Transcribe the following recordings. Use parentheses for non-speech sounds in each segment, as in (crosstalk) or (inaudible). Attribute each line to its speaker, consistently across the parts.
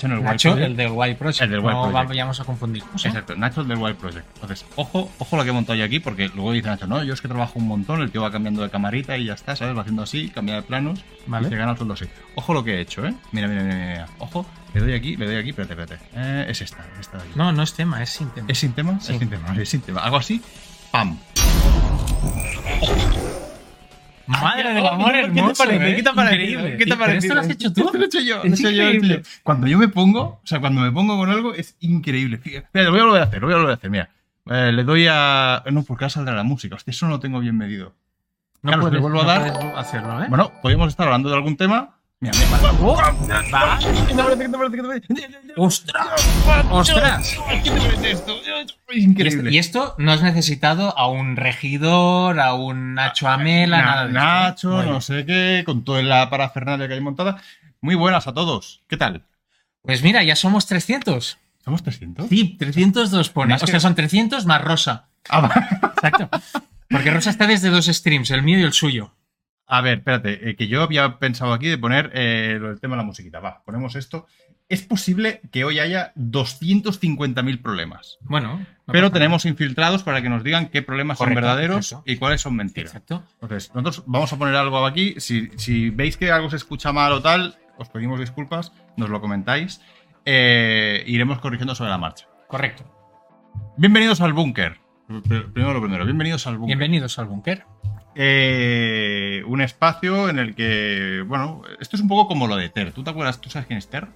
Speaker 1: En el
Speaker 2: Nacho,
Speaker 1: White
Speaker 2: el
Speaker 1: Project.
Speaker 2: del White Project.
Speaker 1: El del White
Speaker 2: no
Speaker 1: Project.
Speaker 2: vayamos a confundirnos. ¿eh?
Speaker 1: Exacto, Nacho el del White Project. Entonces, ojo, ojo lo que he montado yo aquí, porque luego dice Nacho, no, yo es que trabajo un montón, el tío va cambiando de camarita y ya está, ¿sabes? Va haciendo así, cambia de planos
Speaker 2: Vale.
Speaker 1: y se gana el sueldo así. Ojo lo que he hecho, ¿eh? Mira, mira, mira, mira. Ojo, le doy aquí, le doy aquí, espérate, espérate. Eh, es esta, esta de aquí.
Speaker 2: No, no es tema, es sin tema.
Speaker 1: ¿Es sin tema?
Speaker 2: Sí.
Speaker 1: Es sin tema, es sin tema. Hago así, ¡pam! (laughs)
Speaker 2: Madre del
Speaker 1: Oh,
Speaker 2: amor
Speaker 1: ¿qué te
Speaker 2: hermoso.
Speaker 1: parece?
Speaker 2: ¿eh?
Speaker 1: ¿Qué te parece?
Speaker 2: Increíble.
Speaker 1: ¿Qué te
Speaker 2: ¿Pero
Speaker 1: parece?
Speaker 2: ¿Esto lo has hecho
Speaker 1: (laughs)
Speaker 2: tú?
Speaker 1: Esto lo he hecho yo.
Speaker 2: Es
Speaker 1: lo he hecho yo,
Speaker 2: increíble.
Speaker 1: tío. Cuando yo me pongo, o sea, cuando me pongo con algo es increíble. Fíjate, espera, lo voy a volver a hacer, lo voy a volver a hacer, mira. Eh, le doy a. No, porque ahora saldrá la música. Hostia, eso no lo tengo bien medido.
Speaker 2: No
Speaker 1: Claro, si
Speaker 2: puedes,
Speaker 1: le vuelvo a
Speaker 2: no
Speaker 1: dar-
Speaker 2: puedes hacerlo, ¿eh?
Speaker 1: Bueno, ¡oh! podríamos estar hablando de algún tema. Mira, mira,
Speaker 2: Va. ¡Ostras! (laughs) ¡Ostras!
Speaker 1: ¿Qué te parece esto? Es
Speaker 2: Y esto,
Speaker 1: increíble.
Speaker 2: y esto no has necesitado a un regidor, a un Nacho Amela,
Speaker 1: Ah, Na-
Speaker 2: nada de esto,
Speaker 1: Nacho,
Speaker 2: ¿eh? Muy bien.
Speaker 1: no sé qué, con toda la parafernalia que hay montada. Muy buenas a todos. ¿Qué tal?
Speaker 2: Pues mira, ya somos 300.
Speaker 1: ¿Somos 300?
Speaker 2: Sí, 302 pone.
Speaker 1: Más
Speaker 2: o
Speaker 1: que-
Speaker 2: sea, son 300 más Rosa.
Speaker 1: Ah, va.
Speaker 2: Exacto. Porque Rosa está desde dos streams, el mío y el suyo.
Speaker 1: A ver, espérate, eh, que yo había pensado aquí de poner eh, lo del tema de la musiquita. Va, ponemos esto. Es posible que hoy haya 250.000 problemas,
Speaker 2: Bueno. no
Speaker 1: pero
Speaker 2: pasa
Speaker 1: tenemos infiltrados para que nos digan qué problemas
Speaker 2: Correcto,
Speaker 1: son verdaderos
Speaker 2: eso.
Speaker 1: y cuáles son
Speaker 2: nada.
Speaker 1: mentiras.
Speaker 2: Exacto.
Speaker 1: Entonces, nosotros vamos a poner algo aquí. Si, si veis que algo se escucha mal o tal, os pedimos disculpas, nos lo comentáis. eh, iremos corrigiendo sobre la marcha.
Speaker 2: Correcto.
Speaker 1: Bienvenidos al búnker. Pr- Primero lo primero, bienvenidos al búnker.
Speaker 2: Bienvenidos al búnker.
Speaker 1: Eh, un espacio en el que, bueno, esto es un poco como lo de Ter. ¿Tú te acuerdas? ¿Tú sabes quién es Ter?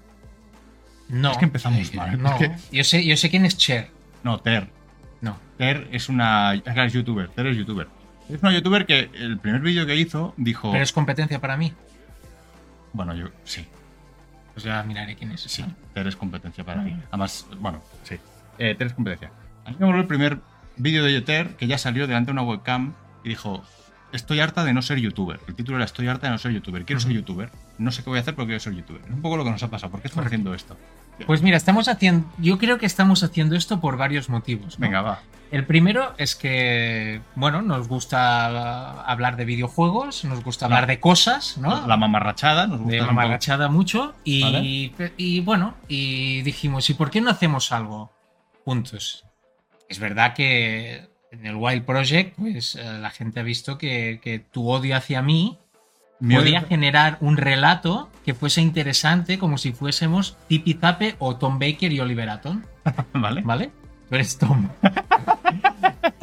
Speaker 2: No.
Speaker 1: Es que empezamos mal.
Speaker 2: No.
Speaker 1: (laughs) Es que-
Speaker 2: Yo, sé, yo sé quién es Cher.
Speaker 1: no, Ter.
Speaker 2: No.
Speaker 1: Ter es una. Es que es youtuber. Ter es youtuber. Es una youtuber que el primer vídeo que hizo dijo.
Speaker 2: Pero es competencia para mí.
Speaker 1: Bueno, yo. Sí,
Speaker 2: Pues ya miraré quién es.
Speaker 1: sí.
Speaker 2: ¿no?
Speaker 1: Ter es competencia para
Speaker 2: Ah.
Speaker 1: mí. Además, bueno, sí. Eh, Ter es competencia. A mí me voló el primer vídeo de Ter que ya salió delante de una webcam y dijo. Estoy harta de no ser youtuber. El título era Estoy harta de no ser youtuber. Quiero
Speaker 2: Ujú.
Speaker 1: ser youtuber. No sé qué voy a hacer, pero quiero ser youtuber. Es un poco lo que nos ha pasado. ¿Por qué estamos haciendo esto?
Speaker 2: Pues mira, estamos haciendo. Yo creo que estamos haciendo esto por varios motivos. ¿no?
Speaker 1: Venga, va.
Speaker 2: El primero es que, bueno, nos gusta hablar de videojuegos, nos gusta hablar de cosas, ¿no?
Speaker 1: La mamarrachada, nos gusta.
Speaker 2: de
Speaker 1: un poco.
Speaker 2: mamarrachada mucho. Y,
Speaker 1: Vale.
Speaker 2: y bueno, y dijimos, ¿y por qué no hacemos algo juntos? Es verdad que en el Wild Project, pues eh, la gente ha visto que, que tu odio hacia mí
Speaker 1: Mi odio-
Speaker 2: podía generar un relato que fuese interesante, como si fuésemos Tipi Zape o Tom Baker y Oliver Atom.
Speaker 1: ¿Vale?
Speaker 2: (laughs) ¿vale? Tú eres Tom.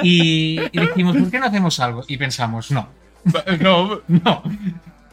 Speaker 2: y, y dijimos, ¿por qué no hacemos algo? Y pensamos, no,
Speaker 1: (laughs) No,
Speaker 2: no.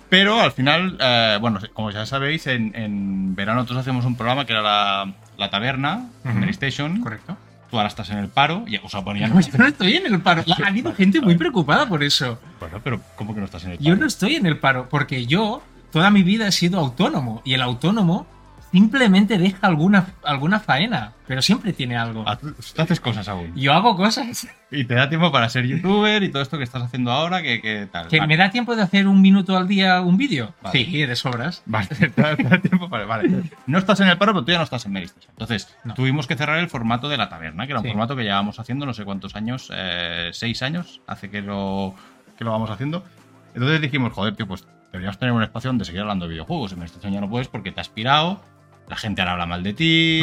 Speaker 1: pero al final, eh, bueno, como ya sabéis, en, en verano nosotros hacíamos un programa que era la, la taberna,
Speaker 2: Ujú.
Speaker 1: en el Station.
Speaker 2: Correcto.
Speaker 1: Tú ahora estás en el paro, y, o sea, bueno, ya
Speaker 2: Yo (laughs)
Speaker 1: no.
Speaker 2: no, estoy en el paro. La-
Speaker 1: (laughs)
Speaker 2: ha habido gente muy preocupada por eso.
Speaker 1: Bueno, pero ¿cómo que no estás en el paro?
Speaker 2: Yo no estoy en el paro porque yo toda mi vida he sido autónomo y el autónomo simplemente deja alguna, alguna faena, pero siempre tiene algo.
Speaker 1: Ah, tú- tú haces cosas aún.
Speaker 2: Yo hago cosas
Speaker 1: Y te da tiempo para ser youtuber y todo esto que estás haciendo ahora, que, que tal.
Speaker 2: que
Speaker 1: Vale.
Speaker 2: me da tiempo de hacer un minuto al día un vídeo.
Speaker 1: Ah. Vale. Ah,
Speaker 2: Sí, de sobras.
Speaker 1: Vale, (laughs) te da- te da tiempo para- vale. No estás en el paro, pero tú ya no estás en Meristes. Entonces,
Speaker 2: No.
Speaker 1: tuvimos que cerrar el formato de la taberna, que era un
Speaker 2: Sí.
Speaker 1: formato que llevábamos haciendo no sé cuántos años, eh, seis años, hace que lo, que lo vamos haciendo. Entonces dijimos, joder, tío, pues deberíamos tener un espacio donde seguir hablando de videojuegos. En Meristes ya no puedes porque te has pirado, la gente ahora habla mal de ti,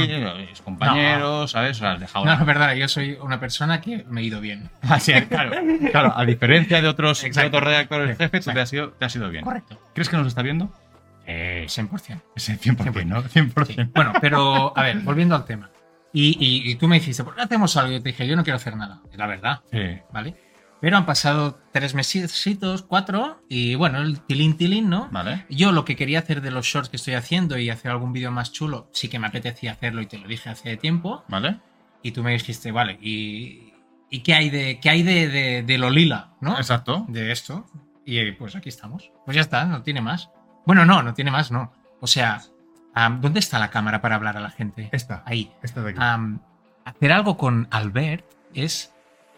Speaker 1: es compañeros, ¿sabes? O sea, has dejado.
Speaker 2: Mm. No, perdona, yo soy una persona que me he ido bien.
Speaker 1: (laughs) Así es, claro, claro, a diferencia de otros, de
Speaker 2: Exacto.
Speaker 1: otros redactores
Speaker 2: Sí,
Speaker 1: jefes, tú te
Speaker 2: exacto.
Speaker 1: has ido, te has ido bien.
Speaker 2: Correcto.
Speaker 1: ¿Crees que nos está viendo? Eh,
Speaker 2: 100%.
Speaker 1: es el 100%, ¿no? 100%.
Speaker 2: Sí. Bueno,
Speaker 1: (laughs)
Speaker 2: pero a ver, volviendo al tema. Y, y- y tú me dijiste, ¿por qué no hacemos algo? Yo te dije, yo no quiero hacer nada. Es la verdad,
Speaker 1: Sí.
Speaker 2: ¿vale? Pero han pasado tres mesitos, cuatro, y bueno, el tilín tilín, ¿no?
Speaker 1: Vale.
Speaker 2: Yo lo que quería hacer de los shorts que estoy haciendo y hacer algún vídeo más chulo, sí que me apetecía hacerlo y te lo dije hace tiempo.
Speaker 1: Vale.
Speaker 2: Y tú me dijiste, vale, ¿y, y qué hay de qué hay de, de, de lo lila,
Speaker 1: Ah.
Speaker 2: no?
Speaker 1: Exacto.
Speaker 2: de esto y eh, pues aquí estamos. Pues ya está, no tiene más. Bueno, no, no tiene más, no. O sea, am, ¿dónde está la cámara para hablar a la gente?
Speaker 1: Esta.
Speaker 2: Ahí.
Speaker 1: Esta de aquí.
Speaker 2: Am, hacer algo con Albert es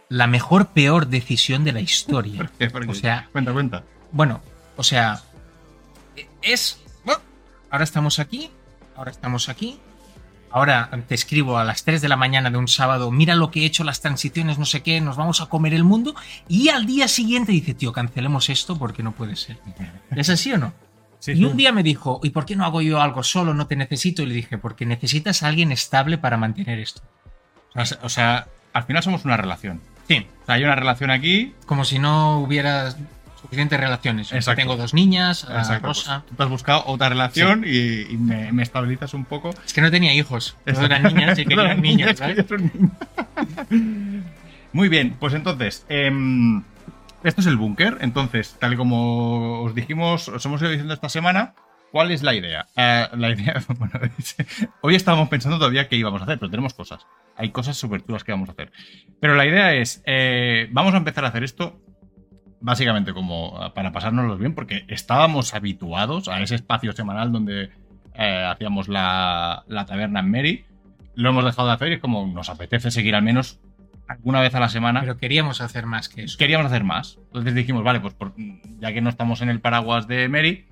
Speaker 2: la mejor, peor decisión de la
Speaker 1: (laughs)
Speaker 2: historia. O sea,
Speaker 1: cuenta, cuenta.
Speaker 2: bueno, o sea, e- es... bueno, Ahora estamos aquí, ahora estamos aquí. Ahora te escribo a las 3 de la mañana de un sábado, mira lo que he hecho, las transiciones, no sé qué, nos vamos a comer el mundo. Y al día siguiente dice, tío, cancelemos esto porque no puede ser. ¿Es así o no?
Speaker 3: Sí,
Speaker 2: y
Speaker 3: sí.
Speaker 2: un día me dijo, ¿y por qué no hago yo algo solo? No te necesito. Y le dije, porque necesitas a alguien estable para mantener esto.
Speaker 1: O sea, o sea, al final somos una relación.
Speaker 2: Sí,
Speaker 1: O sea, hay una relación aquí.
Speaker 2: como si no hubiera suficientes relaciones. Yo
Speaker 1: Exacto.
Speaker 2: Tengo dos niñas, a
Speaker 1: Exacto, pues,
Speaker 2: Rosa.
Speaker 1: tú te has buscado otra relación y, y me, me estabilizas un poco.
Speaker 2: Es que no tenía hijos. No
Speaker 1: Exacto.
Speaker 2: eran
Speaker 1: (laughs)
Speaker 2: niñas
Speaker 1: Todas
Speaker 2: y querían
Speaker 1: las
Speaker 2: niños,
Speaker 1: niñas
Speaker 2: ¿sabes?
Speaker 1: querían un niño. Muy bien, pues entonces, em, esto es el búnker. Entonces, tal y como os dijimos, os hemos ido diciendo esta semana, ¿cuál es la idea? Eh, la idea, (laughs) bueno, dice, hoy estábamos pensando todavía qué íbamos a hacer, pero tenemos cosas. Hay cosas súper chulas que vamos a hacer. Pero la idea es, eh, vamos a empezar a hacer esto básicamente como ah, para pasárnoslo bien, porque estábamos habituados a ese espacio semanal donde eh, hacíamos la, la taberna en Mary. Lo hemos dejado de hacer y es como nos apetece seguir al menos alguna vez a la semana.
Speaker 2: Pero queríamos hacer más que eso.
Speaker 1: Queríamos hacer más. Entonces dijimos, vale, pues por- ya que no estamos en el paraguas de Mary,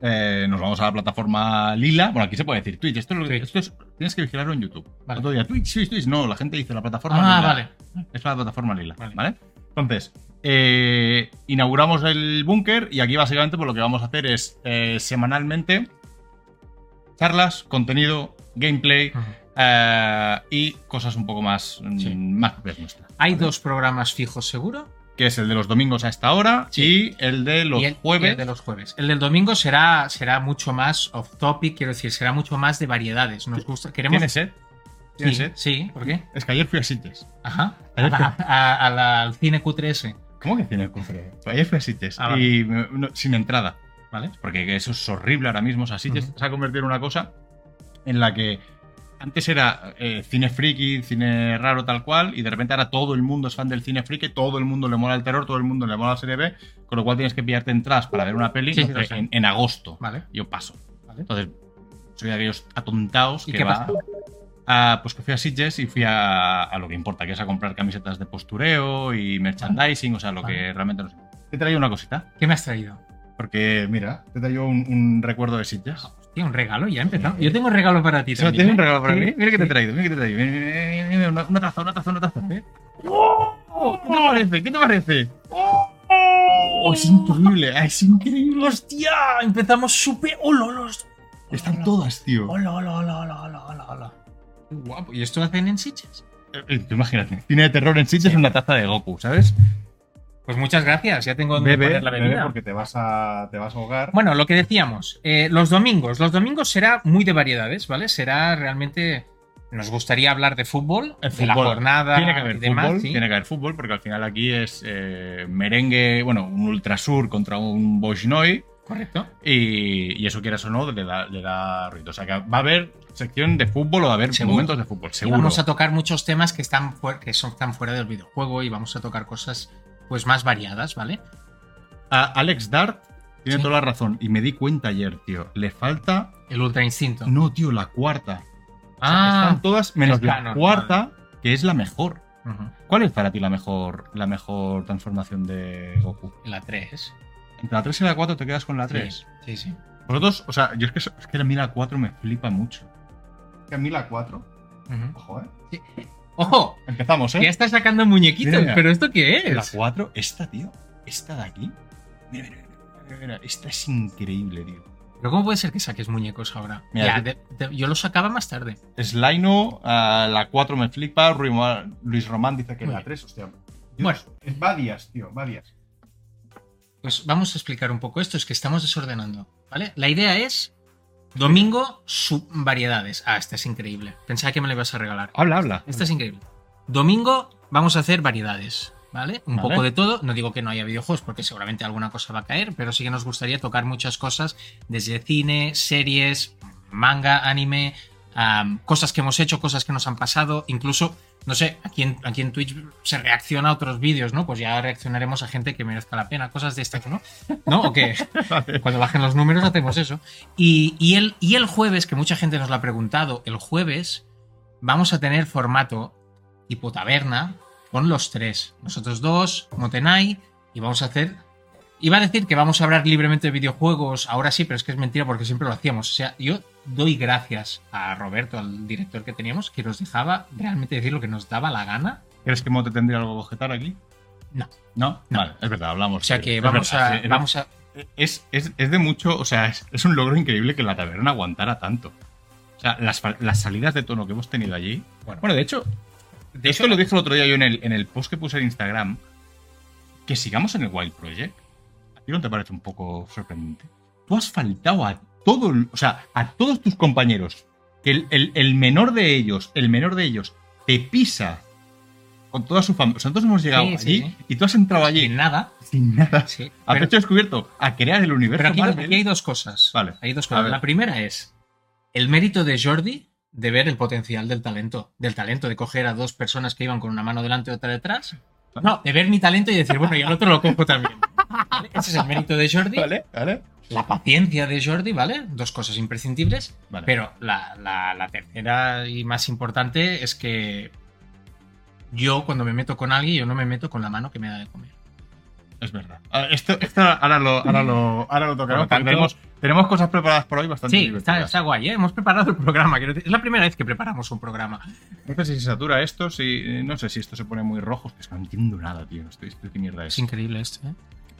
Speaker 1: eh, nos vamos a la plataforma lila. Bueno, aquí se puede decir Twitch. Esto, es lo que-
Speaker 2: Twitch.
Speaker 1: esto es- tienes que vigilarlo en YouTube.
Speaker 2: Vale.
Speaker 1: Otro día, Twitch, Twitch, Twitch. No, la gente dice la plataforma
Speaker 2: Ah,
Speaker 1: lila.
Speaker 2: vale.
Speaker 1: Es la plataforma lila,
Speaker 2: Vale.
Speaker 1: ¿vale? Entonces, eh, inauguramos el búnker y aquí básicamente pues, lo que vamos a hacer es eh, semanalmente charlas, contenido, gameplay eh, y cosas un poco más, mm,
Speaker 2: Mm. Sí.
Speaker 1: más propias nuestras.
Speaker 2: Hay dos programas fijos seguro.
Speaker 1: Que es el de los domingos a esta hora
Speaker 2: Sí.
Speaker 1: y el de los
Speaker 2: y el, y
Speaker 1: jueves.
Speaker 2: el de los jueves. El del domingo será, será mucho más off topic, quiero decir, será mucho más de variedades. Nos gusta, queremos.
Speaker 1: ¿Tienes sed? ¿Tienes
Speaker 2: sí,
Speaker 1: sed?
Speaker 2: sí, ¿por qué?
Speaker 1: Es que ayer fui a Sitges.
Speaker 2: Ajá. A
Speaker 1: Ayer
Speaker 2: la- a- a la- al cine QTS.
Speaker 1: ¿Cómo que tiene el cofre? Ayer fui a Sitges
Speaker 2: Ah, vale.
Speaker 1: y me- no, sin entrada.
Speaker 2: ¿Vale?
Speaker 1: porque eso es horrible ahora mismo. O sea, Sitges
Speaker 2: Ujú.
Speaker 1: se ha convertido en una cosa en la que antes era eh, cine friki, cine raro tal cual, y de repente ahora todo el mundo es fan del cine friki, todo el mundo le mola el terror, todo el mundo le mola la serie B, con lo cual tienes que pillarte entradas para ver una peli
Speaker 2: Sí, sí,
Speaker 1: no
Speaker 2: lo
Speaker 1: sé,
Speaker 2: sé.
Speaker 1: en, en agosto.
Speaker 2: Vale.
Speaker 1: Yo paso.
Speaker 2: Vale.
Speaker 1: Entonces, soy de aquellos atontados
Speaker 2: ¿Y
Speaker 1: que
Speaker 2: qué
Speaker 1: va
Speaker 2: pasó?
Speaker 1: a- pues que fui a Sitges y fui a, a lo que importa, que es a comprar camisetas de postureo y merchandising, o sea, lo
Speaker 2: Vale.
Speaker 1: que realmente nos... Te traigo una cosita.
Speaker 2: ¿Qué me has traído?
Speaker 1: Porque, mira, te traigo un, un recuerdo de Sitges.
Speaker 2: Hostia, un regalo, ya he empezado. Yo tengo un regalo para ti.
Speaker 1: ¿Tienes
Speaker 2: también,
Speaker 1: un
Speaker 2: ¿eh?
Speaker 1: regalo para
Speaker 2: Ah, Sí,
Speaker 1: mí? Mira que te he
Speaker 2: sí.
Speaker 1: traído, mira que te he traído. Mira, mira, mira, mira, Una, una taza, una taza, una taza. ¡Oh! ¿Qué te parece? ¿Qué te parece? ¡Oh! Es increíble, ah, es increíble.
Speaker 2: ¡Hostia! Empezamos súper. ¡Hola, hola! hola.
Speaker 1: Están todas, tío.
Speaker 2: ¡Hola, hola, hola, hola, hola, hola, hola! Qué guapo. ¿Y esto hacen en Sitges?
Speaker 1: Eh, eh, tú Imagínate, tiene de terror en Sitges una taza de Goku, ¿sabes?
Speaker 2: Pues muchas gracias, ya tengo donde
Speaker 1: Bebe,
Speaker 2: poner la bebida.
Speaker 1: bebe porque te vas a, te vas a ahogar.
Speaker 2: Bueno, lo que decíamos, eh, los domingos. Los domingos será muy de variedades, ¿vale? Será realmente. Nos gustaría hablar de fútbol,
Speaker 1: El
Speaker 2: de la
Speaker 1: fútbol.
Speaker 2: jornada
Speaker 1: Tiene que haber
Speaker 2: y demás.
Speaker 1: fútbol,
Speaker 2: sí.
Speaker 1: tiene que haber fútbol, porque al final aquí es eh, merengue, bueno, un Ultrasur contra un Boisnoi.
Speaker 2: Correcto.
Speaker 1: Y, y eso quieras o no, le da, le da ruido. O sea que va a haber sección de fútbol o va a haber
Speaker 2: Seguro.
Speaker 1: momentos de fútbol,
Speaker 2: Y
Speaker 1: seguro.
Speaker 2: vamos a tocar muchos temas que están fuer- que son tan fuera del videojuego y vamos a tocar cosas pues más variadas, ¿vale?
Speaker 1: A Alex Dart tiene
Speaker 2: Sí.
Speaker 1: toda la razón. Y me di cuenta ayer, tío. Le falta.
Speaker 2: El ultra instinto.
Speaker 1: No, tío, la cuarta. O sea,
Speaker 2: ah,
Speaker 1: están todas menos
Speaker 2: es
Speaker 1: la
Speaker 2: canon,
Speaker 1: cuarta, que es la mejor.
Speaker 2: ujú,
Speaker 1: ¿Cuál es para ti la mejor, la mejor transformación de Goku?
Speaker 2: la 3.
Speaker 1: Entre la 3 y la 4 te quedas con la 3.
Speaker 2: Sí, sí.
Speaker 1: Vosotros, o sea, yo es que, es que a mí la 4 me flipa mucho. Que a mí la 4.
Speaker 2: ujú.
Speaker 1: Ojo, eh.
Speaker 2: Ojo,
Speaker 1: Empezamos, eh.
Speaker 2: ya está sacando muñequitos,
Speaker 1: Mira.
Speaker 2: pero ¿esto qué
Speaker 1: La
Speaker 2: es?
Speaker 1: 4, esta, tío. Esta de aquí. Mira, mira, mira, mira, Esta es increíble, tío.
Speaker 2: Pero ¿cómo puede ser que saques muñecos ahora?
Speaker 1: Mira,
Speaker 2: Ya,
Speaker 1: aquí-
Speaker 2: de- de- yo los sacaba más tarde.
Speaker 1: Slino, ah, la 4 me flipa. Rui Ma- Luis Román dice que es
Speaker 2: Muy
Speaker 1: la
Speaker 2: bien.
Speaker 1: 3, hostia.
Speaker 2: Bueno.
Speaker 1: es Badias, tío, Badias.
Speaker 2: Pues vamos a explicar un poco esto, es que estamos desordenando, ¿vale? La idea es domingo sub variedades. Ah, esta es increíble. Pensaba que me la ibas a regalar.
Speaker 1: Habla, habla.
Speaker 2: Esta es increíble. Domingo vamos a hacer variedades, ¿vale? Un
Speaker 1: Vale.
Speaker 2: poco de todo. No digo que no haya videojuegos porque seguramente alguna cosa va a caer, pero sí que nos gustaría tocar muchas cosas desde cine, series, manga, anime, am, cosas que hemos hecho, cosas que nos han pasado, incluso... No sé, aquí en, aquí en Twitch se reacciona a otros vídeos, ¿no? Pues ya reaccionaremos a gente que merezca la pena, cosas de estas, ¿no? ¿No? ¿O qué? Cuando bajen los números hacemos eso. Y, y el, y el jueves, que mucha gente nos lo ha preguntado, el jueves vamos a tener formato tipo taberna con los tres. Nosotros dos, Motenai, y vamos a hacer... Iba a decir que vamos a hablar libremente de videojuegos, ahora sí, pero es que es mentira porque siempre lo hacíamos. O sea, yo doy gracias a Roberto, al director que teníamos, que nos dejaba realmente decir lo que nos daba la gana.
Speaker 1: ¿Crees que Mote tendría algo que objetar aquí?
Speaker 2: No.
Speaker 1: ¿No?
Speaker 2: No.
Speaker 1: Vale, es verdad, hablamos.
Speaker 2: O sea que
Speaker 1: Es
Speaker 2: vamos
Speaker 1: verdad,
Speaker 2: a...
Speaker 1: sí, es
Speaker 2: Vamos a
Speaker 1: es, es, es de mucho, o sea, es, es un logro increíble que la taberna aguantara tanto. O sea, las, fa- las salidas de tono que hemos tenido allí.
Speaker 2: Bueno.
Speaker 1: Bueno, de hecho, de esto lo dije el otro día yo en el, en el post que puse en Instagram. Que sigamos en el Wild Project. ¿A ti no te parece un poco sorprendente? Tú has faltado a todo, el- o sea, a todos tus compañeros. Que el, el- el menor de ellos, el menor de ellos, te pisa con toda su familia. O sea, nosotros hemos llegado
Speaker 2: Sí,
Speaker 1: allí
Speaker 2: sí, sí.
Speaker 1: y tú has entrado allí
Speaker 2: Sin nada.
Speaker 1: sin nada.
Speaker 2: Sí.
Speaker 1: A
Speaker 2: Pero-
Speaker 1: pecho descubierto, a crear el universo
Speaker 2: Pero aquí,
Speaker 1: Marvel.
Speaker 2: aquí hay dos cosas.
Speaker 1: Vale.
Speaker 2: Hay dos
Speaker 1: A
Speaker 2: cosas.
Speaker 1: ver.
Speaker 2: La primera es el mérito de Jordi de ver el potencial del talento. Del talento, de coger a dos personas que iban con una mano delante y otra detrás.
Speaker 1: Vale.
Speaker 2: No, de ver mi talento y decir, bueno, y al otro lo cojo también. ¿Vale? Ese es el mérito de Jordi.
Speaker 1: ¿Vale? ¿Vale?
Speaker 2: La paciencia de Jordi, ¿vale? Dos cosas imprescindibles.
Speaker 1: Vale.
Speaker 2: Pero la, la- la tercera y más importante es que yo cuando me meto con alguien, yo no me meto con la mano que me da de comer.
Speaker 1: Es verdad. Ah, Esto, esto ahora, lo, ahora, lo, ahora lo tocaremos.
Speaker 2: Por
Speaker 1: porque
Speaker 2: lo tanto-
Speaker 1: tenemos, tenemos cosas preparadas por hoy bastante
Speaker 2: Sí, está,
Speaker 1: divertidas.
Speaker 2: está guay, ¿eh? Hemos preparado el programa. quiero decir, Es la primera vez que preparamos un programa.
Speaker 1: No sé si se satura esto, si, no sé si esto se pone muy rojo. Es que no entiendo nada, tío. Estoy, estoy- ¿Qué mierda es?
Speaker 2: Es increíble esto, ¿eh?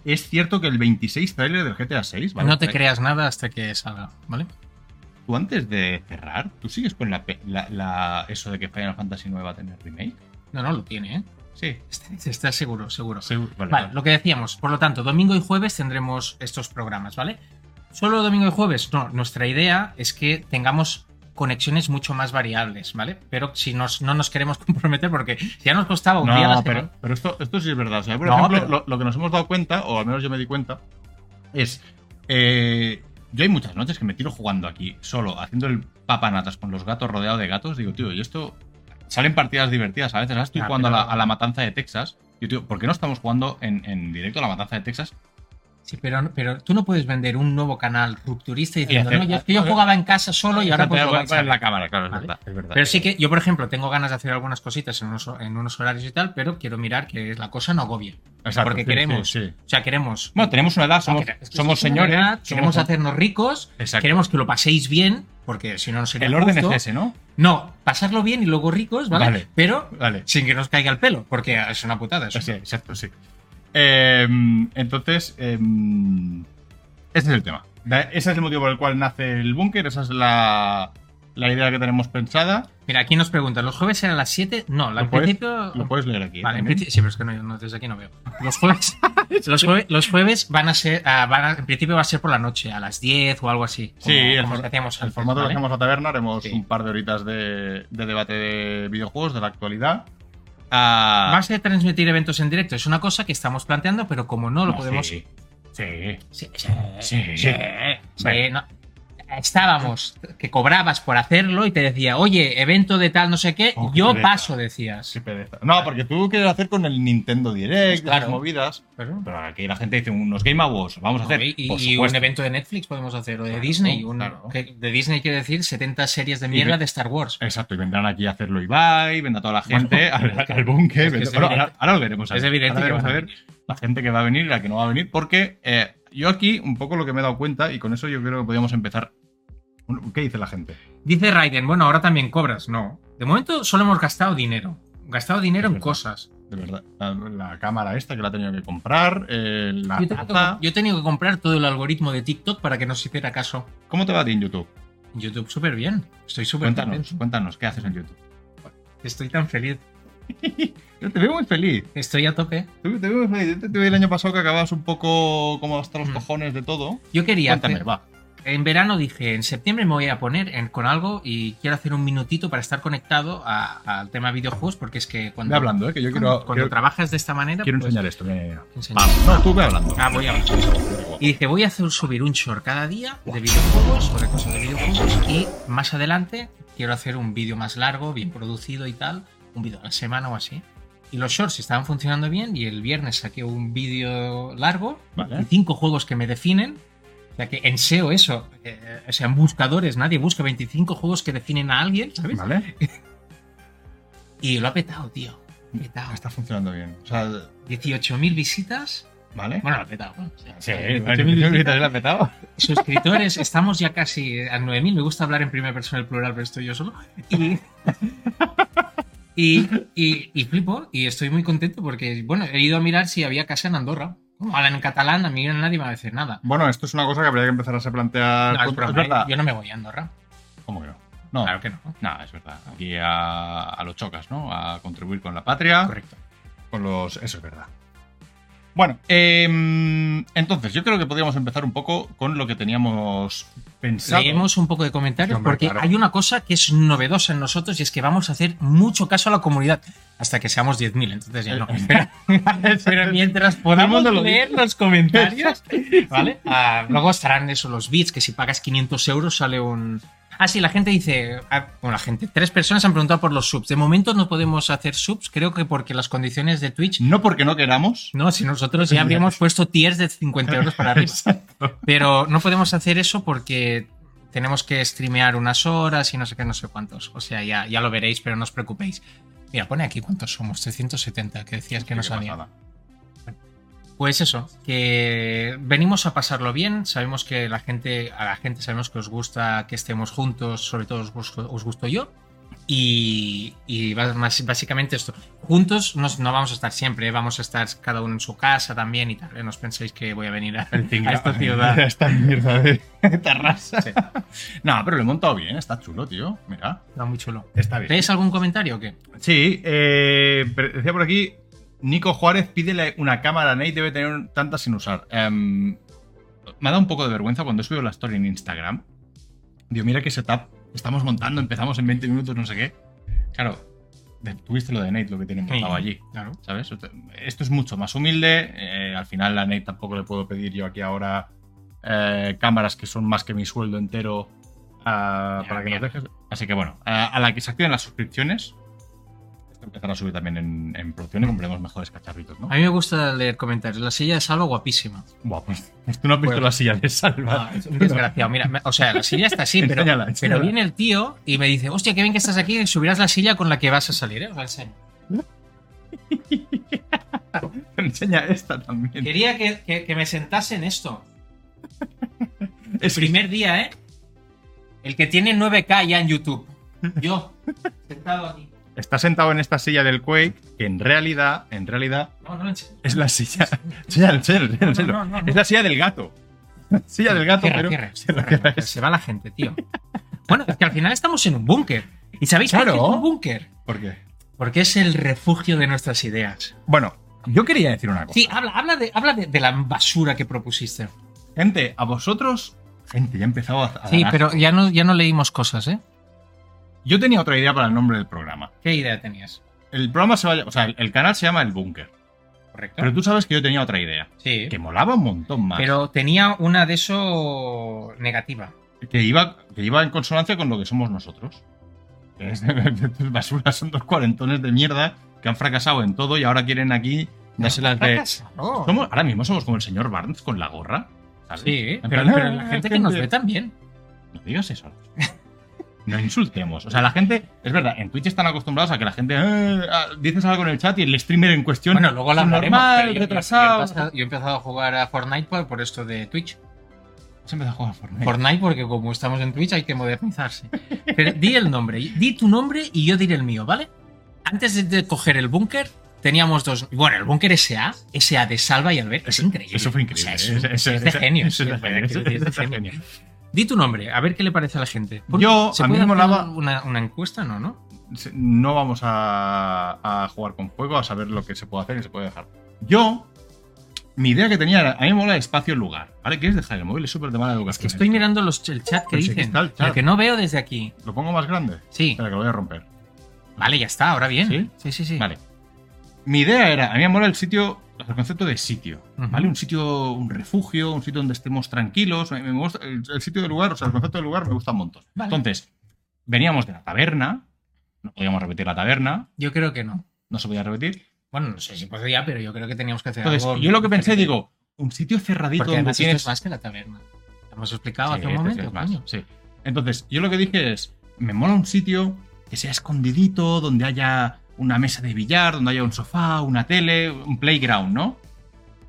Speaker 1: Es cierto que el 26 trailer del GTA 6, ¿vale?
Speaker 2: no te
Speaker 1: Trae-
Speaker 2: creas nada hasta que salga, ¿vale?
Speaker 1: Tú antes de cerrar, ¿tú sigues con la, pe- la- la- eso de que Final Fantasy 9 va a tener remake?
Speaker 2: No, no, lo tiene, ¿eh?
Speaker 1: Sí.
Speaker 2: Está, está seguro, seguro.
Speaker 1: Seguro. Vale,
Speaker 2: Vale, lo que decíamos, por lo tanto, domingo y jueves tendremos estos programas, ¿vale? ¿Solo domingo y jueves? No, nuestra idea es que tengamos conexiones mucho más variables, ¿vale? Pero si nos, no nos queremos (laughs) comprometer, porque ya nos costaba un día a la
Speaker 1: No, pero,
Speaker 2: semana.
Speaker 1: pero esto, esto sí es verdad. O sea, por
Speaker 2: No,
Speaker 1: ejemplo,
Speaker 2: pero-
Speaker 1: lo, lo que nos hemos dado cuenta, o al menos yo me di cuenta, es. eh, yo hay muchas noches que me tiro jugando aquí, solo, haciendo el papanatas con los gatos rodeado de gatos. Digo, tío, y esto. Salen partidas divertidas a veces. Ahora estoy
Speaker 2: Ah,
Speaker 1: jugando
Speaker 2: pero-
Speaker 1: a, la, a la matanza de Texas. Y, tío, ¿por qué no estamos jugando en, en directo a la matanza de Texas?
Speaker 2: Sí, pero, pero tú no puedes vender un nuevo canal rupturista diciendo,
Speaker 1: hacer-
Speaker 2: no, yo, es que yo jugaba en casa solo y ahora
Speaker 1: Voy
Speaker 2: pues
Speaker 1: a
Speaker 2: lo
Speaker 1: poner
Speaker 2: vais a ver".
Speaker 1: la cámara, claro, es
Speaker 2: Vale.
Speaker 1: verdad, es verdad.
Speaker 2: Pero sí que yo, por ejemplo, tengo ganas de hacer algunas cositas en unos, en unos horarios y tal, pero quiero mirar que la cosa no agobie.
Speaker 1: Exacto,
Speaker 2: porque
Speaker 1: sí,
Speaker 2: queremos-
Speaker 1: sí, sí.
Speaker 2: O sea, queremos.
Speaker 1: Bueno, tenemos una edad, somos,
Speaker 2: Es que
Speaker 1: somos
Speaker 2: es una
Speaker 1: señores.
Speaker 2: verdad, queremos
Speaker 1: somos-
Speaker 2: hacernos ricos,
Speaker 1: Exacto.
Speaker 2: queremos que lo paséis bien, porque si no, no sería.
Speaker 1: El orden
Speaker 2: justo.
Speaker 1: es ese, ¿no?
Speaker 2: No, pasarlo bien y luego ricos, ¿vale?
Speaker 1: Vale.
Speaker 2: Pero
Speaker 1: Vale.
Speaker 2: sin que nos caiga el pelo, porque es una putada eso.
Speaker 1: Sí, exacto, sí. Eh, entonces, eh, ese es el tema. Da- Ese es el motivo por el cual nace el búnker, esa es la, la idea que tenemos pensada.
Speaker 2: Mira, aquí nos preguntan, ¿los jueves eran a las 7? No, la-
Speaker 1: ¿Lo
Speaker 2: en
Speaker 1: puedes-
Speaker 2: principio.
Speaker 1: Lo puedes leer aquí. ¿eh?
Speaker 2: Vale, en
Speaker 1: también.
Speaker 2: principio- sí, pero es que no, no, desde aquí no veo. Los jueves, (laughs) los jue- los jueves van a ser, ah, van a- en principio va a ser por la noche, a las 10 o algo así. como-
Speaker 1: Sí, el,
Speaker 2: como
Speaker 1: for-
Speaker 2: que hacíamos
Speaker 1: el
Speaker 2: antes,
Speaker 1: formato
Speaker 2: ¿vale?
Speaker 1: que hacemos la taberna, haremos
Speaker 2: Sí.
Speaker 1: un par de horitas de, de debate de videojuegos, de la actualidad. Ah,
Speaker 2: Va a ser transmitir eventos en directo, es una cosa que estamos planteando, pero como no lo
Speaker 1: no,
Speaker 2: podemos.
Speaker 1: Ah, Sí, sí.
Speaker 2: Sí,
Speaker 1: Sí.
Speaker 2: sí, sí,
Speaker 1: Vale.
Speaker 2: no. Estábamos, que cobrabas por hacerlo y te decía, oye, evento de tal, no sé qué,
Speaker 1: Oh, qué
Speaker 2: yo
Speaker 1: pereza.
Speaker 2: paso, decías.
Speaker 1: Qué pereza. No, porque tú quieres hacer con el Nintendo Direct,
Speaker 2: Pues claro.
Speaker 1: las movidas.
Speaker 2: Pero-
Speaker 1: Pero aquí la gente dice unos Game Awards, vamos a hacer.
Speaker 2: Y, y-
Speaker 1: Por
Speaker 2: y un
Speaker 1: supuesto.
Speaker 2: evento de Netflix podemos hacer, o de
Speaker 1: Claro,
Speaker 2: Disney. un-
Speaker 1: claro.
Speaker 2: que de Disney quiere decir 70 series de
Speaker 1: Y
Speaker 2: mierda
Speaker 1: ve-
Speaker 2: de Star Wars.
Speaker 1: Exacto, y vendrán aquí a hacerlo Ibai, vendrá toda la gente al, (laughs) al búnker.
Speaker 2: es que
Speaker 1: vendrá-
Speaker 2: es
Speaker 1: bueno,
Speaker 2: evidente.
Speaker 1: ahora, ahora lo veremos. a
Speaker 2: Es
Speaker 1: ver.
Speaker 2: evidente
Speaker 1: Ahora
Speaker 2: que
Speaker 1: veremos
Speaker 2: van
Speaker 1: a
Speaker 2: a
Speaker 1: ver la gente que va a venir y la que no va a venir, porque eh, yo aquí un poco lo que me he dado cuenta, y con eso yo creo que podríamos empezar. ¿Qué dice la gente?
Speaker 2: Dice Raiden, bueno, ahora también cobras. No. De momento solo hemos gastado dinero. Gastado
Speaker 1: Es
Speaker 2: dinero en
Speaker 1: verdad.
Speaker 2: cosas.
Speaker 1: De verdad, la, la cámara esta que la he tenido que comprar, eh, la
Speaker 2: Yo, he tenido que-
Speaker 1: taza.
Speaker 2: yo he tenido que comprar todo el algoritmo de TikTok para que nos hiciera caso.
Speaker 1: ¿Cómo te va a ti en YouTube?
Speaker 2: En YouTube súper bien. Estoy súper
Speaker 1: Cuéntanos,
Speaker 2: contento.
Speaker 1: cuéntanos, ¿qué haces en YouTube?
Speaker 2: Estoy tan feliz.
Speaker 1: Yo te veo muy feliz.
Speaker 2: Estoy a tope.
Speaker 1: Te, te veo muy feliz. Yo Te, te vi el año pasado que acababas un poco como hasta los
Speaker 2: Mm.
Speaker 1: cojones de todo.
Speaker 2: Yo quería. hacer-
Speaker 1: Cuéntame, va.
Speaker 2: En verano dije, en septiembre me voy a poner en- con algo y quiero hacer un minutito para estar conectado a- al tema videojuegos, porque es que
Speaker 1: Ve
Speaker 2: cuando,
Speaker 1: hablando, eh, que yo
Speaker 2: cuando,
Speaker 1: quiero,
Speaker 2: Ah, cuando
Speaker 1: quiero,
Speaker 2: trabajas de esta manera.
Speaker 1: quiero
Speaker 2: pues,
Speaker 1: enseñar esto. mira, mira, mira.
Speaker 2: enseña.
Speaker 1: Vamos, no, tú ve hablando.
Speaker 2: Ah, voy a Y dije, voy a hacer subir un short cada día de videojuegos o de cosas de videojuegos y más adelante quiero hacer un vídeo más largo, bien producido y tal, un vídeo a la semana o así. Y los shorts estaban funcionando bien y el viernes saqué un vídeo largo y
Speaker 1: Vale.
Speaker 2: cinco juegos que me definen. O sea que en SEO eso, eh, o sea, en buscadores nadie busca 25 juegos que definen a alguien, ¿sabes?
Speaker 1: Vale.
Speaker 2: Y lo ha petado, tío. Petado.
Speaker 1: Está funcionando bien. O sea,
Speaker 2: 18.000 visitas.
Speaker 1: ¿vale.
Speaker 2: Bueno, lo ha petado. ¿no? O sea,
Speaker 1: Sí,
Speaker 2: 18.000
Speaker 1: vale, yo creo que te la (laughs) has petado.
Speaker 2: suscriptores, estamos ya casi a 9.000. Me gusta hablar en primera persona el plural, pero estoy yo solo. Y, y, y- y flipo, y estoy muy contento porque, bueno, he ido a mirar si había casa en Andorra. Como hablan en catalán, a mí nadie me va a decir nada.
Speaker 1: Bueno, esto es una cosa que habría que empezar a se plantear.
Speaker 2: No, es
Speaker 1: con-
Speaker 2: broma,
Speaker 1: Ah, pues es verdad.
Speaker 2: ¿eh? Yo no me voy a Andorra.
Speaker 1: ¿Cómo que no? No,
Speaker 2: Claro que no.
Speaker 1: no, es verdad. Aquí a, a los chocas, ¿no? A contribuir con la patria.
Speaker 2: Correcto.
Speaker 1: Con los. Eso es verdad. Bueno, em, entonces, yo creo que podríamos empezar un poco con lo que teníamos pensado.
Speaker 2: Leemos un poco de
Speaker 1: Sí,
Speaker 2: comentarios
Speaker 1: hombre,
Speaker 2: porque
Speaker 1: claro.
Speaker 2: hay una cosa que es novedosa en nosotros y es que vamos a hacer mucho caso a la comunidad hasta que seamos 10.000. Entonces ya no.
Speaker 1: Eh,
Speaker 2: Pero, pero (laughs) mientras podamos
Speaker 1: mundo lo
Speaker 2: leer los comentarios, ¿vale? Ah, luego estarán eso, los bits, que si pagas 500 euros sale un. Ah, sí, la gente dice. ah, bueno, la gente. Tres personas han preguntado por los subs. De momento no podemos hacer subs, creo que porque las condiciones de Twitch
Speaker 1: No porque no queramos.
Speaker 2: No, si nosotros ya (laughs) habríamos puesto tiers de 50 euros para arriba. Pero no podemos hacer eso porque tenemos que streamear unas horas y no sé qué, no sé cuántos. O sea, ya, ya lo veréis, pero no os preocupéis. Mira, pone aquí cuántos somos, 370, que decías que no
Speaker 1: Qué
Speaker 2: sabía.
Speaker 1: pasada.
Speaker 2: Pues eso, que venimos a pasarlo bien, sabemos que la gente, a la gente sabemos que os gusta que estemos juntos, sobre todo os gusto, os gusto yo. Y, y bas- más- básicamente esto, juntos nos- no vamos a estar siempre, ¿eh? vamos a estar cada uno en su casa también y tal. ¿eh? No os penséis que voy a venir a, a
Speaker 1: (laughs)
Speaker 2: esta
Speaker 1: A
Speaker 2: ciudad.
Speaker 1: esta mierda de (laughs) Terrassa.
Speaker 2: Sí.
Speaker 1: No, pero lo he montado bien, está chulo, tío. Mira.
Speaker 2: Está muy chulo.
Speaker 1: Está
Speaker 2: ¿Tenéis algún comentario o qué?
Speaker 1: Sí, eh, pero decía por aquí, Nico Juárez pídele una cámara, Nate debe tener tantas sin usar. Em, me ha dado un poco de vergüenza cuando he subido la story en Instagram. Digo, mira qué setup estamos montando, empezamos en 20 minutos, no sé qué. Claro, de- tuviste lo de Nate, lo que tiene montado allí.
Speaker 2: Claro.
Speaker 1: ¿sabes? Esto es mucho más humilde. eh, al final, a Nate tampoco le puedo pedir yo aquí ahora eh, cámaras que son más que mi sueldo entero ah,
Speaker 2: Ya,
Speaker 1: para que nos
Speaker 2: mierda.
Speaker 1: dejes. Así que bueno, eh, a, a la que se activen las suscripciones, esto empezará a subir también en, en producción y compraremos mejores cacharritos, ¿no?
Speaker 2: A mí me gusta leer comentarios. La silla de salva guapísima.
Speaker 1: Buah, pues, pues tú no has visto
Speaker 2: Bueno.
Speaker 1: la silla de salva.
Speaker 2: Ah, es un desgraciado. Mira, me- o sea, la silla
Speaker 1: (laughs)
Speaker 2: está así, pero,
Speaker 1: Enséñala,
Speaker 2: pero
Speaker 1: enséñala.
Speaker 2: viene el tío y me dice, hostia, qué bien que estás aquí y subirás la silla con la que vas a salir, ¿eh? Os la enseño.
Speaker 1: Enseña esta también.
Speaker 2: Quería que, que- que me sentase en (laughs) esto. El
Speaker 1: Es
Speaker 2: primer día, ¿eh? El que tiene 9K ya en YouTube. Yo, (laughs) sentado aquí.
Speaker 1: Está sentado en esta silla del Quake, que en realidad, en realidad,
Speaker 2: No, no, en serio.
Speaker 1: Es la silla. (laughs) Enséñalo, enséñalo, enséñalo, enséñalo.
Speaker 2: No, no, no, no.
Speaker 1: Es la silla del gato. Silla del gato,
Speaker 2: Cierra,
Speaker 1: pero.
Speaker 2: cierra,
Speaker 1: Se la
Speaker 2: cierra,
Speaker 1: cierra.
Speaker 2: que Se va la gente, tío. Bueno, es que al final estamos en un búnker. ¿Y sabéis por
Speaker 1: Claro.
Speaker 2: qué es un búnker?
Speaker 1: ¿Por qué?
Speaker 2: Porque es el refugio de nuestras ideas.
Speaker 1: Bueno, yo quería decir una cosa.
Speaker 2: Sí, habla, habla, de, habla de, de la basura que propusiste.
Speaker 1: Gente, a vosotros. Gente, ya he empezado a. a
Speaker 2: Sí,
Speaker 1: dar-
Speaker 2: pero ya no, ya no leímos cosas, ¿eh?
Speaker 1: Yo tenía otra idea para el nombre del programa.
Speaker 2: ¿Qué idea tenías?
Speaker 1: El programa se va a- O sea, el, el canal se llama El Búnker.
Speaker 2: Correcto.
Speaker 1: Pero tú sabes que yo tenía otra idea.
Speaker 2: sí.
Speaker 1: Que molaba un montón más.
Speaker 2: Pero tenía una de eso negativa.
Speaker 1: Que iba, que iba en consonancia con lo que somos nosotros. Que es basura, son dos cuarentones de mierda que han fracasado en todo y ahora quieren
Speaker 2: (laughs)
Speaker 1: aquí dárselas de.
Speaker 2: No.
Speaker 1: Somos- ahora mismo somos como el señor Barnes con la gorra. ¿sabes?
Speaker 2: Sí,
Speaker 1: En
Speaker 2: pero,
Speaker 1: plan,
Speaker 2: pero
Speaker 1: "Ah,
Speaker 2: la gente que nos ve también.
Speaker 1: No digas eso. No insultemos. O sea, la gente. Es verdad, en Twitch están acostumbrados a que la gente. "Eh, ah", dices algo en el chat y el streamer en cuestión.
Speaker 2: Bueno, luego la hablaremos,
Speaker 1: Normal,
Speaker 2: pero yo- yo-
Speaker 1: retrasado.
Speaker 2: Yo, he empezado- yo he empezado a jugar a Fortnite por, por esto de Twitch.
Speaker 1: Se empezó a jugar a Fortnite.
Speaker 2: Fortnite, porque como estamos en Twitch hay que modernizarse. Pero di el nombre, di tu nombre y yo diré el mío, ¿vale? Antes de, de coger el búnker, teníamos dos. Bueno, el búnker SA, SA de Salva y Albert, es increíble.
Speaker 1: Eso fue increíble. ¿eh?
Speaker 2: O sea, es,
Speaker 1: Eso-
Speaker 2: un-
Speaker 1: eso-
Speaker 2: es de
Speaker 1: eso-
Speaker 2: genio.
Speaker 1: eso es de
Speaker 2: sí,
Speaker 1: genio,
Speaker 2: es de
Speaker 1: eso es de
Speaker 2: genio.
Speaker 1: genio.
Speaker 2: Di tu nombre, a ver qué le parece a la gente. ¿Por-
Speaker 1: Yo,
Speaker 2: ¿Se
Speaker 1: a mí
Speaker 2: puede
Speaker 1: me
Speaker 2: hacer
Speaker 1: molaba-
Speaker 2: una, una encuesta? No, ¿no?
Speaker 1: Se- No vamos a, a jugar con fuego, a saber lo que se puede hacer y se puede dejar. Yo. Mi idea que tenía era. A mí me mola espacio-lugar. ¿Vale? ¿Quieres dejar el móvil? Es súper de mala educación.
Speaker 2: Es que estoy mirando los, el chat que
Speaker 1: Pero sí que
Speaker 2: dicen.
Speaker 1: está el chat.
Speaker 2: Pero que no veo desde aquí.
Speaker 1: ¿Lo pongo más grande?
Speaker 2: Sí.
Speaker 1: Espera, que lo voy a romper.
Speaker 2: Vale, ya está, ahora bien.
Speaker 1: ¿Sí?
Speaker 2: sí, sí. sí.
Speaker 1: Vale. Mi idea era, a mí me mola el sitio, el concepto de sitio,
Speaker 2: Ujú.
Speaker 1: ¿vale? Un sitio, un refugio, un sitio donde estemos tranquilos. Me, me gusta- el, el sitio del lugar, o sea, el concepto del lugar me gusta un montón.
Speaker 2: Vale.
Speaker 1: Entonces, veníamos de la taberna, no podíamos repetir la taberna,
Speaker 2: Yo creo que no.
Speaker 1: no se podía repetir.
Speaker 2: Bueno, no sé si podría, pero yo creo que teníamos que hacer
Speaker 1: Entonces,
Speaker 2: algo.
Speaker 1: yo lo que pensé,
Speaker 2: diferente.
Speaker 1: digo, un sitio cerradito
Speaker 2: Porque
Speaker 1: donde
Speaker 2: además
Speaker 1: tienes
Speaker 2: esto es más que la taberna. Lo hemos explicado
Speaker 1: Sí,
Speaker 2: Ah, hace un
Speaker 1: este sí
Speaker 2: momento,
Speaker 1: es más,
Speaker 2: coño.
Speaker 1: sí. Entonces, yo lo que dije es, me mola un sitio que sea escondidito, donde haya una mesa de billar, donde haya un sofá, una tele, un playground, ¿no?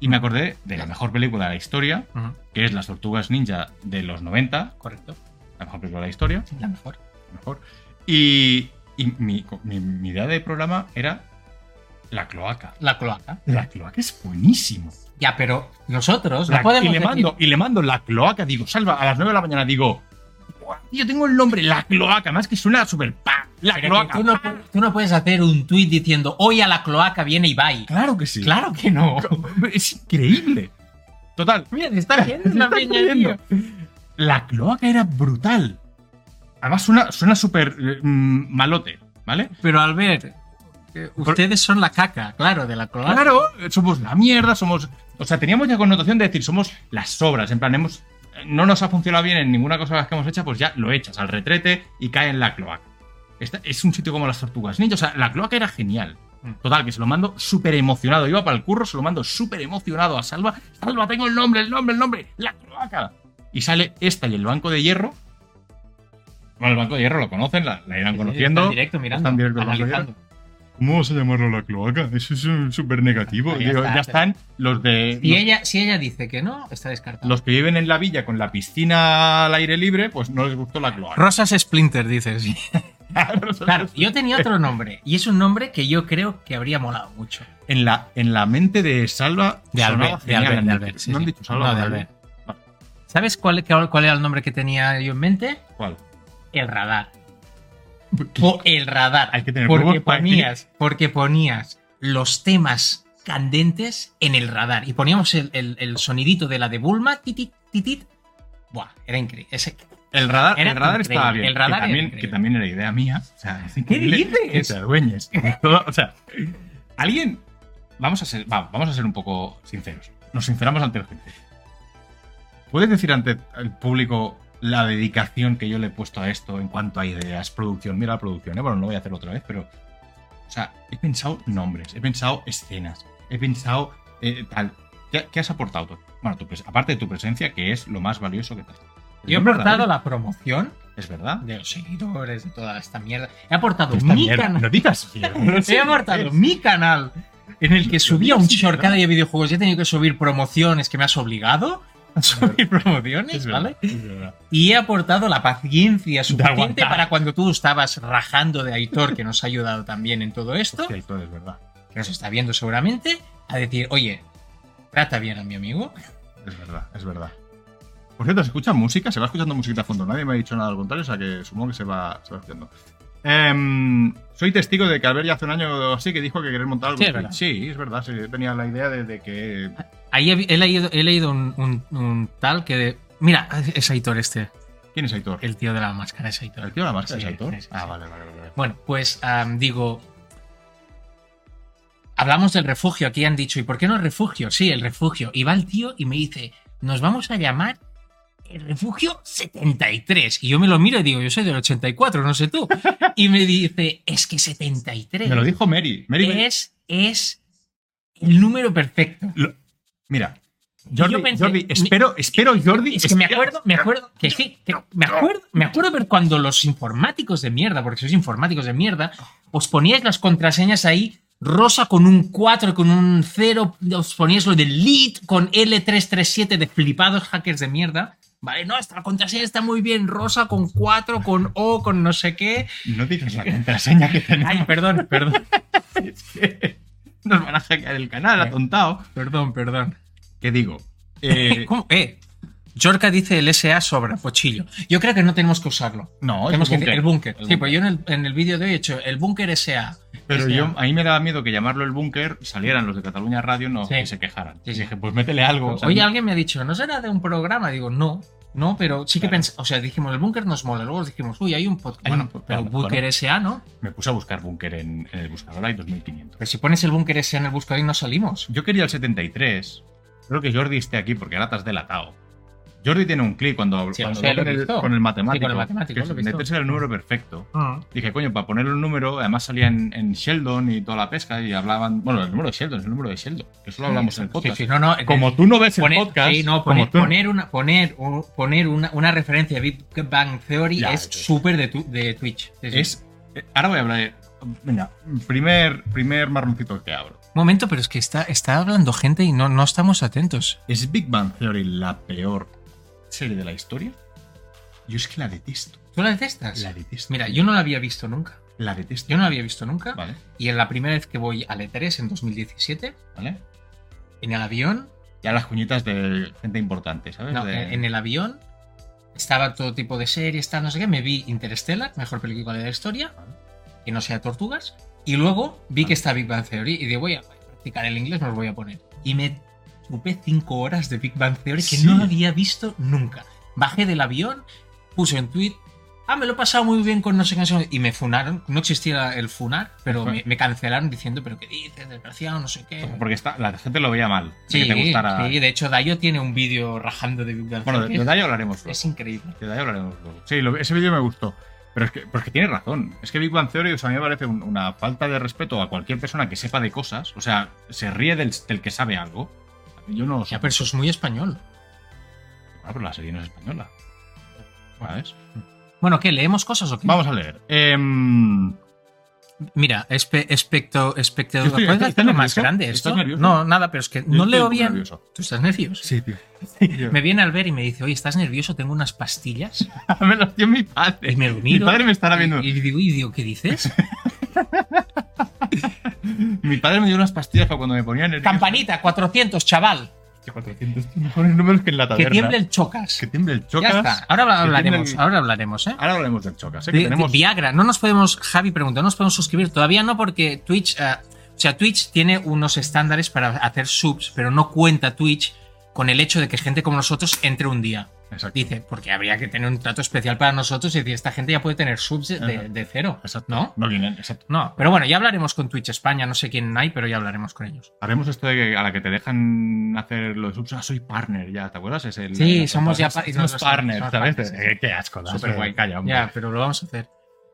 Speaker 1: Y
Speaker 2: Mm.
Speaker 1: me acordé de la mejor película de la historia,
Speaker 2: Ujú,
Speaker 1: que es Las Tortugas Ninja de los 90,
Speaker 2: Correcto.
Speaker 1: la mejor película de la historia,
Speaker 2: Sí, La mejor.
Speaker 1: mejor. Y, y mi, mi- mi idea de programa era La cloaca.
Speaker 2: La cloaca.
Speaker 1: La cloaca es buenísimo.
Speaker 2: Ya, pero nosotros
Speaker 1: La-
Speaker 2: no podemos
Speaker 1: y, le
Speaker 2: decir-
Speaker 1: mando, y le mando la cloaca, digo, salva, a las 9 de la mañana digo, "Buah, yo tengo el nombre, la cloaca, más que suena super pa, la
Speaker 2: pero que
Speaker 1: cloaca.
Speaker 2: tú, no,
Speaker 1: pa".
Speaker 2: pu- tú no puedes hacer un tuit diciendo hoy a la cloaca viene Ibai.
Speaker 1: Claro que sí.
Speaker 2: Claro que no.
Speaker 1: Es increíble. Total,
Speaker 2: Mira, se (laughs) está riendo
Speaker 1: Se (laughs)
Speaker 2: la
Speaker 1: está
Speaker 2: peña,
Speaker 1: riendo.
Speaker 2: tío.
Speaker 1: La cloaca era brutal. Además, suena suena súper eh, mm, malote, ¿vale?
Speaker 2: Pero Albert, eh, ustedes son la caca, claro, de la cloaca.
Speaker 1: Claro, somos la mierda, somos. O sea, teníamos ya connotación de decir, somos las sobras. En plan, hemos. No nos ha funcionado bien en ninguna cosa de las que hemos hecho, pues ya lo echas al retrete y cae en la cloaca. Esta- es un sitio como las tortugas ninja. O sea, la cloaca era genial.
Speaker 2: Mm.
Speaker 1: Total, que se lo mando súper emocionado. Iba para el curro, se lo mando súper emocionado a Salva. Salva, tengo el nombre, el nombre, el nombre. La cloaca. Y sale esta y el banco de hierro. Bueno, el banco de hierro lo conocen, la, la irán
Speaker 2: Sí,
Speaker 1: conociendo.
Speaker 2: Están directo mirando,
Speaker 1: Están directo
Speaker 2: analizando.
Speaker 1: ¿Cómo vas a llamarlo la cloaca? Eso es súper negativo.
Speaker 2: Ah,
Speaker 1: Ya,
Speaker 2: ya está.
Speaker 1: están los de.
Speaker 2: Y
Speaker 1: los-
Speaker 2: ella, si ella dice que no, está descartado.
Speaker 1: Los que viven en la villa con la piscina al aire libre, pues no les gustó la cloaca.
Speaker 2: Rosas Splinter, dices. (laughs)
Speaker 1: (laughs)
Speaker 2: Claro, yo tenía otro nombre, y es un nombre que yo creo que habría molado mucho.
Speaker 1: En la, en la mente de Salva.
Speaker 2: De
Speaker 1: sonaba
Speaker 2: Albert, de
Speaker 1: genial.
Speaker 2: Albert, de Albert, sí,
Speaker 1: no han
Speaker 2: sí.
Speaker 1: dicho Salva.
Speaker 2: No, de
Speaker 1: Albert.
Speaker 2: ¿Sabes cuál, cuál- cuál era el nombre que tenía yo en mente?
Speaker 1: ¿Cuál?
Speaker 2: El radar. O el radar.
Speaker 1: Hay que tener
Speaker 2: porque
Speaker 1: huevos para
Speaker 2: ponías, porque ponías los temas candentes en el radar. Y poníamos el, el- el sonidito de la de Bulma, titit, titit. Buah, era increíble. Ese-
Speaker 1: El radar,
Speaker 2: Era
Speaker 1: el radar
Speaker 2: increíble,
Speaker 1: estaba bien.
Speaker 2: el radar
Speaker 1: que,
Speaker 2: era
Speaker 1: también,
Speaker 2: increíble.
Speaker 1: que también era idea mía. O sea, es increíble
Speaker 2: dices?
Speaker 1: Que te adueñes. (laughs) o sea, alguien. Vamos a ser, va, vamos a ser un poco sinceros. Nos sinceramos ante la gente. ¿Puedes decir ante el público la dedicación que yo le he puesto a esto en cuanto a ideas, producción? Mira la producción, ¿eh? bueno, no lo voy a hacer otra vez, pero. O sea, he pensado nombres, he pensado escenas, he pensado eh, tal. ¿Qué, qué has aportado tú? Bueno, tu pres- aparte de tu presencia, que es lo más valioso que te has
Speaker 2: Yo he
Speaker 1: ¿eh?
Speaker 2: aportado la promoción
Speaker 1: es verdad.
Speaker 2: de los seguidores, de toda esta mierda. He aportado
Speaker 1: Esta
Speaker 2: mi
Speaker 1: mierda,
Speaker 2: canal.
Speaker 1: No digas. tío.
Speaker 2: (laughs)
Speaker 1: No sé
Speaker 2: he
Speaker 1: qué
Speaker 2: aportado
Speaker 1: es.
Speaker 2: mi canal en el que subía un
Speaker 1: sí,
Speaker 2: short
Speaker 1: ¿verdad?
Speaker 2: cada día de videojuegos y he tenido que subir promociones que me has obligado a subir promociones,
Speaker 1: Es
Speaker 2: ¿vale?
Speaker 1: verdad, es verdad.
Speaker 2: Y he aportado la paciencia suficiente
Speaker 1: aguantar.
Speaker 2: para cuando tú estabas rajando de Aitor, que nos ha ayudado también en todo esto,
Speaker 1: Hostia, esto es verdad.
Speaker 2: que nos está viendo seguramente, a decir, oye, trata bien a mi amigo.
Speaker 1: Es verdad, es verdad. Por cierto, se escucha música, se va escuchando música a fondo. Nadie me ha dicho nada al contrario, o sea que supongo que se va, se va escuchando. Em, soy testigo de que Albert ya hace un año o así que dijo que querer montar algo.
Speaker 2: Sí,
Speaker 1: en
Speaker 2: es
Speaker 1: Twitch.
Speaker 2: verdad.
Speaker 1: sí, es verdad. sí, yo tenía la idea de, de que.
Speaker 2: Ahí he, he leído, he leído un, un- un tal que... de- mira, es Aitor este,
Speaker 1: ¿Quién es Aitor?
Speaker 2: el tío de la máscara es Aitor.
Speaker 1: ¿El tío de la marcha
Speaker 2: Sí,
Speaker 1: es Aitor?
Speaker 2: sí, sí,
Speaker 1: ah,
Speaker 2: sí.
Speaker 1: vale, vale, vale. vale.
Speaker 2: Bueno, pues am, digo. Hablamos del refugio, aquí han dicho, ¿y por qué no el refugio? Sí, el refugio. Y va el tío y me dice, nos vamos a llamar el refugio 73. Y yo me lo miro y digo, yo soy del 84, no sé tú. Y me dice, es que 73
Speaker 1: Me lo dijo Mary. Mary me-
Speaker 2: es, es el número perfecto.
Speaker 1: Mira, Jordi,
Speaker 2: yo pensé-
Speaker 1: Jordi, espero, espero, Jordi.
Speaker 2: Es que me
Speaker 1: espera-
Speaker 2: acuerdo, me acuerdo, que sí, que me acuerdo, me acuerdo ver cuando los informáticos de mierda, porque sois informáticos de mierda, os poníais las contraseñas ahí, rosa con un 4, con un 0, os poníais lo de lead con L337 de flipados hackers de mierda. Vale, no, esta contraseña está muy bien, rosa con 4, con O, con no sé qué.
Speaker 1: No digas la contraseña que tenemos.
Speaker 2: Ay, perdón, perdón,
Speaker 1: Nos van a hackear el canal, atontado.
Speaker 2: perdón, perdón.
Speaker 1: ¿Qué (laughs) digo? Eh,
Speaker 2: ¿Cómo? Eh, Jorka dice el SA sobra, pochillo. Yo creo que no tenemos que usarlo.
Speaker 1: no,
Speaker 2: Tenemos que
Speaker 1: es un
Speaker 2: decir el
Speaker 1: búnker.
Speaker 2: búnker.
Speaker 1: El
Speaker 2: Sí,
Speaker 1: búnker.
Speaker 2: pues yo en el, en el vídeo de hoy he hecho el búnker SA.
Speaker 1: Pero
Speaker 2: SA.
Speaker 1: yo, a mí me daba miedo que llamarlo el búnker, salieran los de Cataluña Radio no,
Speaker 2: Sí.
Speaker 1: que se quejaran.
Speaker 2: Sí,
Speaker 1: Y
Speaker 2: sí.
Speaker 1: dije, pues métele algo. o sea,
Speaker 2: Oye,
Speaker 1: no-
Speaker 2: alguien me ha dicho, ¿no será de un programa? Digo, no, no, pero sí que
Speaker 1: Claro.
Speaker 2: pensé, o sea, dijimos, el búnker nos mola. Luego dijimos, uy, hay un podcast.
Speaker 1: Hay
Speaker 2: Bueno,
Speaker 1: un podcast,
Speaker 2: pero
Speaker 1: bueno.
Speaker 2: búnker SA, ¿no?
Speaker 1: Me puse a buscar búnker en, en el buscador, hay 2500.
Speaker 2: Pero si pones el búnker SA en el buscador y no salimos.
Speaker 1: Yo quería el 73. Creo que Jordi esté aquí porque ahora te has delatado. Jordi tiene un clic cuando,
Speaker 2: Sí,
Speaker 1: cuando
Speaker 2: o sea,
Speaker 1: habla
Speaker 2: lo
Speaker 1: con,
Speaker 2: he
Speaker 1: el,
Speaker 2: visto.
Speaker 1: con el matemático.
Speaker 2: Sí, con el matemático,
Speaker 1: que
Speaker 2: lo he visto.
Speaker 1: 73 era el número perfecto. Dije, coño, para ponerle un número, además salía en, en Sheldon y toda la pesca y hablaban. Bueno, el número de Sheldon es el número de Sheldon, que eso lo hablamos en el podcast.
Speaker 2: Sí, sí, no, no, en
Speaker 1: Como tú no ves
Speaker 2: poner,
Speaker 1: el podcast,
Speaker 2: sí, no,
Speaker 1: como
Speaker 2: poner,
Speaker 1: tú-
Speaker 2: poner una, poner, o- poner una, una referencia de Big Bang Theory
Speaker 1: Ya,
Speaker 2: es
Speaker 1: sí.
Speaker 2: súper de, tu- de Twitch. Sí, sí.
Speaker 1: es. eh, Ahora voy a hablar de. Venga, primer, primer marroncito que abro.
Speaker 2: Momento, pero es que está, está hablando gente y no, no estamos atentos.
Speaker 1: ¿Es Big Bang Theory la peor serie de la historia? Yo es que la detesto.
Speaker 2: ¿Tú la detestas?
Speaker 1: La detesto.
Speaker 2: Ah, Mira, yo no la había visto nunca.
Speaker 1: La detesto.
Speaker 2: Yo no la había visto nunca.
Speaker 1: Vale,
Speaker 2: Y en la primera vez que voy al E3 en 2017,
Speaker 1: vale.
Speaker 2: en el avión,
Speaker 1: Ya las cuñitas de gente importante, ¿sabes?
Speaker 2: no,
Speaker 1: De-
Speaker 2: en el avión estaba todo tipo de series, tal, no sé qué. Me vi Interstellar, mejor película de la historia, que no sea Tortugas. Y luego vi que está Big Bang Theory y digo, voy a practicar el inglés, me los voy a poner. Y me chupé cinco horas de Big Bang Theory que
Speaker 1: Sí.
Speaker 2: no había visto nunca. Bajé del avión, puse en tweet, ah, me lo he pasado muy bien con no sé qué, no sé qué", y me funaron. No existía el funar, pero me, me cancelaron diciendo, pero ¿qué dices, desgraciado, no sé qué?
Speaker 1: Porque está, la gente lo veía mal. de
Speaker 2: Sí,
Speaker 1: que te gustara.
Speaker 2: sí, de hecho Dayo tiene un vídeo rajando de Big Bang
Speaker 1: Bueno, de,
Speaker 2: Theory.
Speaker 1: de Dayo hablaremos luego.
Speaker 2: Es increíble.
Speaker 1: De Dayo hablaremos luego. Sí, lo- ese vídeo me gustó. Pero es que, pues que tienes razón. Es que Big Bang Theory, o sea, a mí me parece un- una falta de respeto a cualquier persona que sepa de cosas. O sea, se ríe del, del que sabe algo. Yo no lo sé.
Speaker 2: Ya, pero eso es muy español.
Speaker 1: Ah, pero la serie no es española. ¿Sabes?
Speaker 2: Bueno, ¿qué? ¿Leemos cosas o qué?
Speaker 1: Vamos a leer. Em,
Speaker 2: Mira, espe especto, espectador.
Speaker 1: Yo estoy-
Speaker 2: ¿Puedes
Speaker 1: ¿estás
Speaker 2: hacerlo más
Speaker 1: nervioso?
Speaker 2: grande
Speaker 1: ¿Estás
Speaker 2: esto?
Speaker 1: nervioso?
Speaker 2: No, nada, pero es que
Speaker 1: yo
Speaker 2: no
Speaker 1: estoy
Speaker 2: leo
Speaker 1: muy
Speaker 2: bien.
Speaker 1: nervioso.
Speaker 2: ¿Tú estás nervioso?
Speaker 1: Sí, (laughs) tío.
Speaker 2: Me viene al ver y me dice, oye, ¿estás nervioso? Tengo
Speaker 1: (laughs)
Speaker 2: unas pastillas.
Speaker 1: me lo dio mi padre.
Speaker 2: Y me lo
Speaker 1: mi
Speaker 2: miro.
Speaker 1: padre me estará viendo.
Speaker 2: Y, y digo, y digo,
Speaker 1: (laughs)
Speaker 2: ¿qué dices?
Speaker 1: Mi padre me dio unas pastillas para cuando me ponían nervioso.
Speaker 2: Campanita, 400, chaval.
Speaker 1: Que 400 tiene mejores números que en la
Speaker 2: Que
Speaker 1: taberna.
Speaker 2: tiemble el chocas.
Speaker 1: Que tiemble el
Speaker 2: ya
Speaker 1: chocas.
Speaker 2: está. Ahora habla-
Speaker 1: Que tiemble
Speaker 2: hablaremos,
Speaker 1: el-
Speaker 2: ahora hablaremos, ¿eh?
Speaker 1: Ahora hablaremos del chocas. ¿eh? Que
Speaker 2: De- de
Speaker 1: tenemos...
Speaker 2: Viagra, no nos podemos, Javi pregunta, no nos podemos suscribir todavía, no porque Twitch, eh, o sea, Twitch tiene unos estándares para hacer subs, pero no cuenta Twitch con el hecho de que gente como nosotros entre un día.
Speaker 1: Exacto.
Speaker 2: Dice, porque habría que tener un trato especial para nosotros y decir, esta gente ya puede tener subs de, de- de cero,
Speaker 1: Exacto.
Speaker 2: ¿no?
Speaker 1: No vienen, exacto.
Speaker 2: No, pero bueno, ya hablaremos con Twitch España, no sé quién hay, pero ya hablaremos con ellos.
Speaker 1: Haremos esto de que a la que te dejan hacer lo de subs. Ah, soy partner ya, ¿te acuerdas? Es el,
Speaker 2: Sí,
Speaker 1: la-
Speaker 2: somos ya pa-
Speaker 1: somos
Speaker 2: somos
Speaker 1: partner,
Speaker 2: partners,
Speaker 1: ¿sabes?
Speaker 2: partners,
Speaker 1: Eh, Qué asco, da,
Speaker 2: Súper guay.
Speaker 1: Calla, hombre.
Speaker 2: Ya, pero lo vamos a hacer.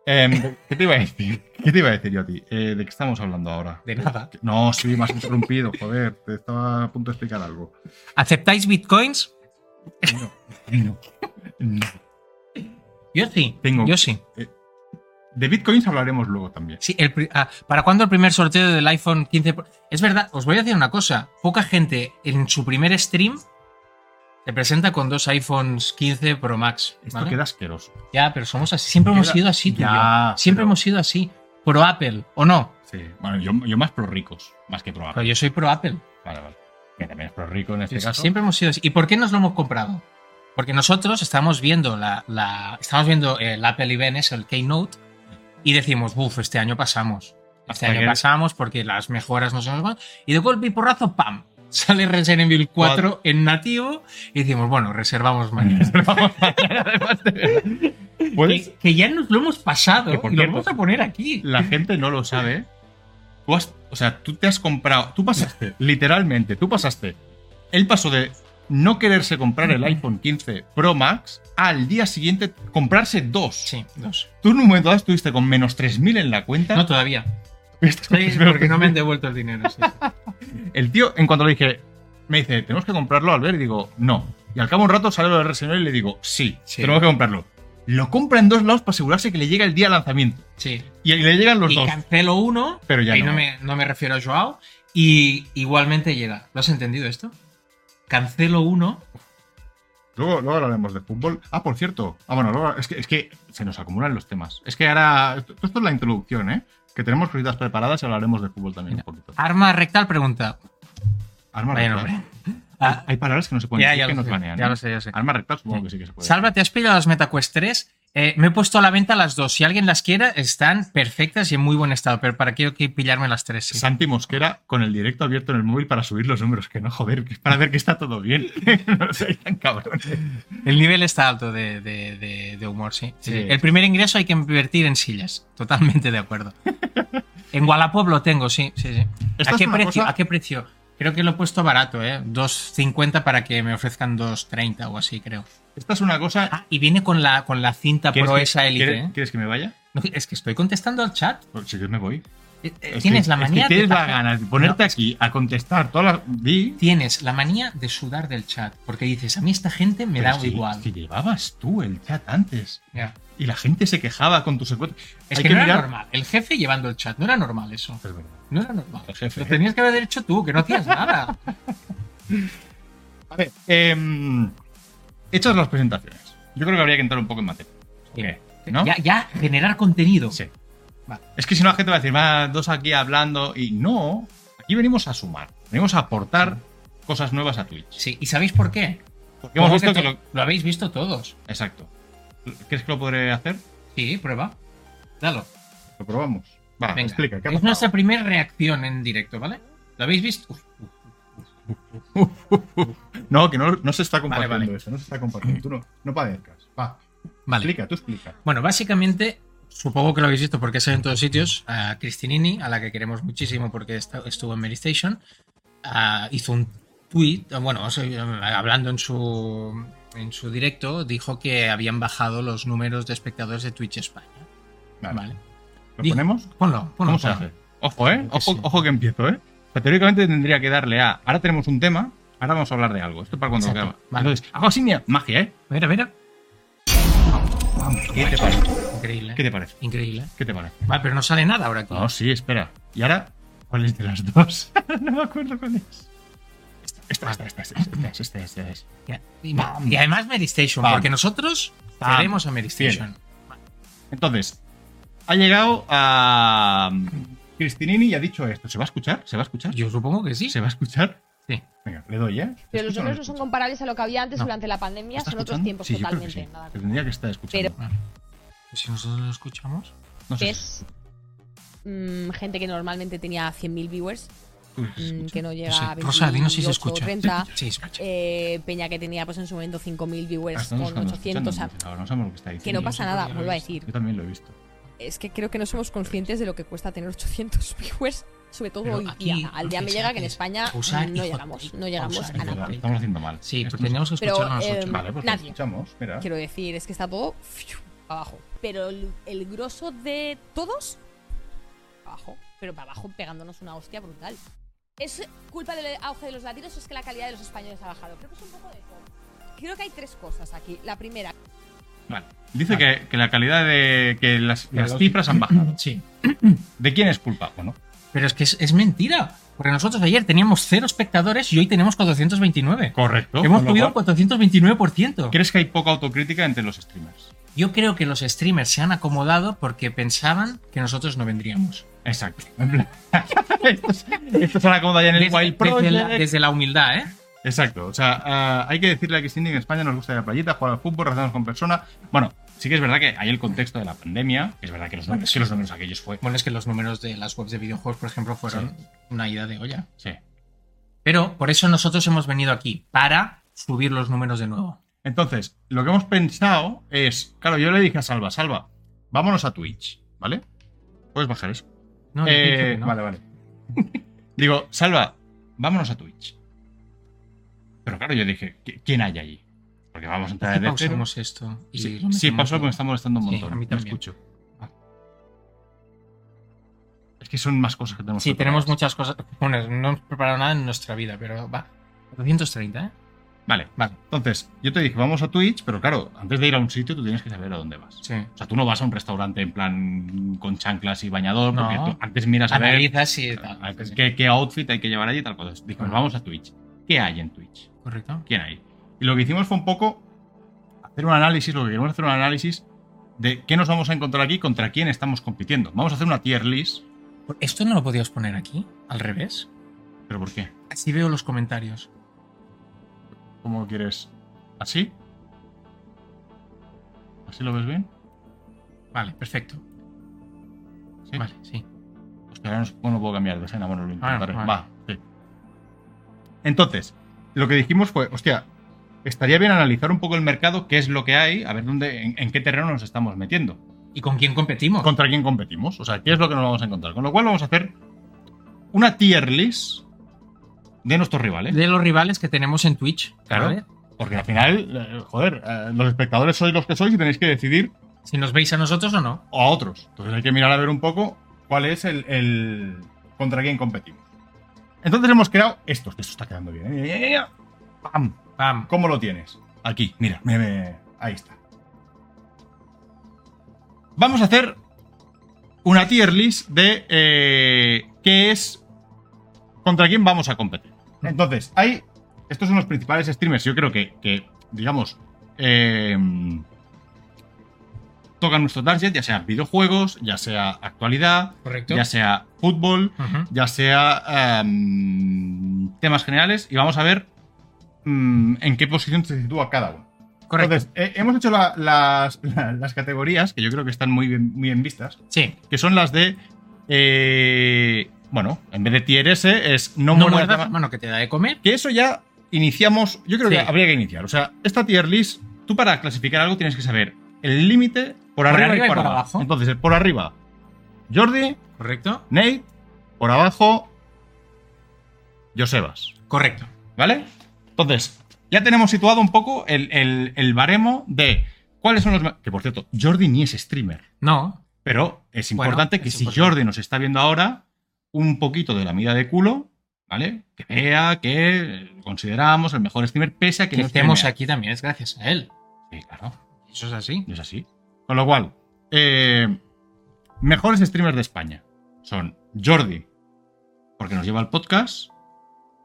Speaker 1: Em, ¿Qué te iba a decir? ¿Qué te iba a decir yo a ti? Eh, ¿De qué estamos hablando ahora?
Speaker 2: De nada.
Speaker 1: No, sí, me has interrumpido, joder. Te estaba a punto de explicar algo.
Speaker 2: ¿Aceptáis bitcoins?
Speaker 1: No, no, no.
Speaker 2: Yo sí.
Speaker 1: Tengo-
Speaker 2: Yo sí.
Speaker 1: De bitcoins hablaremos luego también.
Speaker 2: Sí, el pri- ah, ¿para cuándo el primer sorteo del iPhone 15? Pro? Es verdad, os voy a decir una cosa. Poca gente en su primer stream se presenta con dos iPhones 15 Pro Max.
Speaker 1: Esto
Speaker 2: ¿vale?
Speaker 1: queda asqueroso.
Speaker 2: Ya, pero somos así. Siempre hemos
Speaker 1: Queda-
Speaker 2: sido así, tú y
Speaker 1: Ya,
Speaker 2: yo. Siempre
Speaker 1: pero-
Speaker 2: hemos sido así. Pro Apple, ¿o no?
Speaker 1: Sí. Bueno, yo, yo más pro ricos, más que pro
Speaker 2: Pero
Speaker 1: vale,
Speaker 2: yo soy pro Apple.
Speaker 1: vale. Que también es pro rico en este
Speaker 2: Sí,
Speaker 1: caso.
Speaker 2: Siempre hemos sido así. ¿Y por qué nos lo hemos comprado? Porque nosotros estamos viendo la, la- estamos viendo el Apple Event, es el Keynote, y decimos, uff, este año pasamos. Este
Speaker 1: Hasta
Speaker 2: año
Speaker 1: que-
Speaker 2: pasamos porque las mejoras no son Y de golpe y porrazo, ¡pam! Sale Resident Evil 4 en nativo y decimos, bueno, reservamos mañana.
Speaker 1: (laughs) Puedes-
Speaker 2: que, que ya nos lo hemos pasado
Speaker 1: Que por
Speaker 2: y lo
Speaker 1: cierto-
Speaker 2: vamos a poner aquí.
Speaker 1: La gente no lo sabe. Tú has- o sea, tú te has comprado. Tú
Speaker 2: (laughs)
Speaker 1: pasaste, literalmente, tú pasaste. Él pasó de no quererse comprar
Speaker 2: (laughs)
Speaker 1: el iPhone 15 Pro Max al día siguiente comprarse dos.
Speaker 2: Sí, dos.
Speaker 1: Tú en un momento dado estuviste con menos 3.000 en la cuenta. (laughs)
Speaker 2: No todavía. Sí,
Speaker 1: Pero-
Speaker 2: porque
Speaker 1: (laughs)
Speaker 2: no me han devuelto el dinero. sí, sí.
Speaker 1: El tío, en cuanto le dije, me dice, tenemos que comprarlo, Albert, y digo, no. Y al cabo de un rato sale lo de Resident Evil y le digo, sí,
Speaker 2: Sí.
Speaker 1: tenemos que comprarlo. Lo compra en dos lados para asegurarse que le llega el día de lanzamiento.
Speaker 2: sí.
Speaker 1: Y le llegan los
Speaker 2: y
Speaker 1: dos.
Speaker 2: cancelo uno,
Speaker 1: Pero ya
Speaker 2: ahí no.
Speaker 1: no.
Speaker 2: me, no me refiero a Joao, y igualmente llega. ¿Lo has entendido esto? Cancelo uno.
Speaker 1: Luego, luego hablaremos de fútbol. Ah, por cierto. Ah, bueno, luego- es, que, es que se nos acumulan los temas. Es que ahora. Esto, esto es la introducción, ¿eh? Que tenemos cositas preparadas y hablaremos de fútbol también un poquito.
Speaker 2: Arma rectal pregunta.
Speaker 1: Arma
Speaker 2: Vaya
Speaker 1: rectal.
Speaker 2: nombre. (laughs) Ah,
Speaker 1: Hay palabras que no se pueden
Speaker 2: ya,
Speaker 1: decir
Speaker 2: ya,
Speaker 1: que
Speaker 2: lo
Speaker 1: nos
Speaker 2: sé,
Speaker 1: banean.
Speaker 2: ya
Speaker 1: ¿eh?
Speaker 2: lo sé, ya sé.
Speaker 1: Arma rectal supongo que sí que se puede.
Speaker 2: Salva, ¿te has pillado las MetaQuest 3? Eh, me he puesto a la venta las dos. Si alguien las quiera, están perfectas y en muy buen estado. Pero para qué hay que pillarme las tres. sí.
Speaker 1: Santi Mosquera con el directo abierto en el móvil para subir los números. Que no, joder, que es para ver que está todo bien. (laughs) no soy tan cabrón.
Speaker 2: El nivel está alto de, de- de- de humor, sí.
Speaker 1: Sí.
Speaker 2: Sí, sí. El primer ingreso hay que invertir en sillas. Totalmente
Speaker 1: (laughs)
Speaker 2: de acuerdo. en Wallapop lo tengo, sí. sí, sí.
Speaker 1: Esta
Speaker 2: ¿A
Speaker 1: es
Speaker 2: qué
Speaker 1: una
Speaker 2: precio?
Speaker 1: cosa-
Speaker 2: ¿A qué precio? Creo que lo he puesto barato, ¿eh? 2.50 para que me ofrezcan 2.30 o así, creo.
Speaker 1: Esta es una cosa.
Speaker 2: Ah, y viene con la, con la cinta
Speaker 1: ¿Quieres
Speaker 2: Pro
Speaker 1: que-
Speaker 2: esa Elite,
Speaker 1: ¿quieres,
Speaker 2: ¿eh?
Speaker 1: quieres que me vaya?
Speaker 2: No, es que estoy contestando al chat.
Speaker 1: Pues si quieres me voy.
Speaker 2: Eh, eh,
Speaker 1: Es
Speaker 2: Tienes
Speaker 1: que-
Speaker 2: la
Speaker 1: es que
Speaker 2: manía...
Speaker 1: tienes
Speaker 2: de-
Speaker 1: la ganas de ponerte
Speaker 2: No,
Speaker 1: aquí a contestar todas las. Di.
Speaker 2: Tienes la manía de sudar del chat. Porque dices, a mí esta gente me
Speaker 1: Pero
Speaker 2: da
Speaker 1: si-
Speaker 2: igual.
Speaker 1: Si llevabas tú el chat antes
Speaker 2: Ya.
Speaker 1: y la gente se quejaba con tus encuentros.
Speaker 2: Es
Speaker 1: Hay
Speaker 2: que,
Speaker 1: que
Speaker 2: no
Speaker 1: mirar-
Speaker 2: era normal. El jefe llevando el chat. No era normal eso.
Speaker 1: Es verdad.
Speaker 2: No era normal.
Speaker 1: El jefe.
Speaker 2: Lo tenías que haber hecho tú, que no hacías nada.
Speaker 1: A ver, em, hechas las presentaciones. Yo creo que habría que entrar un poco en materia. ¿Qué? ¿No?
Speaker 2: Ya, ya generar contenido.
Speaker 1: Sí.
Speaker 2: Vale.
Speaker 1: Es que si no, la gente va a decir, va, dos aquí hablando. Y no, aquí venimos a sumar. Venimos a aportar cosas nuevas a Twitch.
Speaker 2: Sí, ¿Y sabéis por qué?
Speaker 1: Porque hemos
Speaker 2: Porque
Speaker 1: visto que
Speaker 2: to-
Speaker 1: lo.
Speaker 2: lo habéis visto todos.
Speaker 1: Exacto. ¿Crees que lo podré hacer?
Speaker 2: Sí, prueba. Dalo.
Speaker 1: Lo probamos. Va,
Speaker 2: Venga.
Speaker 1: explica. ¿qué ha
Speaker 2: es
Speaker 1: pasado?
Speaker 2: nuestra primera reacción en directo, ¿vale? ¿Lo habéis visto? Uf, uf.
Speaker 1: No, que no, no se está
Speaker 2: Vale,
Speaker 1: compartiendo
Speaker 2: vale.
Speaker 1: eso. No se está compartiendo. Tú no, no padezcas. Va,
Speaker 2: Vale.
Speaker 1: explica, tú explica.
Speaker 2: Bueno, básicamente, supongo que lo habéis visto porque sale en todos sitios. A Cristinini, a la que queremos muchísimo porque esta- estuvo en Mary Station, ah, hizo un tweet, bueno, o sea, hablando en su, en su directo, dijo que habían bajado los números de espectadores de Twitch España.
Speaker 1: Vale.
Speaker 2: Vale.
Speaker 1: ¿Lo
Speaker 2: Di-
Speaker 1: ponemos?
Speaker 2: Ponlo, ponlo.
Speaker 1: ¿Cómo se
Speaker 2: ponlo.
Speaker 1: hace? Ojo, ¿eh?
Speaker 2: Creo que
Speaker 1: Ojo,
Speaker 2: sí.
Speaker 1: ojo que empiezo, ¿eh? O sea, teóricamente tendría que darle a. Ahora tenemos un tema, ahora vamos a hablar de algo. Esto es para cuando
Speaker 2: Exacto.
Speaker 1: acaba.
Speaker 2: Vale.
Speaker 1: Entonces, hago así, mira, magia, ¿eh?
Speaker 2: Mira, mira.
Speaker 1: ¿Qué te parece?
Speaker 2: Increíble. ¿eh?
Speaker 1: ¿Qué te parece?
Speaker 2: Increíble. ¿eh?
Speaker 1: ¿Qué te parece?
Speaker 2: Vale, pero no sale nada ahora aquí.
Speaker 1: No, sí, espera. ¿Y ahora? ¿Cuál es de las dos? (laughs) no me acuerdo cuál es. Esta, esta, esta, esta, esta, esta, esta, esta, esta.
Speaker 2: Y,
Speaker 1: Bam.
Speaker 2: y además Mary Station,
Speaker 1: Bam.
Speaker 2: porque nosotros
Speaker 1: Bam.
Speaker 2: queremos a Mary Station.
Speaker 1: Entonces, ha llegado a. um, Cristinini y ha dicho esto. ¿Se va a escuchar? ¿Se va a escuchar?
Speaker 2: Yo supongo que sí.
Speaker 1: ¿Se va a escuchar?
Speaker 2: Sí.
Speaker 1: Venga, le doy, ¿eh?
Speaker 3: Pero los
Speaker 1: ¿Se escucha o
Speaker 3: números no son
Speaker 1: escucha?
Speaker 3: comparables a lo que había antes
Speaker 2: No.
Speaker 3: durante la pandemia,
Speaker 1: ¿Está
Speaker 3: son otros
Speaker 1: escuchando?
Speaker 3: tiempos
Speaker 1: Sí, yo creo que
Speaker 3: totalmente.
Speaker 1: sí.
Speaker 3: nada
Speaker 1: Que Tendría que estar escuchando.
Speaker 2: Pues Si nosotros lo escuchamos.
Speaker 1: no sé. si-
Speaker 3: Es mm, gente que normalmente tenía 100.000 viewers,
Speaker 1: Uy,
Speaker 3: mm, que no llega
Speaker 2: No sé.
Speaker 3: a 28,
Speaker 2: Rosa, dinos si se escucha.
Speaker 3: 30.
Speaker 2: (laughs) Sí, escucha. Ah,
Speaker 3: eh, Peña que tenía pues en su momento 5.000 viewers
Speaker 1: Ah, Estamos
Speaker 3: con
Speaker 1: escuchando,
Speaker 3: 800.
Speaker 1: escuchando,
Speaker 3: a-
Speaker 1: dice, ahora no sabemos lo que está diciendo.
Speaker 3: que no
Speaker 2: sí,
Speaker 3: pasa
Speaker 2: yo
Speaker 3: nada,
Speaker 2: ya lo he
Speaker 3: vuelvo a
Speaker 2: visto.
Speaker 3: decir.
Speaker 1: Yo también lo he visto.
Speaker 3: Es que creo que no somos conscientes de lo que cuesta tener 800 (laughs) viewers, sobre todo
Speaker 2: Pero
Speaker 3: hoy
Speaker 2: aquí,
Speaker 3: día. Al día me
Speaker 2: Rosa,
Speaker 3: llega que en
Speaker 2: es
Speaker 3: España
Speaker 2: pausar, hijo
Speaker 3: mm, no
Speaker 2: de
Speaker 3: llegamos,
Speaker 2: puta,
Speaker 3: no llegamos
Speaker 2: pausar,
Speaker 3: a
Speaker 2: hijo de
Speaker 3: nada.
Speaker 1: Lo estamos haciendo mal.
Speaker 2: sí,
Speaker 1: Esto
Speaker 2: pero
Speaker 1: es-
Speaker 2: teníamos que
Speaker 3: Pero,
Speaker 2: escucharlo nosotros.
Speaker 3: em,
Speaker 1: Vale, pues lo
Speaker 3: Nadie.
Speaker 1: escuchamos. Mira.
Speaker 3: Quiero decir, es que está todo fiu, para abajo. Pero el, el grosso de todos, para abajo. Pero para abajo pegándonos una hostia brutal. ¿Es culpa del auge de los latinos o es que la calidad de los españoles ha bajado? Creo que es un poco de todo. Creo que hay tres cosas aquí. La primera,
Speaker 1: Vale. Dice que, que la calidad de. que las, que las cifras han (laughs) bajado.
Speaker 2: Sí.
Speaker 1: ¿De quién es culpa? Bueno,
Speaker 2: Pero es que es, es mentira. Porque nosotros ayer teníamos cero espectadores y hoy tenemos 429.
Speaker 1: correcto.
Speaker 2: Hemos
Speaker 1: Con lo
Speaker 2: subido un
Speaker 1: cual,
Speaker 2: 429%.
Speaker 1: ¿Crees que hay poca autocrítica entre los streamers?
Speaker 2: Yo creo que los streamers se han acomodado porque pensaban que nosotros no vendríamos.
Speaker 1: Exacto. (laughs) En plan, esto, es- esto se la acomoda ya en el Wild Project.
Speaker 2: la, desde la humildad, ¿eh?
Speaker 1: Exacto. O sea, ah, hay que decirle a Cristina que en España nos gusta la playita, jugar al fútbol, relacionarnos con personas. Bueno, sí que es verdad que hay el contexto de la pandemia. Es verdad que los números, que los números aquellos fue.
Speaker 2: Bueno, es que los números de las webs de videojuegos, por ejemplo, fueron una ida de olla.
Speaker 1: Sí.
Speaker 2: Pero por eso nosotros hemos venido aquí, para subir los números de nuevo.
Speaker 1: Entonces, lo que hemos pensado es, claro, yo le dije a Salva, Salva, vámonos a Twitch, ¿vale? Puedes bajar eso.
Speaker 2: No, yo
Speaker 1: Eh,
Speaker 2: creo que no.
Speaker 1: Vale, vale. (laughs) Digo, Salva, vámonos a Twitch. Pero claro, yo dije, "¿Qui- ¿quién hay allí? Porque vamos a entrar
Speaker 2: ¿Por qué
Speaker 1: desde cero.
Speaker 2: pausamos esto? Y
Speaker 1: Sí,
Speaker 2: lo
Speaker 1: sí pasó
Speaker 2: metemos
Speaker 1: porque me
Speaker 2: luego?
Speaker 1: está molestando un
Speaker 2: Sí,
Speaker 1: montón.
Speaker 2: a mí
Speaker 1: me
Speaker 2: también.
Speaker 1: escucho. Ah. Es que son más cosas que tenemos
Speaker 2: Sí,
Speaker 1: que
Speaker 2: tenemos
Speaker 1: preparar.
Speaker 2: muchas cosas. Bueno, no hemos preparado nada en nuestra vida, pero va. 430, ¿eh?
Speaker 1: Vale,
Speaker 2: Vale,
Speaker 1: entonces, yo te dije, vamos a Twitch, pero claro, antes de ir a un sitio tú tienes que saber a dónde vas.
Speaker 2: sí.
Speaker 1: O sea, tú no vas a un restaurante en plan con chanclas y bañador, porque
Speaker 2: No.
Speaker 1: tú antes miras a ver
Speaker 2: Analizas y tal.
Speaker 1: a-
Speaker 2: Sí,
Speaker 1: qué, qué outfit hay que llevar allí y tal cosa. Dijo,
Speaker 2: Ajá.
Speaker 1: vamos a Twitch. ¿Qué hay en Twitch?
Speaker 2: Correcto.
Speaker 1: ¿Quién hay? Y lo que hicimos fue un poco hacer un análisis, lo que queremos hacer un análisis de qué nos vamos a encontrar aquí, contra quién estamos compitiendo. Vamos a hacer una tier list,
Speaker 2: ¿Esto no lo podías poner aquí? ¿Al revés?
Speaker 1: pero ¿por qué?
Speaker 2: Así veo los comentarios.
Speaker 1: ¿Cómo quieres? ¿Así? ¿Así lo ves bien?
Speaker 2: Vale, perfecto.
Speaker 1: ¿Sí?
Speaker 2: Vale, sí.
Speaker 1: Hostia, ahora no, supongo- no puedo cambiar de escena, bueno, lo intentaré.
Speaker 2: vale.
Speaker 1: Va, sí. Entonces, lo que dijimos fue, hostia, estaría bien analizar un poco el mercado, qué es lo que hay, a ver dónde, en, en qué terreno nos estamos metiendo,
Speaker 2: ¿Y con quién competimos?
Speaker 1: contra quién competimos, o sea, qué es lo que nos vamos a encontrar. Con lo cual vamos a hacer una tier list de nuestros rivales.
Speaker 2: De los rivales que tenemos en Twitch.
Speaker 1: Claro.
Speaker 2: ¿vale?
Speaker 1: Porque al final, eh, joder, eh, los espectadores sois los que sois y tenéis que decidir
Speaker 2: Si nos veis a nosotros o no.
Speaker 1: o a otros. Entonces hay que mirar a ver un poco cuál es el, el- contra quién competimos. Entonces hemos creado estos, que esto está quedando bien. ¿eh? Mira, mira, mira. ¡Pam!
Speaker 2: Pam.
Speaker 1: ¿Cómo lo tienes? Aquí, mira, mira, mira, ahí está. Vamos a hacer una tier list de eh, qué es contra quién vamos a competir. Entonces, hay estos son los principales streamers. Yo creo que, que, digamos, eh, tocan nuestro target, ya sea videojuegos, ya sea actualidad,
Speaker 2: Correcto.
Speaker 1: ya sea fútbol,
Speaker 2: Ujú.
Speaker 1: ya sea em, temas generales, y vamos a ver mm, en qué posición se sitúa cada uno.
Speaker 2: Correcto.
Speaker 1: Entonces, eh, hemos hecho la- las, (laughs) la- las categorías, que yo creo que están muy bien, muy bien vistas,
Speaker 2: sí.
Speaker 1: que son las de. eh, bueno, en vez de tier S, es no,
Speaker 2: No
Speaker 1: muerda.
Speaker 2: muerdas la mano que te da de comer.
Speaker 1: Que eso ya iniciamos. Yo creo que
Speaker 2: Sí.
Speaker 1: habría que iniciar. O sea, esta tier list, tú para clasificar algo tienes que saber el límite por, arriba, y por, abajo. Entonces, por arriba, Jordi,
Speaker 2: Correcto.
Speaker 1: Nate, por abajo, Josebas.
Speaker 2: Correcto.
Speaker 1: ¿Vale? Entonces, ya tenemos situado un poco el, el- el baremo de cuáles son los. ma- Que por cierto, Jordi ni es streamer.
Speaker 2: No.
Speaker 1: Pero es
Speaker 2: Bueno,
Speaker 1: importante que
Speaker 2: es
Speaker 1: si
Speaker 2: importante.
Speaker 1: Jordi nos está viendo ahora, un poquito de la mida de culo, ¿vale? Que vea que lo consideramos el mejor streamer, pese a que,
Speaker 2: Que
Speaker 1: no
Speaker 2: estemos
Speaker 1: streamea.
Speaker 2: aquí también es gracias a él.
Speaker 1: Sí, claro,
Speaker 2: Eso es así.
Speaker 1: es así. Con lo cual, eh, mejores streamers de España son Jordi, porque nos lleva el podcast,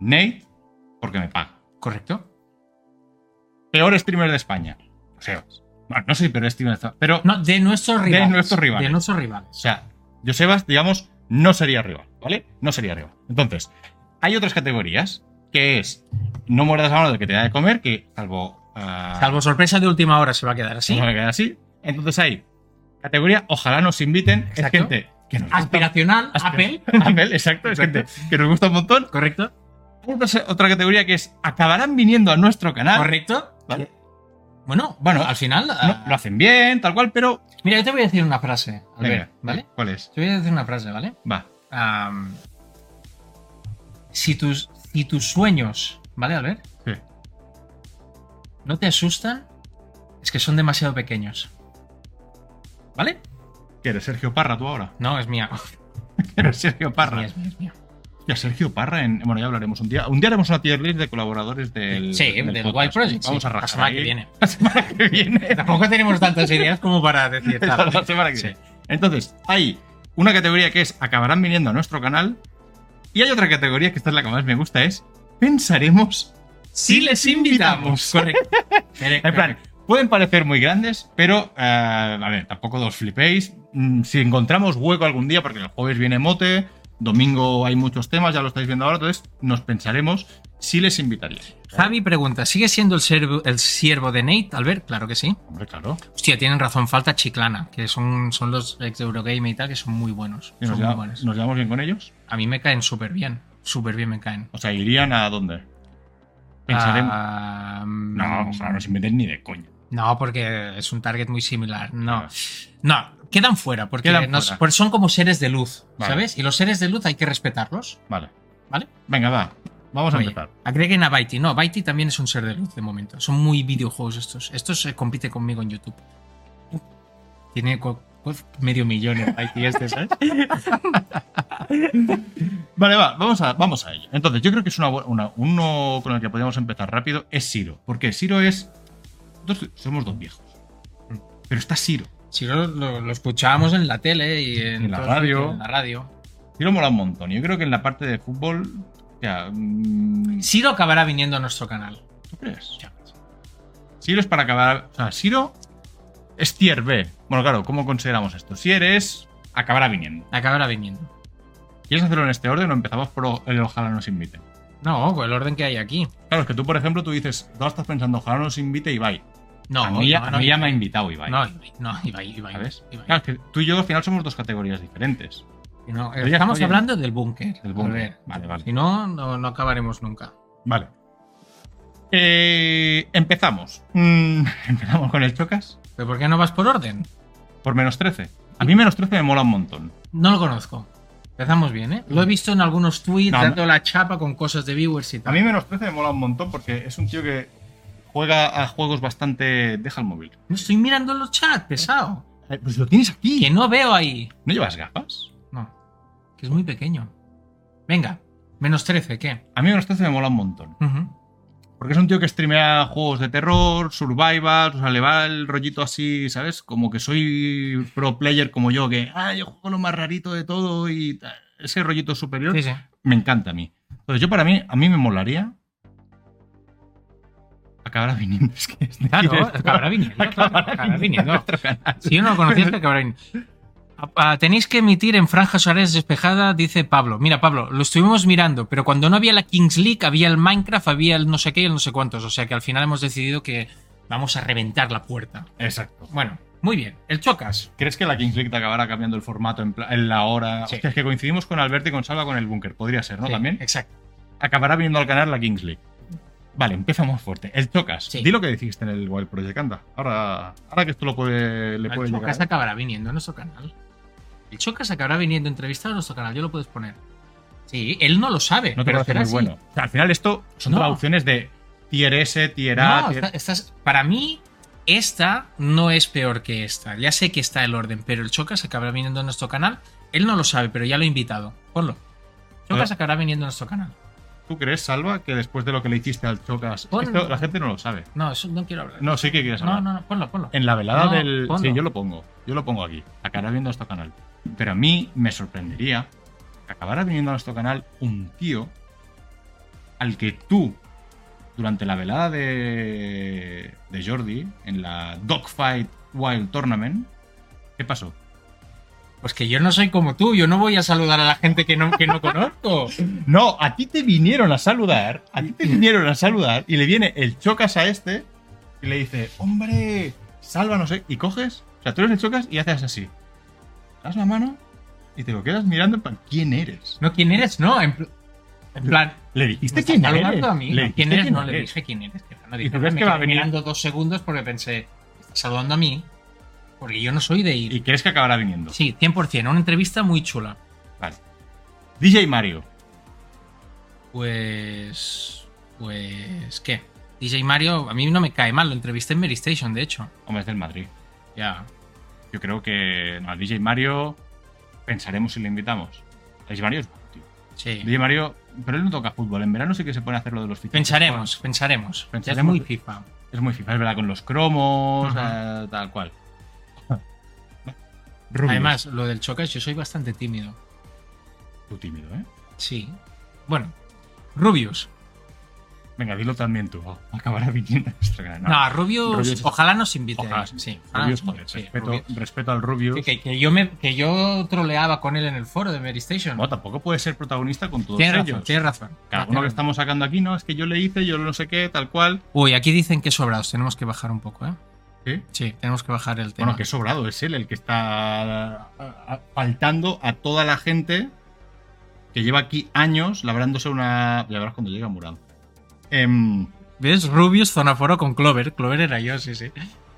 Speaker 1: Nate, porque me paga.
Speaker 2: Correcto.
Speaker 1: Peor streamer de España, Josebas. Bueno, no soy peor streamer de España, pero,
Speaker 2: No, de nuestros
Speaker 1: De
Speaker 2: rivales.
Speaker 1: nuestros rivales.
Speaker 2: De nuestros rivales.
Speaker 1: o sea, Josebas, digamos, no sería rival, ¿vale? No sería rival. Entonces, hay otras categorías, que es no muerdas la mano del que te da de comer, que salvo... ah,
Speaker 2: Salvo sorpresa de última hora se va a quedar así.
Speaker 1: No me queda así. Entonces hay categoría, ojalá nos inviten. Es
Speaker 2: Exacto.
Speaker 1: gente que nos gusta.
Speaker 2: Aspiracional, Apple.
Speaker 1: (laughs) Apple, exacto, es gente que nos gusta un montón.
Speaker 2: Correcto.
Speaker 1: Otra, otra categoría que es acabarán viniendo a nuestro canal.
Speaker 2: Correcto.
Speaker 1: Vale.
Speaker 2: Bueno,
Speaker 1: Bueno,
Speaker 2: bueno, al final.
Speaker 1: No,
Speaker 2: ah,
Speaker 1: lo hacen bien, tal cual, pero.
Speaker 2: Mira, yo te voy a decir una frase,
Speaker 1: Venga,
Speaker 2: Albert, ¿vale?
Speaker 1: ¿Cuál es?
Speaker 2: Te voy a decir una frase, ¿vale?
Speaker 1: Va.
Speaker 2: Am, si, tus, si tus sueños, ¿vale, Albert?
Speaker 1: Sí.
Speaker 2: No te asustan, es que son demasiado pequeños. ¿Vale?
Speaker 1: ¿Qué eres Sergio Parra tú ahora? (laughs)
Speaker 2: No, es mía.
Speaker 1: Eres Sergio Parra.
Speaker 2: Es mía, es mía.
Speaker 1: Ya, Sergio Parra, en, bueno, ya hablaremos un día. Un día haremos una tier list de colaboradores del.
Speaker 2: sí, del,
Speaker 1: podcast.
Speaker 2: Wild Project.
Speaker 1: Vamos
Speaker 2: sí,
Speaker 1: a rajar.
Speaker 2: La semana que
Speaker 1: ahí.
Speaker 2: viene.
Speaker 1: (laughs) La semana que viene.
Speaker 2: (laughs) Tampoco tenemos tantas ideas como para decir (laughs) tal.
Speaker 1: (laughs) La semana que
Speaker 2: Sí.
Speaker 1: viene. Entonces, hay una categoría que es acabarán viniendo a nuestro canal. Y hay otra categoría que esta es la que más me gusta, es pensaremos si les (laughs) invitamos.
Speaker 2: Correcto.
Speaker 1: En plan, pueden parecer muy grandes, pero eh, a ver, tampoco os flipéis. Mm, Si encontramos hueco algún día, porque el jueves viene mote, domingo hay muchos temas, ya lo estáis viendo ahora, entonces nos pensaremos si les invitaría.
Speaker 2: Javi pregunta, ¿sigue siendo el siervo, el siervo de Nate, Albert? Claro que sí.
Speaker 1: Hombre, claro.
Speaker 2: Hostia, tienen razón, falta Chiclana, que son, son los ex de Eurogame y tal, que son muy buenos.
Speaker 1: Y nos,
Speaker 2: Son muy
Speaker 1: lleva-
Speaker 2: buenos.
Speaker 1: nos llevamos bien con ellos.
Speaker 2: A mí me caen súper bien, súper bien me caen.
Speaker 1: O sea, ¿irían a dónde? Pensaremos.
Speaker 2: Ah, mm,
Speaker 1: No, o sea, no se meten ni de coña.
Speaker 2: no, porque es un target muy similar. No, no, quedan fuera, porque
Speaker 1: Quedan
Speaker 2: nos-
Speaker 1: fuera.
Speaker 2: porque son como seres de luz,
Speaker 1: Vale.
Speaker 2: ¿sabes? Y los seres de luz hay que respetarlos.
Speaker 1: Vale.
Speaker 2: ¿Vale?
Speaker 1: Venga, va. Vamos a
Speaker 2: Oye,
Speaker 1: empezar.
Speaker 2: Agreguen a Baiti. No, Baiti también es un ser de luz de momento. Son muy videojuegos estos. Estos eh, compite conmigo en YouTube. Tiene cu- cu- medio millón en Baiti
Speaker 1: (laughs)
Speaker 2: este, ¿sabes?
Speaker 1: Vale, va, vamos a, vamos a ello. Entonces, yo creo que es una, bu- una- uno con el que podríamos empezar rápido es Siro. Porque Siro es. dos- somos dos viejos. Pero está Siro.
Speaker 2: Si lo, lo- lo escuchábamos en la tele y en,
Speaker 1: En la
Speaker 2: todos-
Speaker 1: radio.
Speaker 2: En la radio.
Speaker 1: Siro mola un montón. Yo creo que en la parte de fútbol. O sea, mm,
Speaker 2: Siro acabará viniendo a nuestro canal.
Speaker 1: ¿Tú crees? Siro es para acabar. O sea, Siro es tier B. Bueno, claro, ¿cómo consideramos esto? Si eres. Acabará viniendo.
Speaker 2: Acabará viniendo.
Speaker 1: ¿Quieres hacerlo en este orden o empezamos por o- el ojalá nos inviten?
Speaker 2: No, con el orden que hay aquí.
Speaker 1: Claro, es que tú, por ejemplo, tú dices, tú estás pensando, ojalá nos invite Ibai.
Speaker 2: No,
Speaker 1: a mí ya,
Speaker 2: no,
Speaker 1: a
Speaker 2: no,
Speaker 1: mí ya me ha invitado Ibai.
Speaker 2: No, Ibai, no, Ibai, Ibai,
Speaker 1: ¿Sabes?
Speaker 2: Ibai.
Speaker 1: Claro, es que tú y yo al final somos dos categorías diferentes.
Speaker 2: No,
Speaker 1: Pero ya
Speaker 2: estamos
Speaker 1: estoy en-
Speaker 2: hablando del búnker.
Speaker 1: Del búnker.
Speaker 2: A ver,
Speaker 1: Vale, vale.
Speaker 2: Si no, no, no acabaremos nunca.
Speaker 1: Vale. Eh, empezamos. Mm, (laughs) empezamos con el Chocas.
Speaker 2: ¿Pero por qué no vas por orden?
Speaker 1: Por menos 13. A mí menos 13 me mola un montón.
Speaker 2: No lo conozco. Empezamos bien, ¿eh? Lo he visto en algunos tweets,
Speaker 1: No,
Speaker 2: dando la chapa con cosas de viewers y
Speaker 1: A
Speaker 2: tal.
Speaker 1: mí menos 13 me mola un montón porque es un tío que juega a juegos bastante... Deja el móvil.
Speaker 2: No estoy mirando los chats, pesado.
Speaker 1: Pues lo tienes aquí.
Speaker 2: Que no veo ahí.
Speaker 1: ¿No llevas gafas?
Speaker 2: No. Que es muy pequeño. Venga, menos 13, ¿qué?
Speaker 1: A mí menos 13 me mola un montón.
Speaker 2: Ujú.
Speaker 1: Porque es un tío que streamea juegos de terror, survival, o sea, le va el rollito así, ¿sabes? Como que soy pro player como yo, que, ah, yo juego lo más rarito de todo y tal. ese rollito superior
Speaker 2: Sí, sí.
Speaker 1: me encanta a mí. Entonces yo para mí, a mí me molaría acabará viniendo. Es que es decir,
Speaker 2: Claro,
Speaker 1: esto
Speaker 2: (laughs) acabará viniendo. claro,
Speaker 1: Ah, acabará
Speaker 2: acabará
Speaker 1: viniendo a
Speaker 2: viniendo.
Speaker 1: nuestro canal.
Speaker 2: Si yo no lo conocía, es que acabará viniendo. A- a- Tenéis que emitir en franjas horarias despejadas, dice Pablo. Mira, Pablo, lo estuvimos mirando, pero cuando no había la Kings League, había el Minecraft, había el no sé qué y el no sé cuántos. O sea que al final hemos decidido que vamos a reventar la puerta.
Speaker 1: Exacto.
Speaker 2: Bueno, muy bien. El Chocas.
Speaker 1: ¿Crees que la Kings League te acabará cambiando el formato en, pla- en la hora?
Speaker 2: Sí.
Speaker 1: Hostia, es que coincidimos con Alberto y con Salva con el búnker. Podría ser, ¿no?
Speaker 2: Sí,
Speaker 1: También.
Speaker 2: Exacto.
Speaker 1: Acabará viniendo al canal la Kings League. Vale, empezamos fuerte. El Chocas.
Speaker 2: Sí.
Speaker 1: Di lo que dijiste en el Wild Project, anda. Ahora, ahora que esto lo puede, le puede
Speaker 2: El
Speaker 1: llegar.
Speaker 2: Chocas acabará viniendo a nuestro canal. El Chocas acabará viniendo entrevistado a nuestro canal, yo lo puedes poner. Sí, él no lo sabe.
Speaker 1: No te
Speaker 2: pero
Speaker 1: parece
Speaker 2: será
Speaker 1: muy
Speaker 2: así.
Speaker 1: bueno. O sea, al final esto son
Speaker 2: No.
Speaker 1: traducciones de tier S, tier A,
Speaker 2: No,
Speaker 1: tier-
Speaker 2: esta- estas- para mí, esta no es peor que esta. Ya sé que está el orden, pero el Chocas acabará viniendo a nuestro canal. Él no lo sabe, pero ya lo he invitado. Ponlo. Chocas
Speaker 1: Eh.
Speaker 2: acabará viniendo a nuestro canal.
Speaker 1: ¿Tú crees, Salva, que después de lo que le hiciste al Chocas,
Speaker 2: Pon-
Speaker 1: esto la gente no lo sabe?
Speaker 2: No, eso no quiero hablar.
Speaker 1: No, sí que quieres
Speaker 2: no,
Speaker 1: hablar.
Speaker 2: no, no, ponlo, ponlo.
Speaker 1: En la velada
Speaker 2: No,
Speaker 1: del.
Speaker 2: ponlo.
Speaker 1: Sí, yo lo pongo. Yo lo pongo aquí. Acabará viendo nuestro canal. Pero a mí me sorprendería que acabara viniendo a nuestro canal un tío al que tú, durante la velada de, de Jordi, en la Dogfight Wild Tournament, ¿qué pasó?
Speaker 2: Pues que yo no soy como tú, yo no voy a saludar a la gente que no, que no conozco.
Speaker 1: No, a ti te vinieron a saludar, a ti
Speaker 2: (clears throat)
Speaker 1: te vinieron a saludar y le viene el chocas a este y le dice, hombre, sálvanos, eh", y coges, o sea, tú eres el chocas y haces así. Das la mano y te lo quedas mirando para quién eres.
Speaker 2: No, ¿quién eres? No, en, pl- en plan.
Speaker 1: Le
Speaker 2: ¿me
Speaker 1: dijiste
Speaker 2: estás
Speaker 1: quién eres.
Speaker 2: saludando a mí?
Speaker 1: le
Speaker 2: No,
Speaker 1: dijiste
Speaker 2: ¿Quién eres?
Speaker 1: quién
Speaker 2: No, le
Speaker 1: eres.
Speaker 2: dije quién eres. que no
Speaker 1: ¿Y
Speaker 2: dije
Speaker 1: tú
Speaker 2: nada,
Speaker 1: crees
Speaker 2: me
Speaker 1: que va a
Speaker 2: quedé
Speaker 1: venir?
Speaker 2: mirando dos segundos porque pensé, "Está saludando a mí, porque yo no soy de ir.
Speaker 1: ¿Y crees que acabará viniendo?
Speaker 2: Sí, 100%, una entrevista muy chula.
Speaker 1: Vale. DJ Mario.
Speaker 2: Pues. Pues. ¿Qué? DJ Mario, a mí no me cae mal, lo entrevisté en Mary Station, de hecho.
Speaker 1: Hombre, es del Madrid.
Speaker 2: Ya.
Speaker 1: Yo creo que no, al DJ Mario pensaremos si le invitamos. DJ Mario es bueno, tío.
Speaker 2: Sí.
Speaker 1: DJ Mario, pero él no toca fútbol. En verano sí que se pone a hacer lo de los fichajes.
Speaker 2: Pensaremos, pensaremos. Ya es
Speaker 1: Pensaremos.
Speaker 2: muy FIFA.
Speaker 1: Es muy FIFA, es verdad, con los cromos,
Speaker 2: Ajá.
Speaker 1: eh, tal
Speaker 2: (laughs)
Speaker 1: cual.
Speaker 2: Además, lo del chocas, yo soy bastante tímido.
Speaker 1: Tú tímido, ¿eh?
Speaker 2: Sí. Bueno. Rubius.
Speaker 1: Venga, dilo también tú. Oh, acabará viniendo nuestro canal.
Speaker 2: No, Rubius,
Speaker 1: Rubius es-
Speaker 2: ojalá nos invite.
Speaker 1: Ojalá, sí.
Speaker 2: sí. ojalá
Speaker 1: Rubius,
Speaker 2: nos
Speaker 1: joder,
Speaker 2: invite, sí,
Speaker 1: respeto,
Speaker 2: Rubius.
Speaker 1: respeto al Rubius.
Speaker 2: Sí, Que, que yo me, que yo troleaba con él en el foro de Mary Station.
Speaker 1: No, tampoco puede ser protagonista con todos
Speaker 2: Tienes razón,
Speaker 1: ellos.
Speaker 2: tienes razón.
Speaker 1: Cada uno que
Speaker 2: Ah, tienes razón.
Speaker 1: estamos sacando aquí, no, es que yo le hice, yo no sé qué, tal cual.
Speaker 2: Uy, aquí dicen que sobrados, tenemos que bajar un poco, ¿eh?
Speaker 1: ¿Sí?
Speaker 2: Sí, tenemos que bajar el tema.
Speaker 1: Bueno, que sobrado es él el que está ah, ah, faltando a toda la gente que lleva aquí años labrándose una. Ya verás cuando llega Murán. Em,
Speaker 2: ¿Ves? Rubius, Zonaforo con Clover. Clover era yo, sí, sí.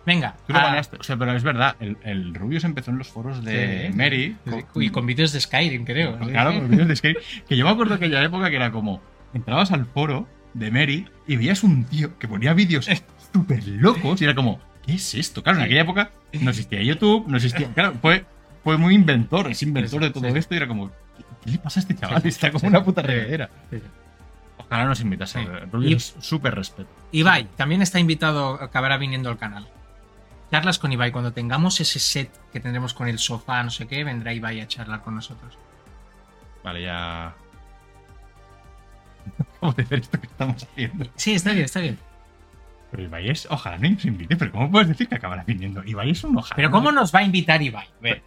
Speaker 2: Venga.
Speaker 1: Tú lo
Speaker 2: ah,
Speaker 1: ganaste. O sea, pero es verdad, el, el Rubius empezó en los foros de
Speaker 2: Sí.
Speaker 1: Mary.
Speaker 2: sí, Y con vídeos de Skyrim, creo.
Speaker 1: con-
Speaker 2: sí,
Speaker 1: claro,
Speaker 2: sí.
Speaker 1: con vídeos de skate. Que yo me acuerdo aquella época que era como: entrabas al foro de Mary y veías un tío que ponía
Speaker 2: (laughs)
Speaker 1: vídeos súper locos y era como: ¿qué es esto? Claro, en aquella época no existía YouTube, no existía. Claro, fue, fue muy inventor, es inventor de todo
Speaker 2: Sí.
Speaker 1: esto y era como: ¿qué, qué le pasa a este chaval?
Speaker 2: Sí,
Speaker 1: Está como
Speaker 2: sí.
Speaker 1: una puta regadera.
Speaker 2: Sí, sí.
Speaker 1: Ojalá nos invitase.
Speaker 2: Sí.
Speaker 1: Rubius, súper respeto.
Speaker 2: Ibai, también está invitado, acabará viniendo al canal. Charlas con Ibai. Cuando tengamos ese set que tendremos con el sofá, no sé qué, vendrá Ibai a charlar con nosotros.
Speaker 1: Vale, ya. (laughs) ¿Cómo de ver esto que estamos haciendo?
Speaker 2: Sí, está bien, está bien.
Speaker 1: Pero Ibai es, ojalá no nos invite, pero ¿cómo puedes decir que acabará viniendo? Ibai es un ojalá.
Speaker 2: Pero ¿cómo nos va a invitar Ibai? A ver,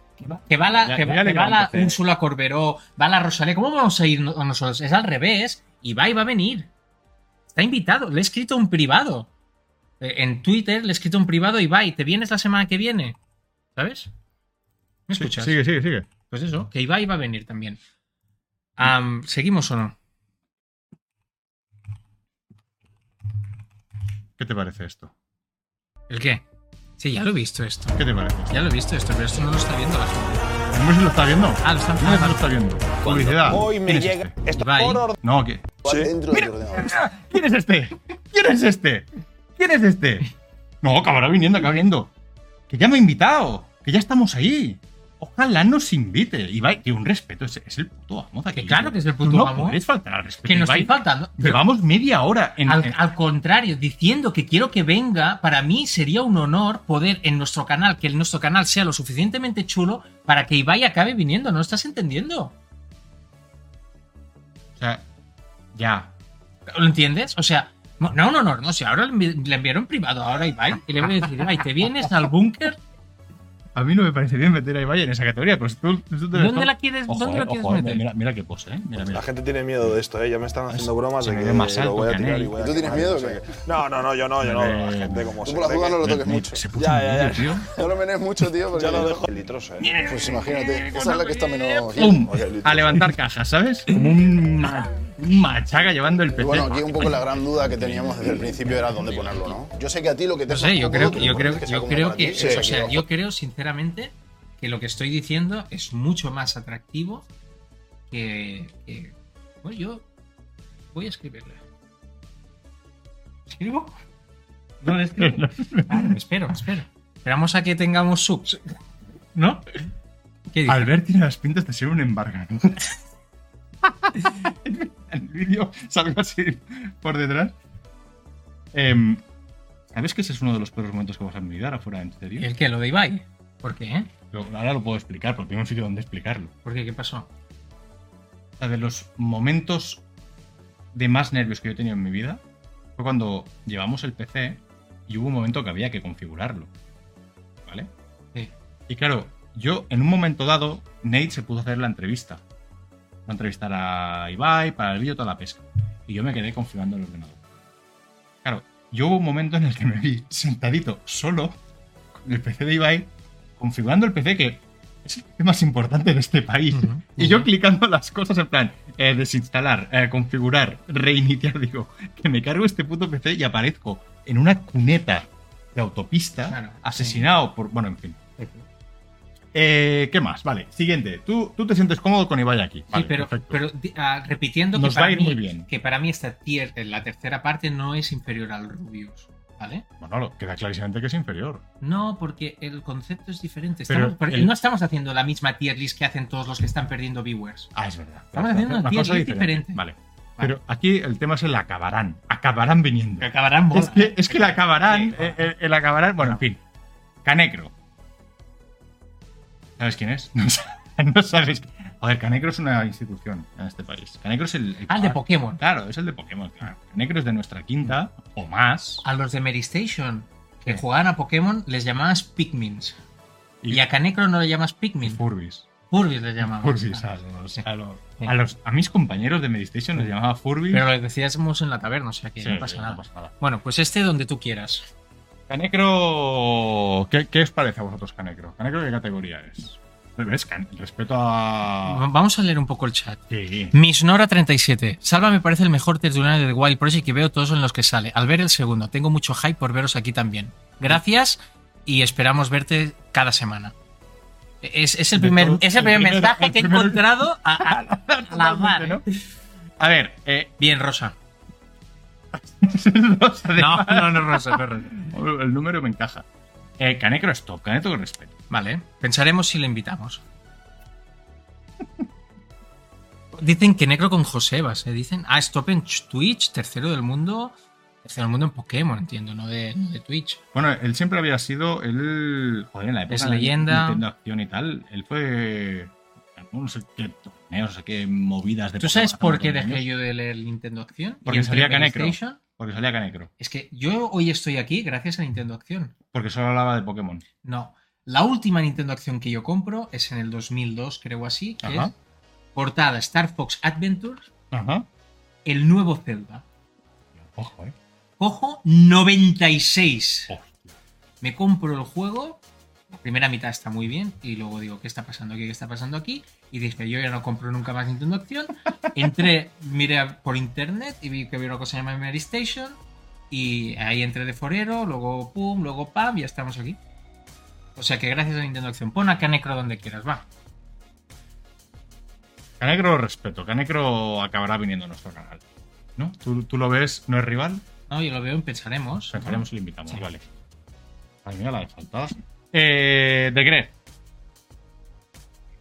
Speaker 2: Que va la,
Speaker 1: Ya-
Speaker 2: que
Speaker 1: ya
Speaker 2: va-
Speaker 1: le
Speaker 2: que va
Speaker 1: vamos a
Speaker 2: la
Speaker 1: hacer.
Speaker 2: Úrsula Corberó, va la Rosalía. ¿Cómo vamos a ir no- nosotros? Es al revés. Ibai va a venir. Está invitado. Le he escrito un privado. Eh, En Twitter le he escrito un privado Ibai. ¿Te vienes la semana que viene? ¿Sabes? ¿Me
Speaker 1: Sí,
Speaker 2: escuchas?
Speaker 1: Sigue, sigue, sigue.
Speaker 2: Pues eso, que Ibai va a venir también. Am, ¿Seguimos o no?
Speaker 1: ¿Qué te parece esto?
Speaker 2: ¿El qué? Sí, ya lo he visto esto.
Speaker 1: ¿Qué te parece?
Speaker 2: Ya lo he visto esto, pero esto no lo está viendo la gente.
Speaker 1: ¿Cómo se lo está viendo?
Speaker 2: Ah, lo están
Speaker 1: ¿Cómo se lo
Speaker 2: ah,
Speaker 1: está viendo? Publicidad.
Speaker 4: Hoy me
Speaker 1: ¿Quién es
Speaker 4: llega
Speaker 1: este?
Speaker 4: esto
Speaker 2: Ibai.
Speaker 4: por orden
Speaker 1: No, ¿qué?
Speaker 4: dentro de tu ordenador.
Speaker 1: ¿Quién es este? ¿Quién es este? ¿Quién es este? No, acabará viniendo, acabará viniendo. Que ya me ha invitado, que ya estamos ahí. Ojalá nos invite. Ibai, tiene un respeto, es, es el puto amo. de
Speaker 2: Que
Speaker 1: aquí.
Speaker 2: claro que es el puto
Speaker 1: no
Speaker 2: amo.
Speaker 1: puedes faltar al respeto.
Speaker 2: que nos
Speaker 1: Ibai.
Speaker 2: estoy faltando.
Speaker 1: Llevamos media hora en,
Speaker 2: Al,
Speaker 1: en-
Speaker 2: al contrario, diciendo que quiero que venga, para mí sería un honor poder en nuestro canal, que el nuestro canal sea lo suficientemente chulo para que Ibai acabe viniendo, ¿no lo estás entendiendo?
Speaker 1: O sea, ya.
Speaker 2: ¿Lo entiendes? O sea, No, no, no, no, no, si ahora le envi- le enviaron privado ahora a Ibai y le voy a decir, Ibai, ¿te vienes al
Speaker 1: (laughs)
Speaker 2: búnker?
Speaker 1: A mí no me parece bien meter a Ibai en esa categoría, pero si tú, si tú te ves
Speaker 2: ¿Dónde
Speaker 1: todo-
Speaker 2: la quieres,
Speaker 1: Ojo,
Speaker 2: dónde
Speaker 1: eh,
Speaker 2: la quieres
Speaker 1: ojo, eh,
Speaker 2: meter?
Speaker 1: mira, mira qué pose, ¿eh? Mira, mira.
Speaker 4: La gente tiene miedo de esto, ¿eh? Ya me están haciendo bromas
Speaker 1: se
Speaker 4: de
Speaker 1: me
Speaker 4: que
Speaker 1: ve más
Speaker 4: lo
Speaker 1: alto
Speaker 4: voy a
Speaker 1: que
Speaker 4: tirar
Speaker 1: Anel.
Speaker 4: y voy a
Speaker 1: ¿Y
Speaker 4: quemar
Speaker 1: tú
Speaker 5: tienes
Speaker 4: y
Speaker 5: miedo
Speaker 4: no
Speaker 5: o
Speaker 4: sé
Speaker 5: qué?
Speaker 4: qué. No, no, no, yo no, yo no. La gente como
Speaker 5: Tú
Speaker 4: se
Speaker 5: por las
Speaker 4: cree
Speaker 5: dudas no
Speaker 4: que-
Speaker 5: lo
Speaker 1: Me-
Speaker 5: toques
Speaker 1: me-
Speaker 5: mucho.
Speaker 1: Se puso
Speaker 4: Ya,
Speaker 1: un
Speaker 4: ya, ya.
Speaker 1: vídeo, tío.
Speaker 5: No lo menes mucho, tío, porque.
Speaker 4: Ya lo dejo. Litroso, ¿eh?
Speaker 5: Pues imagínate, esa es la que está menos.
Speaker 1: ¡Pum!
Speaker 4: Ok, listo.
Speaker 1: A levantar cajas, ¿sabes? Como un, ma- un machaca llevando el
Speaker 5: Y
Speaker 1: PC.
Speaker 5: bueno, aquí un poco la gran duda que teníamos desde el principio era dónde ponerlo, ¿no? Yo sé que a ti lo que te
Speaker 2: No sé, yo creo,
Speaker 5: cómodo,
Speaker 2: que-
Speaker 5: tú
Speaker 2: yo
Speaker 5: lo
Speaker 2: creo,
Speaker 5: pones sea
Speaker 2: yo
Speaker 5: cómodo
Speaker 2: creo
Speaker 5: para
Speaker 2: que,
Speaker 5: ti. Sí,
Speaker 2: o sea,
Speaker 5: aquí
Speaker 2: yo creo sinceramente que lo que estoy diciendo es mucho más atractivo que, que- bueno, yo voy a escribirle. ¿Escribo? No, no escribo. Vale, me espero, me espero. Esperamos a que tengamos subs. ¿No? ¿Qué dice?
Speaker 1: Albert tiene las pintas de ser un (laughs) embargador. el vídeo salgo así por detrás. Em, ¿Sabes que ese es uno de los peores momentos que vas a olvidar afuera en serio?
Speaker 2: ¿El qué? ¿Lo de Ibai? ¿Por qué? eh?
Speaker 1: Lo- ahora lo puedo explicar, porque tengo un sitio donde explicarlo.
Speaker 2: ¿Por qué? ¿Qué pasó?
Speaker 1: O sea, de los momentos de más nervios que yo he tenido en mi vida fue cuando llevamos el PC y hubo un momento que había que configurarlo. ¿Vale?
Speaker 2: Sí.
Speaker 1: Y claro, yo en un momento dado, Nate se pudo hacer la entrevista. Va a entrevistar a Ibai para el vídeo toda la pesca. Y yo me quedé configurando el ordenador. Claro, yo hubo un momento en el que me vi sentadito solo con el PC de Ibai, configurando el PC que es el más importante de este país.
Speaker 2: Ujú,
Speaker 1: Y yo
Speaker 2: ujú.
Speaker 1: clicando las cosas en plan, eh, desinstalar, eh, configurar, reiniciar, digo, que me cargo este puto PC y aparezco en una cuneta de autopista,
Speaker 2: Claro,
Speaker 1: asesinado por... Bueno, en fin. Eh, ¿Qué más? Vale, siguiente. Tú, tú te sientes cómodo con Ibai aquí.
Speaker 2: Sí,
Speaker 1: Vale,
Speaker 2: pero,
Speaker 1: perfecto.
Speaker 2: pero, di- ah, repitiendo
Speaker 1: Nos
Speaker 2: que, para
Speaker 1: va a ir
Speaker 2: mí,
Speaker 1: muy bien.
Speaker 2: que para mí esta tier, la tercera parte no es inferior al Rubius, ¿vale?
Speaker 1: Bueno, lo- queda clarísimamente que es inferior.
Speaker 2: No, porque el concepto es diferente.
Speaker 1: Pero
Speaker 2: Estamos- porque
Speaker 1: el-
Speaker 2: No estamos haciendo la misma tier list que hacen todos los que están perdiendo viewers.
Speaker 1: Ah, es verdad.
Speaker 2: Estamos haciendo una tier list diferente.
Speaker 1: Vale. Pero aquí el tema es el acabarán. Acabarán viniendo.
Speaker 2: Que acabarán bola.
Speaker 1: Es que, es que el
Speaker 2: Sí,
Speaker 1: acabarán,
Speaker 2: bola.
Speaker 1: eh, eh, el acabarán, bueno, en fin. Canecro. ¿Sabes quién es? (laughs) No, sa- no sabes. Joder, Canecro es una institución en este país. Canecro es el.
Speaker 2: Ah, el de Pokémon.
Speaker 1: Claro, es el de Pokémon. claro. Canecro es de nuestra quinta o más.
Speaker 2: A los de Meristation que
Speaker 1: Sí.
Speaker 2: jugaban a Pokémon les llamabas Pikmins. Y, a Canecro no le llamas Pikmin.
Speaker 1: Furbis.
Speaker 2: Furbis les llamamos.
Speaker 1: Furbis, a
Speaker 2: Ah,
Speaker 1: los,
Speaker 2: sí.
Speaker 1: a, los-
Speaker 2: Sí.
Speaker 1: a los- a mis compañeros de Medistation les llamaba Furbis.
Speaker 2: Pero lo decíamos en la taberna, o sea que
Speaker 1: Sí,
Speaker 2: no pasa
Speaker 1: sí,
Speaker 2: nada.
Speaker 1: nada.
Speaker 2: Bueno, pues este donde tú quieras.
Speaker 1: Canecro. ¿Qué, qué os parece a vosotros, Canecro? ¿Canecro qué categoría es? ¿Ves? Can- Respeto a.
Speaker 2: Vamos a leer un poco el chat.
Speaker 1: Sí.
Speaker 2: Misnora37. Salva me parece el mejor tertuliano de The Wild Project que veo todos en los que sale. Al ver el segundo, tengo mucho hype por veros aquí también. Gracias y esperamos verte cada semana. Es, es el
Speaker 1: De
Speaker 2: primer,
Speaker 1: todo-
Speaker 2: es el primer
Speaker 1: el primer-
Speaker 2: mensaje
Speaker 1: el
Speaker 2: que he
Speaker 1: primer- (laughs)
Speaker 2: encontrado a, a- a la mar.
Speaker 1: ¿no? A ver, eh, (laughs)
Speaker 2: Bien, Rosa.
Speaker 1: los
Speaker 2: No,
Speaker 1: además-
Speaker 2: no, no, Rosa, no, Rosa.
Speaker 1: el número me encaja. Eh, Canecro es top, Canecro con respeto.
Speaker 2: Vale, pensaremos si le invitamos. Dicen que negro con Josebas, ¿eh? Dicen, ah, stop en Twitch, tercero del mundo. Tercero del mundo en Pokémon, entiendo, no de, no de Twitch.
Speaker 1: Bueno, él siempre había sido el. Joder, en la época
Speaker 2: Es
Speaker 1: de
Speaker 2: leyenda.
Speaker 1: Nintendo Acción y tal. Él fue. No sé qué torneos, no sé qué movidas de
Speaker 2: ¿Tú
Speaker 1: Pokémon
Speaker 2: sabes
Speaker 1: hace un
Speaker 2: por
Speaker 1: montón
Speaker 2: qué
Speaker 1: de
Speaker 2: dejé
Speaker 1: años.
Speaker 2: yo de leer Nintendo Acción?
Speaker 1: Porque
Speaker 2: Y entré
Speaker 1: salía
Speaker 2: en
Speaker 1: Canecro.
Speaker 2: PlayStation?
Speaker 1: Porque salía Canecro.
Speaker 2: Es que yo hoy estoy aquí gracias a Nintendo Acción.
Speaker 1: Porque solo hablaba de Pokémon.
Speaker 2: No. La última Nintendo Acción que yo compro es en el 2002, creo así, que
Speaker 1: Ajá.
Speaker 2: es portada Star Fox Adventures,
Speaker 1: Ajá.
Speaker 2: el nuevo Zelda.
Speaker 1: Ojo, eh.
Speaker 2: Cojo 96.
Speaker 1: Hostia.
Speaker 2: Me compro el juego. La primera mitad está muy bien. Y luego digo, ¿qué está pasando aquí? ¿Qué está pasando aquí? Y dije, yo ya no compro nunca más Nintendo Acción. Entré, miré a- por internet y vi que había una cosa llamada Mary Station. Y ahí entré de forero, luego pum, luego pam, y ya estamos aquí. O sea que gracias a Nintendo Acción. Pon a Canecro donde quieras, va.
Speaker 1: Canecro respeto. Canecro acabará viniendo a nuestro canal. ¿No? ¿Tú, tú lo ves, no es rival.
Speaker 2: No, yo lo veo y pensaremos.
Speaker 1: Pensaremos y le invitamos,
Speaker 2: Sí.
Speaker 1: vale. Ay, mira la de faltada. Eh, de Gref.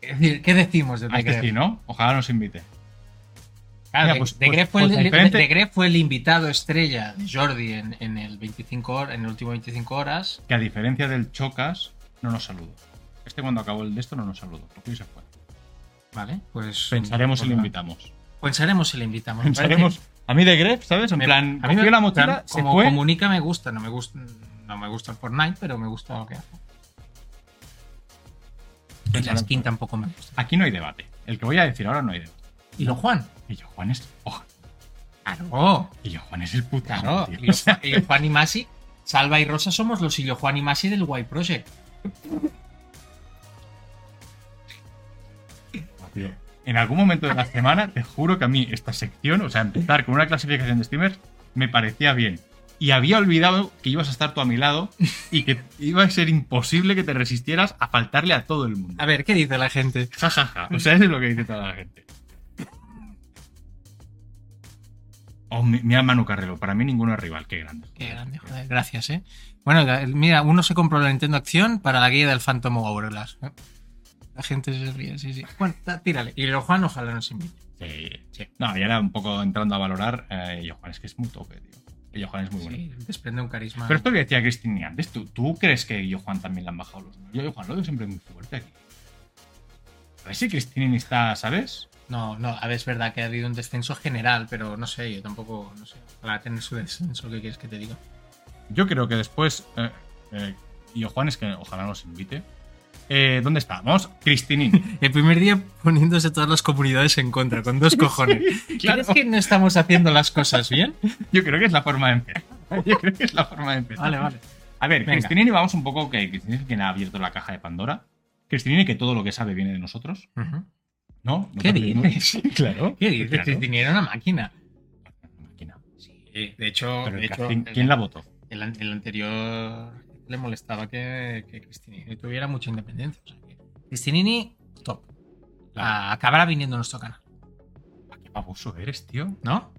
Speaker 2: Es decir, ¿qué decimos de
Speaker 1: Ah, este
Speaker 2: Gref?
Speaker 1: sí, ¿no? Ojalá nos invite.
Speaker 2: Claro,
Speaker 1: Mira,
Speaker 2: de-
Speaker 1: pues-
Speaker 2: Ah, de,
Speaker 1: pues-
Speaker 2: Gref fue el,
Speaker 1: pues diferente-
Speaker 2: de Gref fue el invitado estrella de Jordi en, en el 25 hor- en el último 25 horas.
Speaker 1: Que a diferencia del Chocas, no nos saludo. Este cuando acabó el de esto no nos saludo. Porque hoy se fue.
Speaker 2: Vale, pues.
Speaker 1: Pensaremos y le
Speaker 2: invitado
Speaker 1: invitamos.
Speaker 2: Pensaremos si le
Speaker 1: (laughs)
Speaker 2: invitamos.
Speaker 1: Pensaremos, A mí de Gref, ¿sabes? En
Speaker 2: Me-
Speaker 1: plan,
Speaker 2: a mí me-
Speaker 1: cogió la mochila,
Speaker 2: plan,
Speaker 1: se
Speaker 2: como
Speaker 1: fue.
Speaker 2: comunica me gusta, no me gusta, no me gusta el Fortnite, pero me gusta lo que hace. Y la skin tampoco me gusta.
Speaker 1: Aquí no hay debate. El que voy a decir ahora no hay debate.
Speaker 2: Y lo Juan.
Speaker 1: Y yo, Juan es. oh,
Speaker 2: Claro,
Speaker 1: y yo, Juan es el puto.
Speaker 2: claro.
Speaker 1: tío.
Speaker 2: Y lo
Speaker 1: O sea,
Speaker 2: Juan- y lo Juan y Masi, Salva y Rosa somos los y lo Juan y Masi del Y Project.
Speaker 1: tío, En algún momento de la semana, te juro que a mí esta sección, o sea, empezar con una clasificación de streamers, me parecía bien. Y había olvidado que ibas a estar tú a mi lado y que iba a ser imposible que te resistieras a faltarle a todo el mundo.
Speaker 2: A ver, ¿qué dice la gente?
Speaker 1: Ja, ja, ja. O sea, eso es lo que dice toda la gente. Oh, mi- mira Manu Carrelo, para mí ninguno es rival, qué grande.
Speaker 2: Qué grande, joder, gracias, eh. Bueno, la- mira, uno se compró la Nintendo Acción para la guía del Phantom Hourglass. ¿eh? La gente se ríe, sí, sí. Bueno, ta- tírale. Y lo Juan ojalá nos invite.
Speaker 1: Sí.
Speaker 2: Sí.
Speaker 1: No, y ahora un poco entrando a valorar, eh, y Juan es que es muy tope, tío. Y Juan es muy bueno.
Speaker 2: Sí, desprende un carisma.
Speaker 1: Pero esto que decía Cristina antes, ¿tú, ¿tú crees que yo Juan también le han bajado los números? Yo Juan lo veo siempre muy fuerte aquí. A ver si Cristina está, ¿sabes?
Speaker 2: No, no, a ver, es verdad que ha habido un descenso general, pero no sé, yo tampoco, no sé, para tener su descenso, ¿qué quieres que te diga?
Speaker 1: Yo creo que después. Eh, eh, y Juan es que ojalá nos invite. Eh, ¿Dónde está? Vamos, Cristinini.
Speaker 2: El primer día poniéndose todas las comunidades en contra,
Speaker 1: (laughs)
Speaker 2: con dos cojones.
Speaker 1: claro.
Speaker 2: ¿Crees que no estamos haciendo las cosas bien?
Speaker 1: Yo creo que es la forma de empezar. (laughs) Yo creo que es la forma de empezar.
Speaker 2: Vale, vale.
Speaker 1: A ver,
Speaker 2: Venga.
Speaker 1: Cristinini, vamos un poco. Que Cristinini es quien ha abierto la caja de Pandora. Cristinini, que todo lo que sabe viene de nosotros. ¿No? ¿No
Speaker 2: ¿Qué
Speaker 1: te- no-
Speaker 2: dices? (laughs)
Speaker 1: Sí, claro.
Speaker 2: ¿Qué dices?
Speaker 1: Claro.
Speaker 2: Cristina era una máquina.
Speaker 1: Máquina.
Speaker 2: Sí, de hecho,
Speaker 1: Pero el
Speaker 2: de hecho,
Speaker 1: casting,
Speaker 2: el-
Speaker 1: ¿Quién la votó?
Speaker 2: el, an- el anterior le molestaba que, que Cristinini tuviera mucha independencia. o sea que Cristinini, top. Ah, Acabará viniendo a nuestro canal,
Speaker 1: Ah, Qué baboso
Speaker 2: este.
Speaker 1: eres, tío.
Speaker 2: ¿no?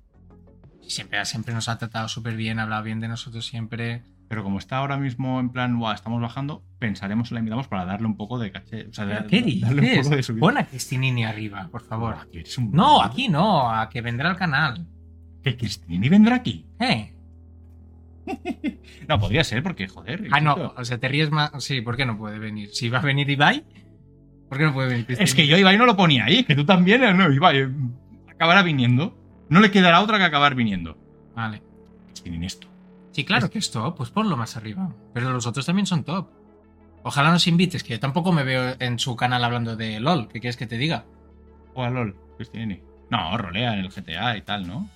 Speaker 2: Siempre, siempre nos ha tratado súper bien, ha hablado bien de nosotros siempre.
Speaker 1: Pero como está ahora mismo en plan, "Buah, estamos bajando, pensaremos en la invitamos para darle un poco de caché. O sea,
Speaker 2: ¿Pero
Speaker 1: da-
Speaker 2: ¿Qué
Speaker 1: darle un poco de Ah.
Speaker 2: dices?
Speaker 1: subida.
Speaker 2: Pon a Cristinini arriba, por favor.
Speaker 1: Aquí eres un-
Speaker 2: No, aquí no, a que vendrá al canal.
Speaker 1: Que Cristinini vendrá aquí.
Speaker 2: ¿Eh?
Speaker 1: No, podría ser, porque joder.
Speaker 2: Ah, no,
Speaker 1: insisto.
Speaker 2: o sea, te ríes más. Sí, ¿por qué no puede venir? Si va a venir Ibai, ¿por qué no puede venir Cristinini?
Speaker 1: Es que yo Ibai no lo ponía ahí, que tú también, eh, no, Ibai eh, acabará viniendo. No le quedará otra que acabar viniendo.
Speaker 2: Vale.
Speaker 1: Cristinini esto.
Speaker 2: Sí, claro que es top, pues ponlo más arriba. Pero los otros también son top. Ojalá nos invites, que yo tampoco me veo en su canal hablando de LOL. ¿Qué quieres que te diga?
Speaker 1: O a LOL, Cristinini. No, rolea en el GTA y tal, ¿no?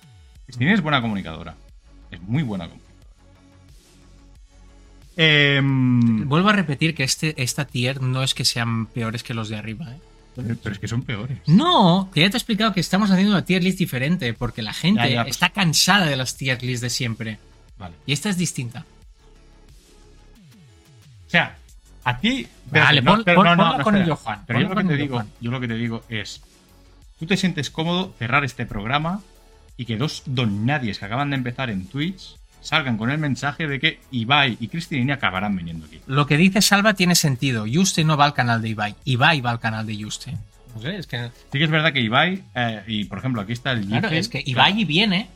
Speaker 1: Cristinini es buena comunicadora. Es muy buena comunicadora. Em,
Speaker 2: Vuelvo a repetir que este, esta tier no es que sean peores que los de arriba, ¿eh?
Speaker 1: pero es que son peores.
Speaker 2: No, que ya te he explicado que estamos haciendo una tier list diferente, porque la gente
Speaker 1: Ya, ya, pues.
Speaker 2: está cansada de las tier list de siempre.
Speaker 1: Vale.
Speaker 2: Y esta es distinta.
Speaker 1: O sea, a ti.
Speaker 2: Vale,
Speaker 1: no,
Speaker 2: pon-
Speaker 1: espera,
Speaker 2: pon-
Speaker 1: no, no,
Speaker 2: ponla
Speaker 1: no,
Speaker 2: con
Speaker 1: espera.
Speaker 2: el Johan,
Speaker 1: Pero yo lo,
Speaker 2: ponla
Speaker 1: que
Speaker 2: con
Speaker 1: te
Speaker 2: el
Speaker 1: digo,
Speaker 2: Johan.
Speaker 1: yo lo que te digo es: tú te sientes cómodo cerrar este programa y que dos don nadies que acaban de empezar en Twitch salgan con el mensaje de que Ibai y Cristinini acabarán viniendo aquí.
Speaker 2: Lo que dice Salva tiene sentido. Juste no va al canal de Ibai. Ibai va al canal de Juste. No sé, es que.
Speaker 1: Sí que es verdad que Ibai, eh, y por ejemplo, aquí está el
Speaker 2: Claro,
Speaker 1: Yige,
Speaker 2: es que Ibai viene.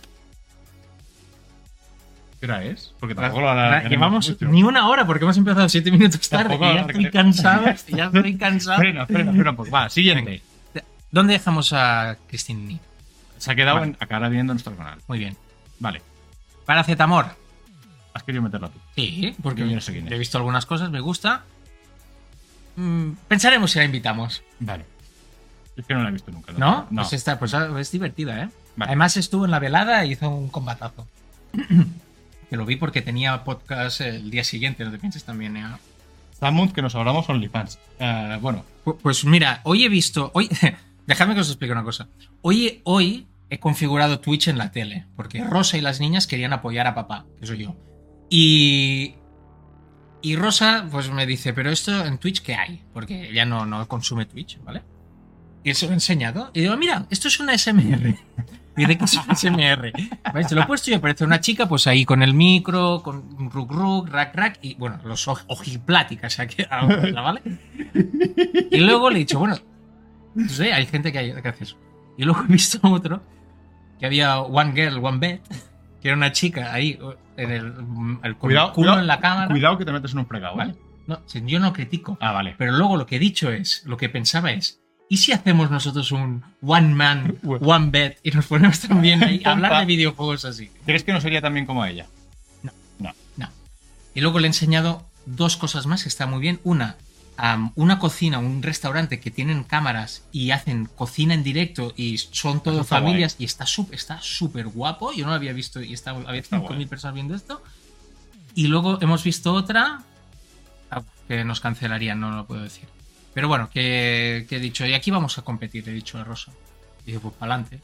Speaker 1: ¿Qué hora es? Porque tampoco lo hará.
Speaker 2: Llevamos ni una hora porque hemos empezado siete minutos tarde.
Speaker 1: Tampoco
Speaker 2: y ya
Speaker 1: alargaremos.
Speaker 2: estoy cansado. ya
Speaker 1: (laughs)
Speaker 2: estoy cansado.
Speaker 1: Frena, frena, frena un poco. Va, siguiente.
Speaker 2: ¿Dónde dejamos a Cristinini?
Speaker 1: Se ha quedado
Speaker 2: Vale.
Speaker 1: en acabará viniendo a nuestro canal.
Speaker 2: Muy bien.
Speaker 1: Vale,
Speaker 2: Para Zetamor.
Speaker 1: has querido meterlo tú.
Speaker 2: Sí, porque
Speaker 1: Yo no sé quién es.
Speaker 2: he visto algunas cosas, me gusta. Mm, pensaremos si la invitamos.
Speaker 1: Vale. Es que no la he visto nunca.
Speaker 2: ¿No?
Speaker 1: No.
Speaker 2: Pues, está, pues es divertida, ¿eh?
Speaker 1: Vale.
Speaker 2: Además estuvo en la velada y hizo un combatazo. (clears throat) que lo vi porque tenía podcast el día siguiente, no te pienses también, ¿eh?
Speaker 1: Samund, que nos hablamos OnlyFans. Eh, bueno,
Speaker 2: Pu- Pues mira, hoy he visto. Hoy, (laughs) dejadme que os explique una cosa. Hoy, hoy he configurado Twitch en la tele, porque Rosa y las niñas querían apoyar a papá, que soy yo. Y. Y Rosa, pues me dice, pero esto en Twitch, ¿qué hay? Porque ella no, no consume Twitch, ¿vale? Y eso lo he enseñado. Y digo, mira, esto es una (laughs) SMR. Dice que es una SMR. ¿Veis? Se lo he puesto y aparece una chica, pues ahí con el micro, con ruk ruk, rack rack, y bueno, los oj- ojipláticas (laughs) aquí, ¿vale? Y luego le he dicho, bueno, no sé, hay gente que, hay, que hace eso. Y luego he visto otro que había One Girl, One Bed, que era una chica ahí, en el, el- con
Speaker 1: Cuidado,
Speaker 2: el culo
Speaker 1: cuidado,
Speaker 2: en la cámara.
Speaker 1: cuidado que te metes en un fregado, ¿vale?
Speaker 2: Vale. No, si- yo no critico.
Speaker 1: Ah, vale.
Speaker 2: Pero luego lo que he dicho es, lo que pensaba es, ¿Y si hacemos nosotros un one man, one bet y nos ponemos también ahí a hablar de videojuegos así?
Speaker 1: ¿Crees que no sería tan bien como ella?
Speaker 2: No. Y luego le he enseñado dos cosas más que está muy bien. Una, am, una cocina, un restaurante que tienen cámaras y hacen cocina en directo y son todo
Speaker 1: está
Speaker 2: familias y está sup- está súper guapo. Yo no lo había visto y está, había
Speaker 1: Está
Speaker 2: 5.000
Speaker 1: guay.
Speaker 2: personas viendo esto. Y luego hemos visto otra ah, que nos cancelarían, no lo puedo decir. Pero bueno, que, que he dicho, y aquí vamos a competir, he dicho a Rosa. Y digo, pues para adelante.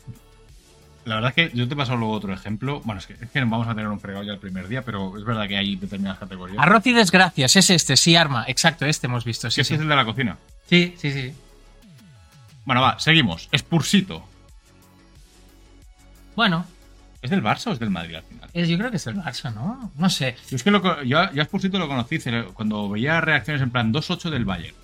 Speaker 1: La verdad es que yo te paso luego otro ejemplo. Bueno, es que, es que nos vamos a tener un fregado ya el primer día, pero es verdad que hay determinadas categorías.
Speaker 2: Arroz y desgracias, es este, sí, arma. Exacto, este hemos visto.
Speaker 1: Que
Speaker 2: Sí,
Speaker 1: este
Speaker 2: sí,
Speaker 1: es el de la cocina.
Speaker 2: sí, sí, sí.
Speaker 1: Bueno, va, seguimos. Spursito.
Speaker 2: Bueno,
Speaker 1: ¿Es del Barça o es del Madrid al final?
Speaker 2: Es- yo creo que es el Barça, ¿no? No sé.
Speaker 1: Yo es que lo, co- yo, a- yo a Spursito lo conocí cele- cuando veía reacciones en plan 2-8 del Bayern.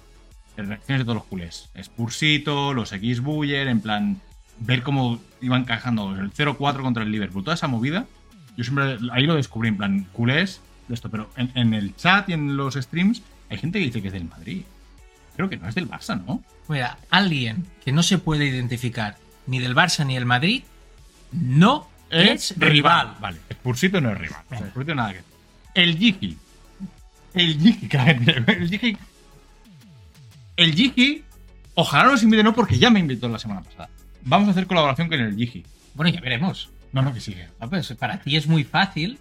Speaker 1: Eh, Reacciones de todos los culés. Spursito, los X Buller, en plan ver cómo iban cajando el 0-4 contra el Liverpool. Toda esa movida, yo siempre ahí lo descubrí, en plan culés de esto. Pero en, en el chat y en los streams hay gente que dice que es del Madrid. Creo que no es del Barça, ¿no?
Speaker 2: Mira, alguien que no se puede identificar ni del Barça ni del Madrid no es, rival.
Speaker 1: ¿Eh? Vale, Spursito no es rival. O sea, Spursito nada que. El Jiki. El (laughs) Jiki, cabrón. El Jiki. El Jiki. Ojalá nos invite, no, porque ya me invitó la semana pasada. Vamos a hacer colaboración con el Jiki.
Speaker 2: Bueno, ya veremos.
Speaker 1: No, no, que sigue.
Speaker 2: Ah, pues para ti es muy fácil,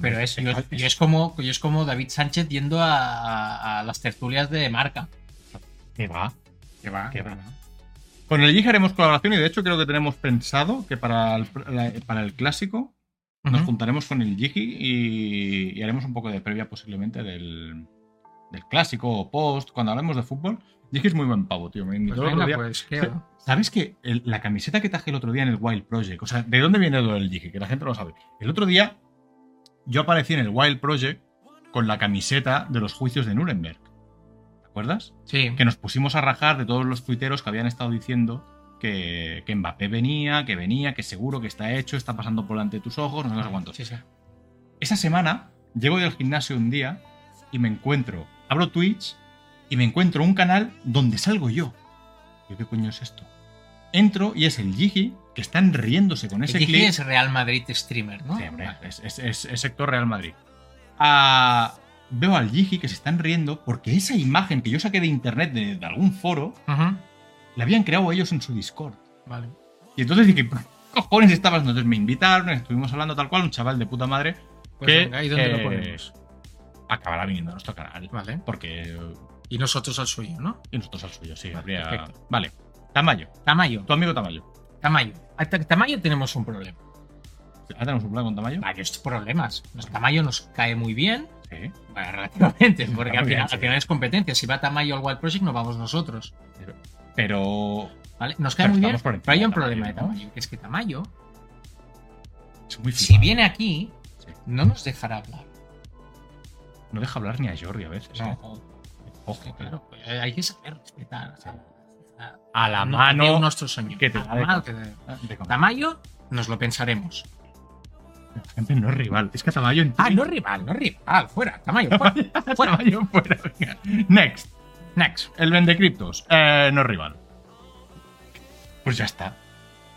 Speaker 2: pero es, yo, yo es como, yo es como David Sánchez yendo a, a las tertulias de marca.
Speaker 1: Que va.
Speaker 2: Que va,
Speaker 1: que va. Con el Jiki haremos colaboración y de hecho creo que tenemos pensado que para el, la- para el clásico nos juntaremos con el Jiki y, y haremos un poco de previa posiblemente del, del clásico o post. Cuando hablemos de fútbol, Jiki es muy buen pavo, tío. Me
Speaker 2: Pues
Speaker 1: invitó el otro día. ¿Sabes que el- la camiseta que traje el otro día en el Wild Project, o sea, ¿de dónde viene lo del Jiki? Que la gente no lo sabe. El otro día yo aparecí en el Wild Project con la camiseta de los juicios de Nuremberg. ¿Te acuerdas?
Speaker 2: Sí.
Speaker 1: Que nos pusimos a rajar de todos los tuiteros que habían estado diciendo que, que Mbappé venía, que venía, que seguro que está hecho, está pasando por delante de tus ojos, no sé cuántos.
Speaker 2: Sí, sí.
Speaker 1: Esa semana llego del gimnasio un día y me encuentro, abro Twitch y me encuentro un canal donde salgo yo. Yo, ¿qué coño es esto? Entro y es el Gigi que están riéndose con ese
Speaker 2: El Gigi
Speaker 1: clip.
Speaker 2: es Real Madrid streamer, ¿no?
Speaker 1: Sí, hombre, es, es- es- es sector Real Madrid. Ah, veo al Gigi que se están riendo porque esa imagen que yo saqué de internet de, de algún foro
Speaker 2: Ujú,
Speaker 1: la habían creado ellos en su Discord.
Speaker 2: Vale.
Speaker 1: Y entonces dije, ¿qué cojones estabas? Entonces me invitaron, estuvimos hablando tal cual, un chaval de puta madre.
Speaker 2: Pues
Speaker 1: que,
Speaker 2: venga, ¿y dónde lo
Speaker 1: eh,
Speaker 2: ponemos?
Speaker 1: Acabará viniendo a nuestro canal.
Speaker 2: Vale.
Speaker 1: Porque. eh,
Speaker 2: Y nosotros al suyo, ¿no?
Speaker 1: Y nosotros al suyo, sí.
Speaker 2: Vale,
Speaker 1: habría-
Speaker 2: perfecto.
Speaker 1: Vale. Tamayo.
Speaker 2: Tamayo.
Speaker 1: Tu amigo Tamayo.
Speaker 2: Tamayo. A Ta- Tamayo tenemos un problema.
Speaker 1: ¿Ahora tenemos un plan con Tamayo?
Speaker 2: Varios problemas. Nos- Tamayo nos cae muy bien,
Speaker 1: Sí.
Speaker 2: bueno, (laughs) relativamente, porque
Speaker 1: Muy
Speaker 2: al
Speaker 1: bien,
Speaker 2: final,
Speaker 1: sí.
Speaker 2: al final es competencia. Si va Tamayo al Wild Project, no vamos nosotros.
Speaker 1: Pero.
Speaker 2: ¿vale? Nos cae
Speaker 1: Pero
Speaker 2: muy bien,
Speaker 1: estamos por encima
Speaker 2: pero hay un
Speaker 1: de Tamayo,
Speaker 2: problema de
Speaker 1: ¿no?
Speaker 2: Tamayo, que es que Tamayo,
Speaker 1: Es muy
Speaker 2: si
Speaker 1: flipado.
Speaker 2: viene aquí,
Speaker 1: Sí.
Speaker 2: no nos dejará hablar.
Speaker 1: No deja hablar ni a Jordi a veces. ¿eh?
Speaker 2: No,
Speaker 1: Ojo,
Speaker 2: claro, pues, hay que saber respetar.
Speaker 1: Sí.
Speaker 2: a-
Speaker 1: A la
Speaker 2: no-
Speaker 1: mano.
Speaker 2: a nuestro sueño.
Speaker 1: que te
Speaker 2: A la
Speaker 1: da de
Speaker 2: mano que te-
Speaker 1: Ah, de comer.
Speaker 2: Tamayo, nos lo pensaremos.
Speaker 1: La gente no es rival. Es que a Tamayo en
Speaker 2: Ah, no rival, no rival. Fuera, Tamayo,
Speaker 1: (laughs)
Speaker 2: fuera. fuera.
Speaker 1: Tamayo fuera, venga. Next.
Speaker 2: Next.
Speaker 1: El vendecriptos. Eh, no es rival. Pues ya está.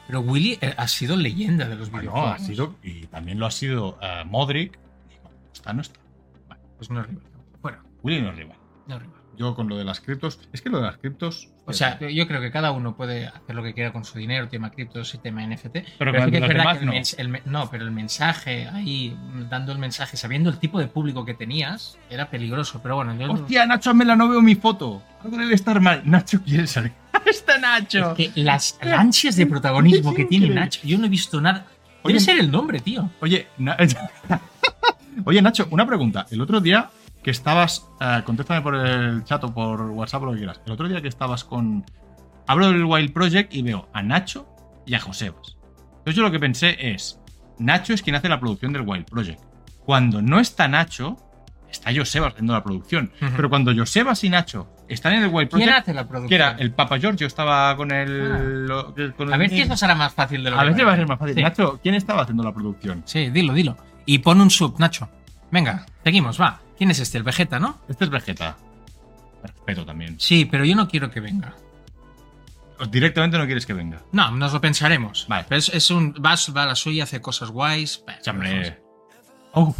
Speaker 2: Pero Willy eh, ha sido leyenda de los
Speaker 1: Bueno,
Speaker 2: videojuegos.
Speaker 1: Ah, ha sido. Y también lo ha sido eh, Modric. Y cuando está, no está.
Speaker 2: Vale, pues no es rival. Fuera,
Speaker 1: Willy no es rival.
Speaker 2: no es rival.
Speaker 1: Yo con lo de las criptos. Es que lo de las criptos. eh,
Speaker 2: O sea, yo- yo creo que cada uno puede hacer lo que quiera con su dinero, tema criptos y tema NFT. Pero,
Speaker 1: con
Speaker 2: sí que es
Speaker 1: los
Speaker 2: verdad
Speaker 1: demás,
Speaker 2: que el
Speaker 1: no.
Speaker 2: mens- el me- no, pero el mensaje ahí, dando el mensaje, sabiendo el tipo de público que tenías, era peligroso. Pero bueno, yo
Speaker 1: Hostia, Nacho Amela, no veo mi foto. Algo debe estar mal. Nacho quiere salir. (laughs) ¡Está
Speaker 2: es
Speaker 1: Nacho!
Speaker 2: que las las ansias de protagonismo que tiene
Speaker 1: Increíble.
Speaker 2: Nacho, yo no he visto nada.
Speaker 1: Oye,
Speaker 2: Debe ser el nombre, tío.
Speaker 1: Oye, Na- (laughs) Oye, Nacho, una pregunta. El otro día que estabas. eh, contéstame por el chat o por WhatsApp o lo que quieras. El otro día que estabas con. Abro el Wild Project y veo a Nacho y a Josebas. Entonces yo lo que pensé es. Nacho es quien hace la producción del Wild Project. Cuando no está Nacho, está Josebas haciendo la producción.
Speaker 2: Ujú.
Speaker 1: Pero cuando Josebas y Nacho están en el Wild
Speaker 2: ¿Quién
Speaker 1: Project.
Speaker 2: hace la producción? Ah.
Speaker 1: Que era el Papa Giorgio, estaba con el. lo- con
Speaker 2: A
Speaker 1: el-
Speaker 2: ver si eso será más fácil de lo
Speaker 1: A
Speaker 2: que
Speaker 1: ver si va a ser
Speaker 2: parece.
Speaker 1: más fácil.
Speaker 2: Sí.
Speaker 1: Nacho, ¿quién estaba haciendo la producción?
Speaker 2: Sí, dilo, dilo. Y pon un sub, Nacho. Venga, seguimos, va. ¿Quién es este? El Vegeta, ¿no?
Speaker 1: Este es Vegeta. Respeto también.
Speaker 2: Sí, pero yo no quiero que venga.
Speaker 1: Directamente no quieres que venga.
Speaker 2: No, nos lo pensaremos.
Speaker 1: Vale.
Speaker 2: Pero es, es un. Vas, va a la suya, hace cosas guays.
Speaker 1: Sí, hombre. Oh,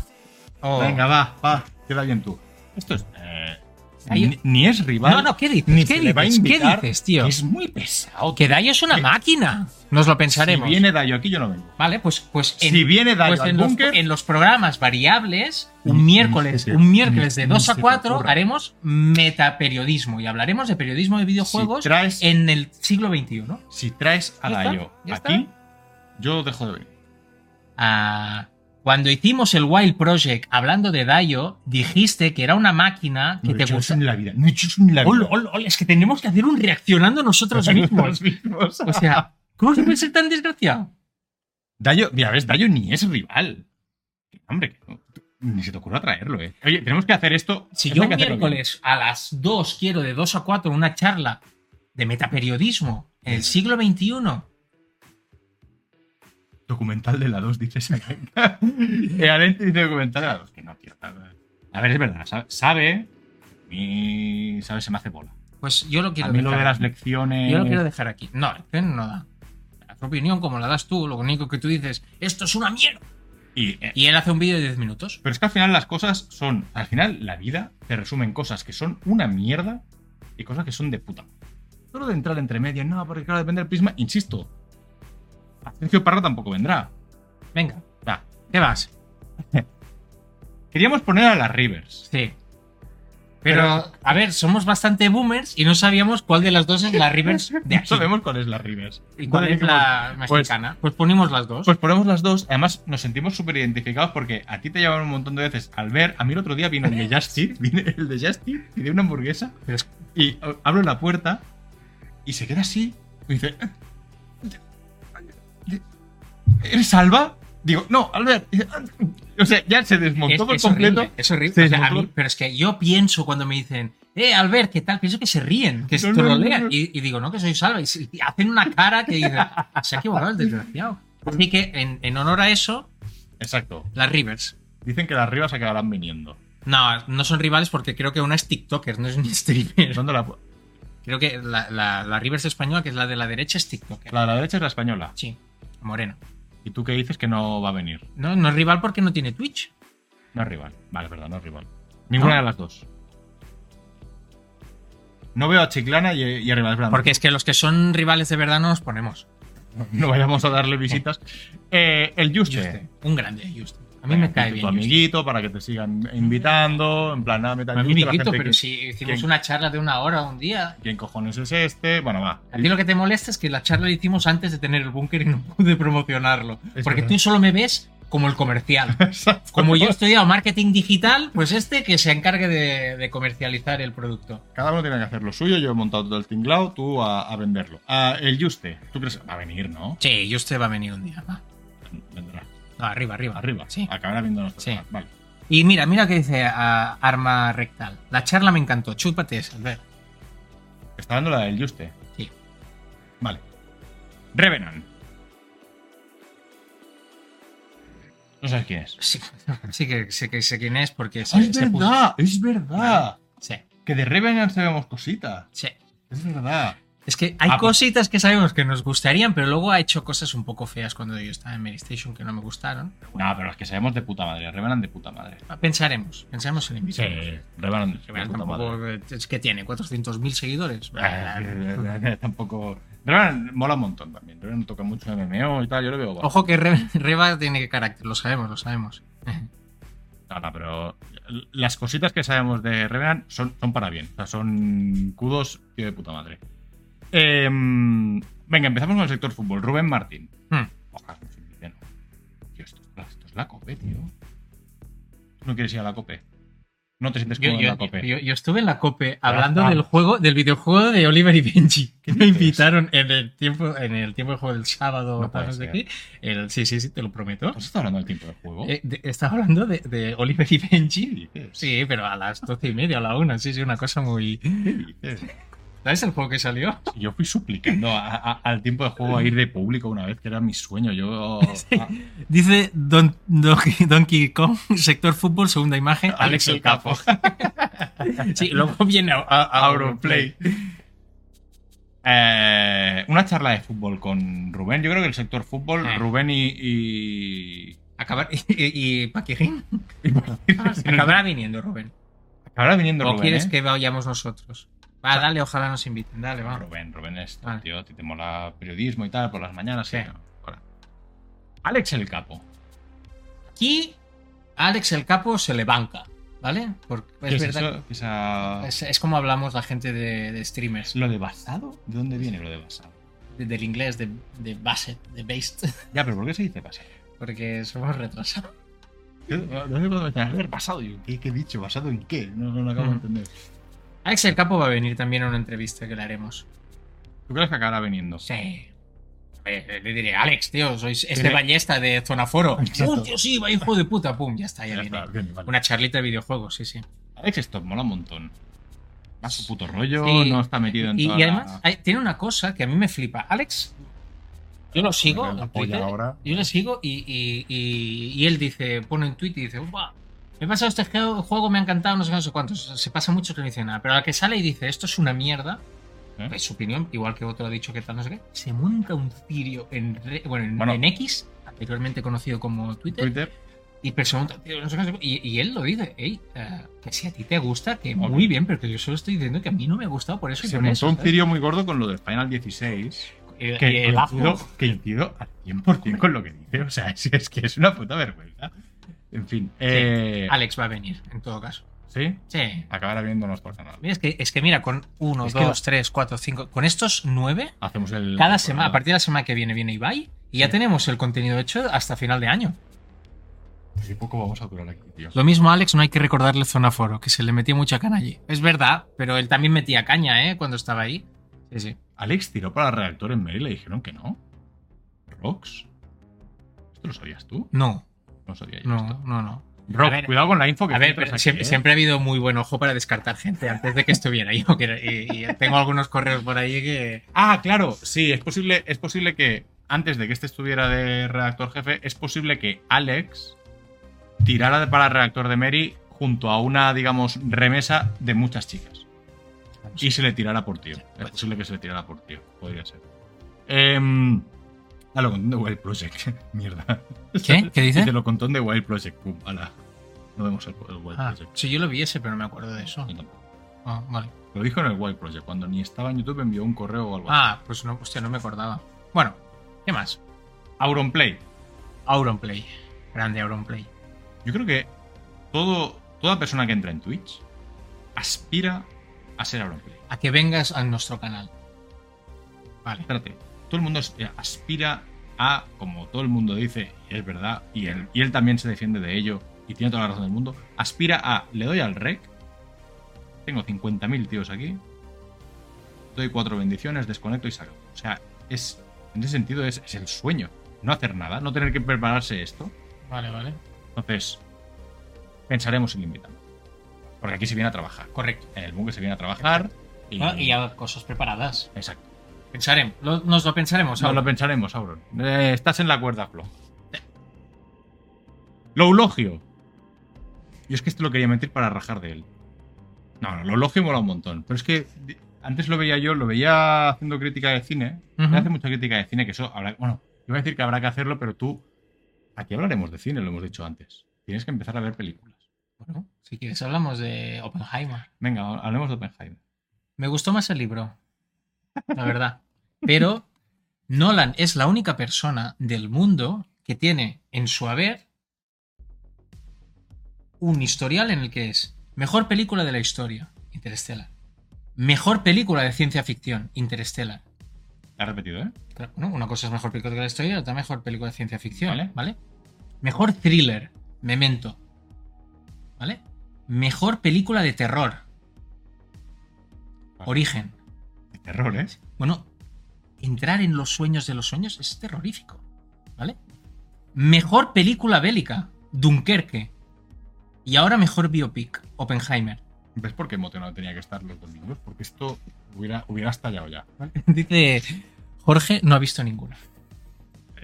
Speaker 2: Oh.
Speaker 1: Venga, va, va, queda bien tú. Esto es. eh,
Speaker 2: Ahí-
Speaker 1: ni, ni es rival.
Speaker 2: No, no, ¿qué dices?
Speaker 1: Ni
Speaker 2: ¿Qué
Speaker 1: se le va a
Speaker 2: dices? ¿Qué
Speaker 1: invitar,
Speaker 2: dices, tío?
Speaker 1: Es muy pesado.
Speaker 2: Que Dayo es una
Speaker 1: Eh,
Speaker 2: máquina. Oh, Nos lo
Speaker 1: Si
Speaker 2: pensaremos.
Speaker 1: viene Dayo aquí, yo no vengo.
Speaker 2: Vale, pues, pues
Speaker 1: Si viene Dayo al
Speaker 2: en, los,
Speaker 1: búnker-
Speaker 2: en los programas variables,
Speaker 1: Ni-
Speaker 2: un
Speaker 1: ni
Speaker 2: miércoles,
Speaker 1: se te-
Speaker 2: un miércoles
Speaker 1: ni-
Speaker 2: de
Speaker 1: ni
Speaker 2: 2
Speaker 1: se
Speaker 2: a
Speaker 1: te
Speaker 2: 4
Speaker 1: ocurra.
Speaker 2: haremos metaperiodismo y hablaremos de periodismo de videojuegos
Speaker 1: Si traes-
Speaker 2: en el siglo XXI.
Speaker 1: Si traes a
Speaker 2: Ya está,
Speaker 1: Dayo
Speaker 2: ya está.
Speaker 1: aquí, yo dejo de venir.
Speaker 2: Ah, cuando hicimos el Wild Project hablando de Dayo, dijiste que era una máquina que
Speaker 1: No he
Speaker 2: te
Speaker 1: hecho eso
Speaker 2: gusta.
Speaker 1: en la vida. No he hecho eso en la vida.
Speaker 2: Ol, ol, ol, es que tenemos que hacer un reaccionando (laughs) nosotros mismos.
Speaker 1: (laughs) Los mismos.
Speaker 2: O sea, ¿cómo se puede ser tan desgraciado?
Speaker 1: Dayo, mira, ves, Dayo ni es rival. Que, Hombre, que no, tú- ni se te ocurra traerlo, eh. Oye, tenemos que hacer esto.
Speaker 2: Si
Speaker 1: esto
Speaker 2: yo
Speaker 1: hay que
Speaker 2: un
Speaker 1: hacerlo
Speaker 2: miércoles a las 2 quiero de 2 a 4 una charla de metaperiodismo en el siglo XXI,
Speaker 1: bien. Documental de la 2, dice esa caca. (laughs) Eh, Alente dice documental de la 2. Que no, tío. nada. A ver, es verdad. Sabe. Sabe, a mí, sabe se me hace bola.
Speaker 2: pues yo lo quiero
Speaker 1: A mí lo
Speaker 2: dejar
Speaker 1: de las
Speaker 2: aquí.
Speaker 1: lecciones.
Speaker 2: Yo lo quiero dejar aquí. No, es que no da. La opinión, como la das tú, lo único que tú dices, esto es una mierda.
Speaker 1: y, eh,
Speaker 2: Y él hace un vídeo de 10 minutos.
Speaker 1: Pero es que al final las cosas son. Al final, la vida te resumen cosas que son una mierda y cosas que son de puta. Solo de entrar entre medio, no, porque claro, depende del prisma. Insisto, a Sergio Parra tampoco vendrá.
Speaker 2: Venga,
Speaker 1: Va.
Speaker 2: ¿qué vas?
Speaker 1: Queríamos poner a las Rivers. (laughs)
Speaker 2: Sí. Pero, a ver, somos bastante boomers y no sabíamos cuál de las dos es la Rivers (laughs) de
Speaker 1: No
Speaker 2: aquí.
Speaker 1: sabemos cuál es la Rivers.
Speaker 2: ¿Y cuál es la
Speaker 1: Pues-
Speaker 2: mexicana? Pues, ponemos las dos.
Speaker 1: Pues ponemos las dos. Además, nos sentimos súper identificados porque a ti te llamaron un montón de veces al ver. A mí el otro día vino el
Speaker 2: (laughs)
Speaker 1: de Justin, vino el de Justin, pidió una hamburguesa
Speaker 2: Pero es-
Speaker 1: y a- abro la puerta y se queda así. Me dice: ¿Eres Alba? Digo, no, Albert. Y dice, "Ah". O sea, ya se
Speaker 2: es,
Speaker 1: desmontó por
Speaker 2: es
Speaker 1: completo.
Speaker 2: horrible. Es horrible.
Speaker 1: Sí,
Speaker 2: O sea, a
Speaker 1: desmontó.
Speaker 2: mí- pero es que yo pienso cuando me dicen, eh, Albert, ¿qué tal? Pienso que se ríen, que
Speaker 1: No,
Speaker 2: se
Speaker 1: no, no,
Speaker 2: trolean.
Speaker 1: no.
Speaker 2: Y, y digo, no, que soy salva. Y, se- y hacen una cara que dicen, se ha equivocado el desgraciado. Así que, en, en honor a eso,
Speaker 1: Exacto.
Speaker 2: las Rivers.
Speaker 1: Dicen que las Rivers acabarán viniendo.
Speaker 2: No, no son rivales porque creo que una es TikToker, no es ni (laughs) streamer.
Speaker 1: ¿Dónde la, pu-
Speaker 2: Creo que la, la, la Rivers española, que es la de la derecha, es TikToker.
Speaker 1: la de la derecha es la española.
Speaker 2: Sí, moreno.
Speaker 1: ¿Y tú qué dices que no va a venir?
Speaker 2: No, no es rival porque no tiene Twitch.
Speaker 1: No es rival. Vale, verdad, no es rival. Ninguna
Speaker 2: ¿No?
Speaker 1: de las dos. No veo a Chiclana y, y a Rivas Brand.
Speaker 2: Porque es que los que son rivales de verdad no nos ponemos.
Speaker 1: no vayamos a darle visitas. Eh, el Juste.
Speaker 2: Juste, Un grande, Juste. A mí
Speaker 1: Venga,
Speaker 2: me cae
Speaker 1: tu
Speaker 2: bien. Juste.
Speaker 1: amiguito para que te sigan invitando. En plan, nada, meta
Speaker 2: A mí
Speaker 1: Juste, la
Speaker 2: amiguito,
Speaker 1: gente
Speaker 2: pero
Speaker 1: que-
Speaker 2: si hicimos
Speaker 1: ¿Quién?
Speaker 2: una charla de una hora un día.
Speaker 1: ¿Quién cojones es este? Bueno, va.
Speaker 2: A ti lo que te molesta es que la charla la hicimos antes de tener el búnker y no pude promocionarlo.
Speaker 1: Es
Speaker 2: porque
Speaker 1: verdad.
Speaker 2: tú solo me ves como
Speaker 1: (laughs)
Speaker 2: el comercial.
Speaker 1: (laughs) Exacto.
Speaker 2: Como yo he estudiado marketing digital, pues este que se encargue de, de comercializar el producto.
Speaker 1: Cada uno tiene que hacer lo suyo. Yo he montado todo el tinglao, tú a, a venderlo. Ah, el Juste. ¿Tú crees? Va a venir, ¿no?
Speaker 2: Sí, Juste este va a venir un día. va.
Speaker 1: Vendrá.
Speaker 2: No, arriba, arriba.
Speaker 1: Arriba.
Speaker 2: Sí.
Speaker 1: Acabará viendo nuestro.
Speaker 2: Sí.
Speaker 1: Vale.
Speaker 2: Y mira, mira que dice ah, arma rectal. La charla me encantó. Chúpate esa, Albert.
Speaker 1: Está dando la del Juste.
Speaker 2: Sí.
Speaker 1: Vale. Revenant. No sabes quién es.
Speaker 2: Sí, (laughs) sí que, sé que sé quién es porque
Speaker 1: Ah,
Speaker 2: se,
Speaker 1: es
Speaker 2: se puso-
Speaker 1: verdad, es verdad.
Speaker 2: Sí,
Speaker 1: Que de Revenant sabemos cositas.
Speaker 2: sí.
Speaker 1: Es verdad.
Speaker 2: Es que hay
Speaker 1: Ah, pues-
Speaker 2: cositas que sabemos que nos gustarían, pero luego ha hecho cosas un poco feas cuando yo estaba en Medistation que no me gustaron.
Speaker 1: No, pero las que sabemos de puta madre. Revenant de puta madre.
Speaker 2: Ah, Pensaremos, pensaremos en invitarlo.
Speaker 1: Revenant de
Speaker 2: Que vean
Speaker 1: puta madre.
Speaker 2: tampoco- Es que tiene 400.000 seguidores.
Speaker 1: Ah, (laughs) Tampoco. Revenant mola un montón también. Revenant toca mucho MMO y tal. Yo lo veo. guapo.
Speaker 2: Ojo que Re- Reba tiene carácter, lo sabemos, lo sabemos.
Speaker 1: No, no, pero las cositas que sabemos de Revenant son, son para bien. O sea, son cudos tío de puta madre. Em, venga, empezamos con el sector fútbol. Rubén Martín.
Speaker 2: Hmm.
Speaker 1: Ojas, no soy cristiano. Tío, esto, es- esto es la COPE, tío. ¿Tú no quieres ir a la COPE? ¿No te sientes
Speaker 2: Yo,
Speaker 1: cómodo
Speaker 2: yo-
Speaker 1: en la COPE?
Speaker 2: yo- yo estuve en la COPE hablando
Speaker 1: Ah.
Speaker 2: del juego, del videojuego de Oliver y Benji.
Speaker 1: ¿Qué
Speaker 2: (laughs) Que me
Speaker 1: dices?
Speaker 2: invitaron en el tiempo, en el tiempo de juego del sábado,
Speaker 1: No puede
Speaker 2: tal, no sé
Speaker 1: ser.
Speaker 2: qué. El- sí, sí, sí, te lo prometo.
Speaker 1: ¿Has estado hablando del tiempo del juego?
Speaker 2: Eh, de- estaba hablando de, de Oliver y Benji.
Speaker 1: ¿Qué dices?
Speaker 2: Sí, pero a las doce y media o la una, sí, sí, una cosa muy.
Speaker 1: ¿Qué dices?
Speaker 2: ¿Sabes el juego que salió?
Speaker 1: Si Yo fui suplicando a- a- al tiempo de juego a ir de público una vez, que era mi sueño.
Speaker 2: (laughs)
Speaker 1: Yo. a-
Speaker 2: Dice Don, Donkey- Donkey Kong, sector fútbol, segunda imagen, Alex el Capo. Sí, luego viene a, a, a
Speaker 1: Auronplay. (laughs) Eh, una charla de fútbol con Rubén. Yo creo que el sector fútbol,
Speaker 2: Eh.
Speaker 1: Rubén y. y...
Speaker 2: Acabar, y, y, y (laughs) Paquirrín.
Speaker 1: y (laughs)
Speaker 2: Ah, Acabará viniendo, Rubén.
Speaker 1: Acabará viniendo
Speaker 2: ¿O
Speaker 1: Rubén.
Speaker 2: quieres
Speaker 1: ¿eh?
Speaker 2: que vayamos nosotros? Va, dale, ojalá nos inviten. Dale, va.
Speaker 1: Ah, Rubén, Rubén es,
Speaker 2: Vale.
Speaker 1: tío, a ti te mola periodismo y tal, por las mañanas.
Speaker 2: Sí.
Speaker 1: y no, ahora. Alex el Capo.
Speaker 2: Aquí, a Alex el Capo se le banca, ¿vale? Porque
Speaker 1: ¿Qué
Speaker 2: es verdad.
Speaker 1: eso? ¿Qué es a-
Speaker 2: Es, es como hablamos la gente de, de streamers,
Speaker 1: ¿Lo de basado? ¿De dónde viene lo de basado?
Speaker 2: de- del inglés, de, de based, de based, (laughs)
Speaker 1: Ya, pero ¿por qué se dice basado?
Speaker 2: porque somos retrasados.
Speaker 1: Yo- No sé cuándo me a ver, basado. Yo, ¿qué, qué he dicho? ¿Basado en qué? No, no lo acabo de
Speaker 2: Mm.
Speaker 1: entender.
Speaker 2: Alex el Capo va a venir también a una entrevista que le haremos.
Speaker 1: ¿Tú crees que acabará viniendo?
Speaker 2: Sí. eh, Le, le diré, Alex, tío, sois este
Speaker 1: Tiene-
Speaker 2: ballesta de Zonaforo.
Speaker 1: Exacto.
Speaker 2: ¡Uh, tío, sí, va hijo de puta! ¡Pum! Ya está, ya,
Speaker 1: Ya
Speaker 2: viene.
Speaker 1: está, bien, vale.
Speaker 2: Una charlita de videojuegos, sí, sí.
Speaker 1: Alex esto mola un montón. Va a su puto rollo,
Speaker 2: Sí.
Speaker 1: no está metido en
Speaker 2: Y,
Speaker 1: toda
Speaker 2: y
Speaker 1: la-
Speaker 2: además, hay- tiene una cosa que a mí me flipa. Alex, yo lo sigo.
Speaker 1: Me la
Speaker 2: en
Speaker 1: polla
Speaker 2: Twitter,
Speaker 1: ahora.
Speaker 2: Yo le sigo y, y- y- y él dice, pone un tweet y dice, "Buah, Me he pasado este geo- juego, me ha encantado, no sé qué, no sé cuántos. Se pasa mucho que no dice nada. Pero la que sale y dice, esto es una mierda,
Speaker 1: ¿Eh?
Speaker 2: es su opinión, igual que otro ha dicho que tal, no sé qué, se monta un cirio en, re- bueno, en,
Speaker 1: Bueno.
Speaker 2: en X, anteriormente conocido como Twitter,
Speaker 1: Twitter.
Speaker 2: y pregunta, "Tío, no sé qué, no sé qué". y, y él lo dice, "Ey, eh, que si a ti te gusta, que
Speaker 1: Ok.
Speaker 2: muy bien, pero que yo solo estoy diciendo que a mí no me ha gustado por eso y
Speaker 1: Se
Speaker 2: por
Speaker 1: montó
Speaker 2: eso",
Speaker 1: un
Speaker 2: ¿sabes?
Speaker 1: cirio muy gordo con lo del Final 16.
Speaker 2: Eh, y
Speaker 1: Que
Speaker 2: el
Speaker 1: coincido,
Speaker 2: ajo.
Speaker 1: que coincido al 100% con lo que dice. O sea, (laughs) es, es que es una puta vergüenza. En fin. Eh,
Speaker 2: Alex va a venir, en todo caso.
Speaker 1: ¿Sí?
Speaker 2: Sí.
Speaker 1: Acabará viéndonos por canal.
Speaker 2: Mira, es que, es que mira, con 1,
Speaker 1: Es que-
Speaker 2: 2, 3, 4, 5, con estos 9,
Speaker 1: Hacemos el.
Speaker 2: cada semana, a partir de la semana que viene, viene Ibai, y ya tenemos el contenido hecho hasta final de año.
Speaker 1: Qué poco vamos a durar aquí, tío.
Speaker 2: Lo mismo Alex, no hay que recordarle Zona Foro, que se le metía mucha caña allí. Es verdad, pero él también metía caña, ¿eh? Cuando estaba ahí. Sí, sí.
Speaker 1: Alex tiró para redactor en mail y le dijeron que no. Rox. ¿Esto lo sabías tú?
Speaker 2: No,
Speaker 1: No sabía yo.
Speaker 2: no,
Speaker 1: esto.
Speaker 2: no, no.
Speaker 1: Rox,
Speaker 2: A ver-
Speaker 1: cuidado con la info que
Speaker 2: A ver,
Speaker 1: filtras
Speaker 2: pero
Speaker 1: aquí,
Speaker 2: siempre,
Speaker 1: ¿eh?
Speaker 2: siempre ha habido muy buen ojo para descartar gente antes de que estuviera (laughs) yo. que era- Y, y tengo algunos correos por ahí que.
Speaker 1: Ah, claro, sí, es posible, es posible que antes de que este estuviera de redactor jefe, es posible que Alex tirara de- para redactor de Mary junto a una, digamos, remesa de muchas chicas. Y se le tirara por tío.
Speaker 2: pues
Speaker 1: Es posible que se le tirara por tío. Podría ser. Em, a lo contón de Wild Project. (laughs) Mierda.
Speaker 2: ¿Qué? ¿Qué dice?
Speaker 1: Dice lo contón de Wild Project. Pum, ala. No vemos el, el Wild
Speaker 2: Ah,
Speaker 1: Project.
Speaker 2: sí, yo lo vi ese, pero no me acuerdo de eso.
Speaker 1: Yo tampoco.
Speaker 2: Ah, vale.
Speaker 1: Lo dijo en el Wild Project. Cuando ni estaba en YouTube envió un correo o algo así.
Speaker 2: Ah, pues no, hostia, no me acordaba. Bueno, ¿qué más?
Speaker 1: Auronplay.
Speaker 2: Auronplay. Grande Auronplay.
Speaker 1: Yo creo que todo, toda persona que entra en Twitch aspira a ser Auronplay.
Speaker 2: A que vengas a nuestro canal. Vale.
Speaker 1: Espérate, todo el mundo as- eh, aspira a, como todo el mundo dice, y es verdad, y él, y él también se defiende de ello, y tiene toda la razón del mundo, aspira a, le doy al rec, tengo 50.000 tíos aquí, doy cuatro bendiciones, desconecto y salgo. O sea, es, en ese sentido es, es el sueño, no hacer nada, no tener que prepararse esto.
Speaker 2: Vale, vale.
Speaker 1: Entonces, pensaremos si le invitamos. Porque aquí se viene a trabajar.
Speaker 2: Correcto.
Speaker 1: En el búnker se viene a trabajar. Y,
Speaker 2: Ah, Y ya cosas preparadas.
Speaker 1: Exacto.
Speaker 2: Pensaremos. lo- nos lo pensaremos.
Speaker 1: No,
Speaker 2: ahora.
Speaker 1: lo pensaremos, Auron. Eh, estás en la cuerda floja. Loulogio. Yo es que esto lo quería meter para rajar de él. No, no, Loulogio mola un montón. Pero es que di- antes lo veía yo, lo veía haciendo crítica de cine.
Speaker 2: Ujú.
Speaker 1: Le hace mucha crítica de cine, que eso habrá. Bueno, iba a decir que habrá que hacerlo, pero tú. Aquí hablaremos de cine, lo hemos dicho antes. Tienes que empezar a ver películas.
Speaker 2: Bueno, si quieres hablamos de Oppenheimer.
Speaker 1: Venga, hablemos de Oppenheimer.
Speaker 2: Me gustó más el libro. La verdad. Pero Nolan es la única persona del mundo que tiene en su haber un historial en el que es mejor película de la historia, Interstellar. Mejor película de ciencia ficción, Interstellar.
Speaker 1: La has repetido, ¿eh?
Speaker 2: Claro, ¿no? Una cosa es mejor película de la historia, otra mejor película de ciencia ficción,
Speaker 1: Vale.
Speaker 2: ¿vale? Mejor thriller, Memento. ¿Vale? Mejor película de terror,
Speaker 1: Vale.
Speaker 2: Origen.
Speaker 1: De terror, ¿eh?
Speaker 2: Bueno, entrar en los sueños de los sueños es terrorífico, ¿vale? Mejor película bélica, Dunkerque. Y ahora mejor biopic, Oppenheimer. (laughs)
Speaker 1: ¿Ves por qué Mote no tenía que estar los domingos? Porque esto hubiera, hubiera estallado ya.
Speaker 2: Dice Jorge, no ha visto ninguna.
Speaker 1: (laughs)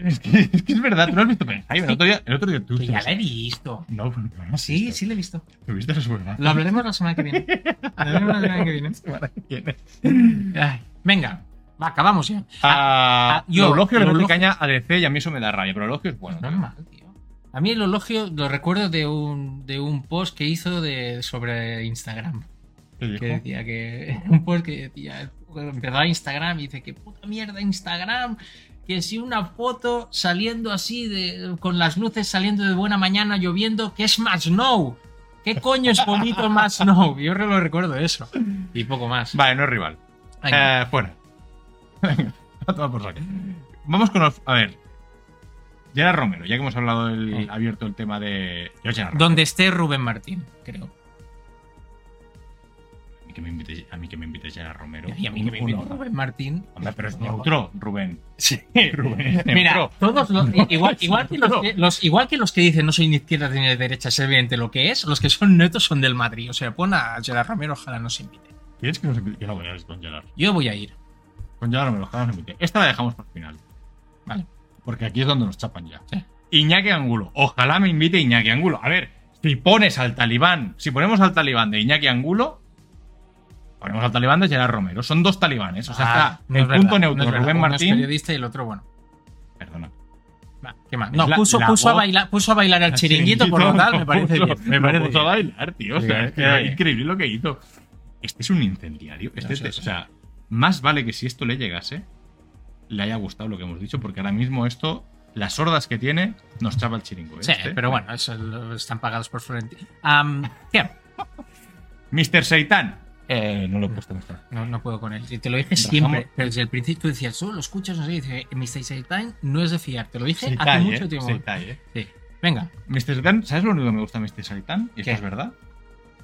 Speaker 1: Es que es, que es verdad, tú no has visto Oppenheimer. El otro día, el otro día tú.
Speaker 2: Que Pues ya la he visto.
Speaker 1: No, no, no lo has
Speaker 2: Sí,
Speaker 1: visto.
Speaker 2: sí la he visto.
Speaker 1: Tuviste la semana. (laughs)
Speaker 2: Lo hablaremos la semana que viene. Lo hablaremos la semana que viene.
Speaker 1: La semana que viene.
Speaker 2: Ay, venga, Va, acabamos ya.
Speaker 1: A,
Speaker 2: ah, yo-
Speaker 1: Eulogio le
Speaker 2: yo
Speaker 1: mete
Speaker 2: elogio-
Speaker 1: caña a DC y a mí eso me da rabia, pero Eulogio es bueno.
Speaker 2: No es mal, tío. A mí el elogio lo recuerdo de un, de un post que hizo de, sobre Instagram.
Speaker 1: ¿Qué dijo?
Speaker 2: Que decía que. (laughs) Un post que decía. Empezaba Instagram y dice que puta mierda Instagram. Que si una foto saliendo así, de, con las luces saliendo de buena mañana lloviendo, que es más no. ¿Qué coño es bonito más no? Yo lo recuerdo eso. Y poco más.
Speaker 1: Vale, no es rival.
Speaker 2: Ahí va.
Speaker 1: Eh, fuera. Venga, (laughs) a tomar por saco. Vamos con los. A ver. Gerard Romero, ya que hemos hablado del,
Speaker 2: Sí.
Speaker 1: abierto el tema de. Yo, Gerard Romero.
Speaker 2: Donde esté Rubén Martín, creo.
Speaker 1: A mí que me invite, a mí que me invite Gerard Romero.
Speaker 2: Y a mí que me
Speaker 1: Uno.
Speaker 2: invitó Rubén Martín.
Speaker 1: Hombre, pero es neutro, Rubén. (laughs)
Speaker 2: Sí.
Speaker 1: Rubén es
Speaker 2: Mira,
Speaker 1: neutro.
Speaker 2: todos los- i- igual, igual que los,
Speaker 1: No.
Speaker 2: que- los- igual que los que dicen no soy ni izquierda ni de derecha, es evidente lo que es, los que son netos son del Madrid. O sea, pon a Gerard Romero, ojalá nos invite.
Speaker 1: ¿Quieres que nos invite? Yo no voy a ir con Gerard.
Speaker 2: Yo voy a ir.
Speaker 1: Con Gerard Romero, ojalá nos invite. Esta la dejamos para el final.
Speaker 2: Vale.
Speaker 1: Porque aquí es donde nos chapan ya.
Speaker 2: Sí.
Speaker 1: Iñaki Angulo. Ojalá me invite Iñaki Angulo. A ver, si pones al talibán, si ponemos al talibán de Iñaki Angulo, ponemos al talibán de Gerard Romero. Son dos talibanes. O sea,
Speaker 2: Ah,
Speaker 1: está
Speaker 2: no
Speaker 1: el
Speaker 2: es verdad,
Speaker 1: punto
Speaker 2: no
Speaker 1: neutro
Speaker 2: es verdad.
Speaker 1: Rubén
Speaker 2: Uno es
Speaker 1: Martín.
Speaker 2: periodista y el otro, bueno.
Speaker 1: Perdona.
Speaker 2: Va, ¿Qué más?
Speaker 1: Es
Speaker 2: No,
Speaker 1: la-
Speaker 2: puso,
Speaker 1: la
Speaker 2: puso, a
Speaker 1: voz-
Speaker 2: bailar, puso a
Speaker 1: (laughs)
Speaker 2: bailar al chiringuito, por lo tal, me parece
Speaker 1: puso-
Speaker 2: bien.
Speaker 1: Me parece
Speaker 2: me parece
Speaker 1: puso a
Speaker 2: bien.
Speaker 1: bailar, tío. O
Speaker 2: Sí,
Speaker 1: sea,
Speaker 2: es
Speaker 1: es que era
Speaker 2: que-
Speaker 1: increíble lo que hizo. Este es un incendiario. Este,
Speaker 2: No sé,
Speaker 1: te-
Speaker 2: sí.
Speaker 1: O sea, más vale que si esto le llegase, le haya gustado lo que hemos dicho, porque ahora mismo esto, las hordas que tiene, nos chapa el chiringo. ¿eh?
Speaker 2: Sí,
Speaker 1: Este.
Speaker 2: pero bueno, eso lo- están pagados por Florentino. Am, ¿Qué?
Speaker 1: Mr. Seitan. Eh, no lo he puesto mejor.
Speaker 2: No, no puedo con él. Y Te lo dije
Speaker 1: Rajamos.
Speaker 2: siempre. Pero desde el principio tú decías, solo lo escuchas, no sé, y dice, Mr. Seitan no es de fiar. Te lo dije hace
Speaker 1: ¿eh?
Speaker 2: mucho tiempo. Sí. Venga,
Speaker 1: Mr. Seitan, ¿sabes lo único que me gusta de Mr. Seitan? Y esto
Speaker 2: ¿Qué?
Speaker 1: es verdad.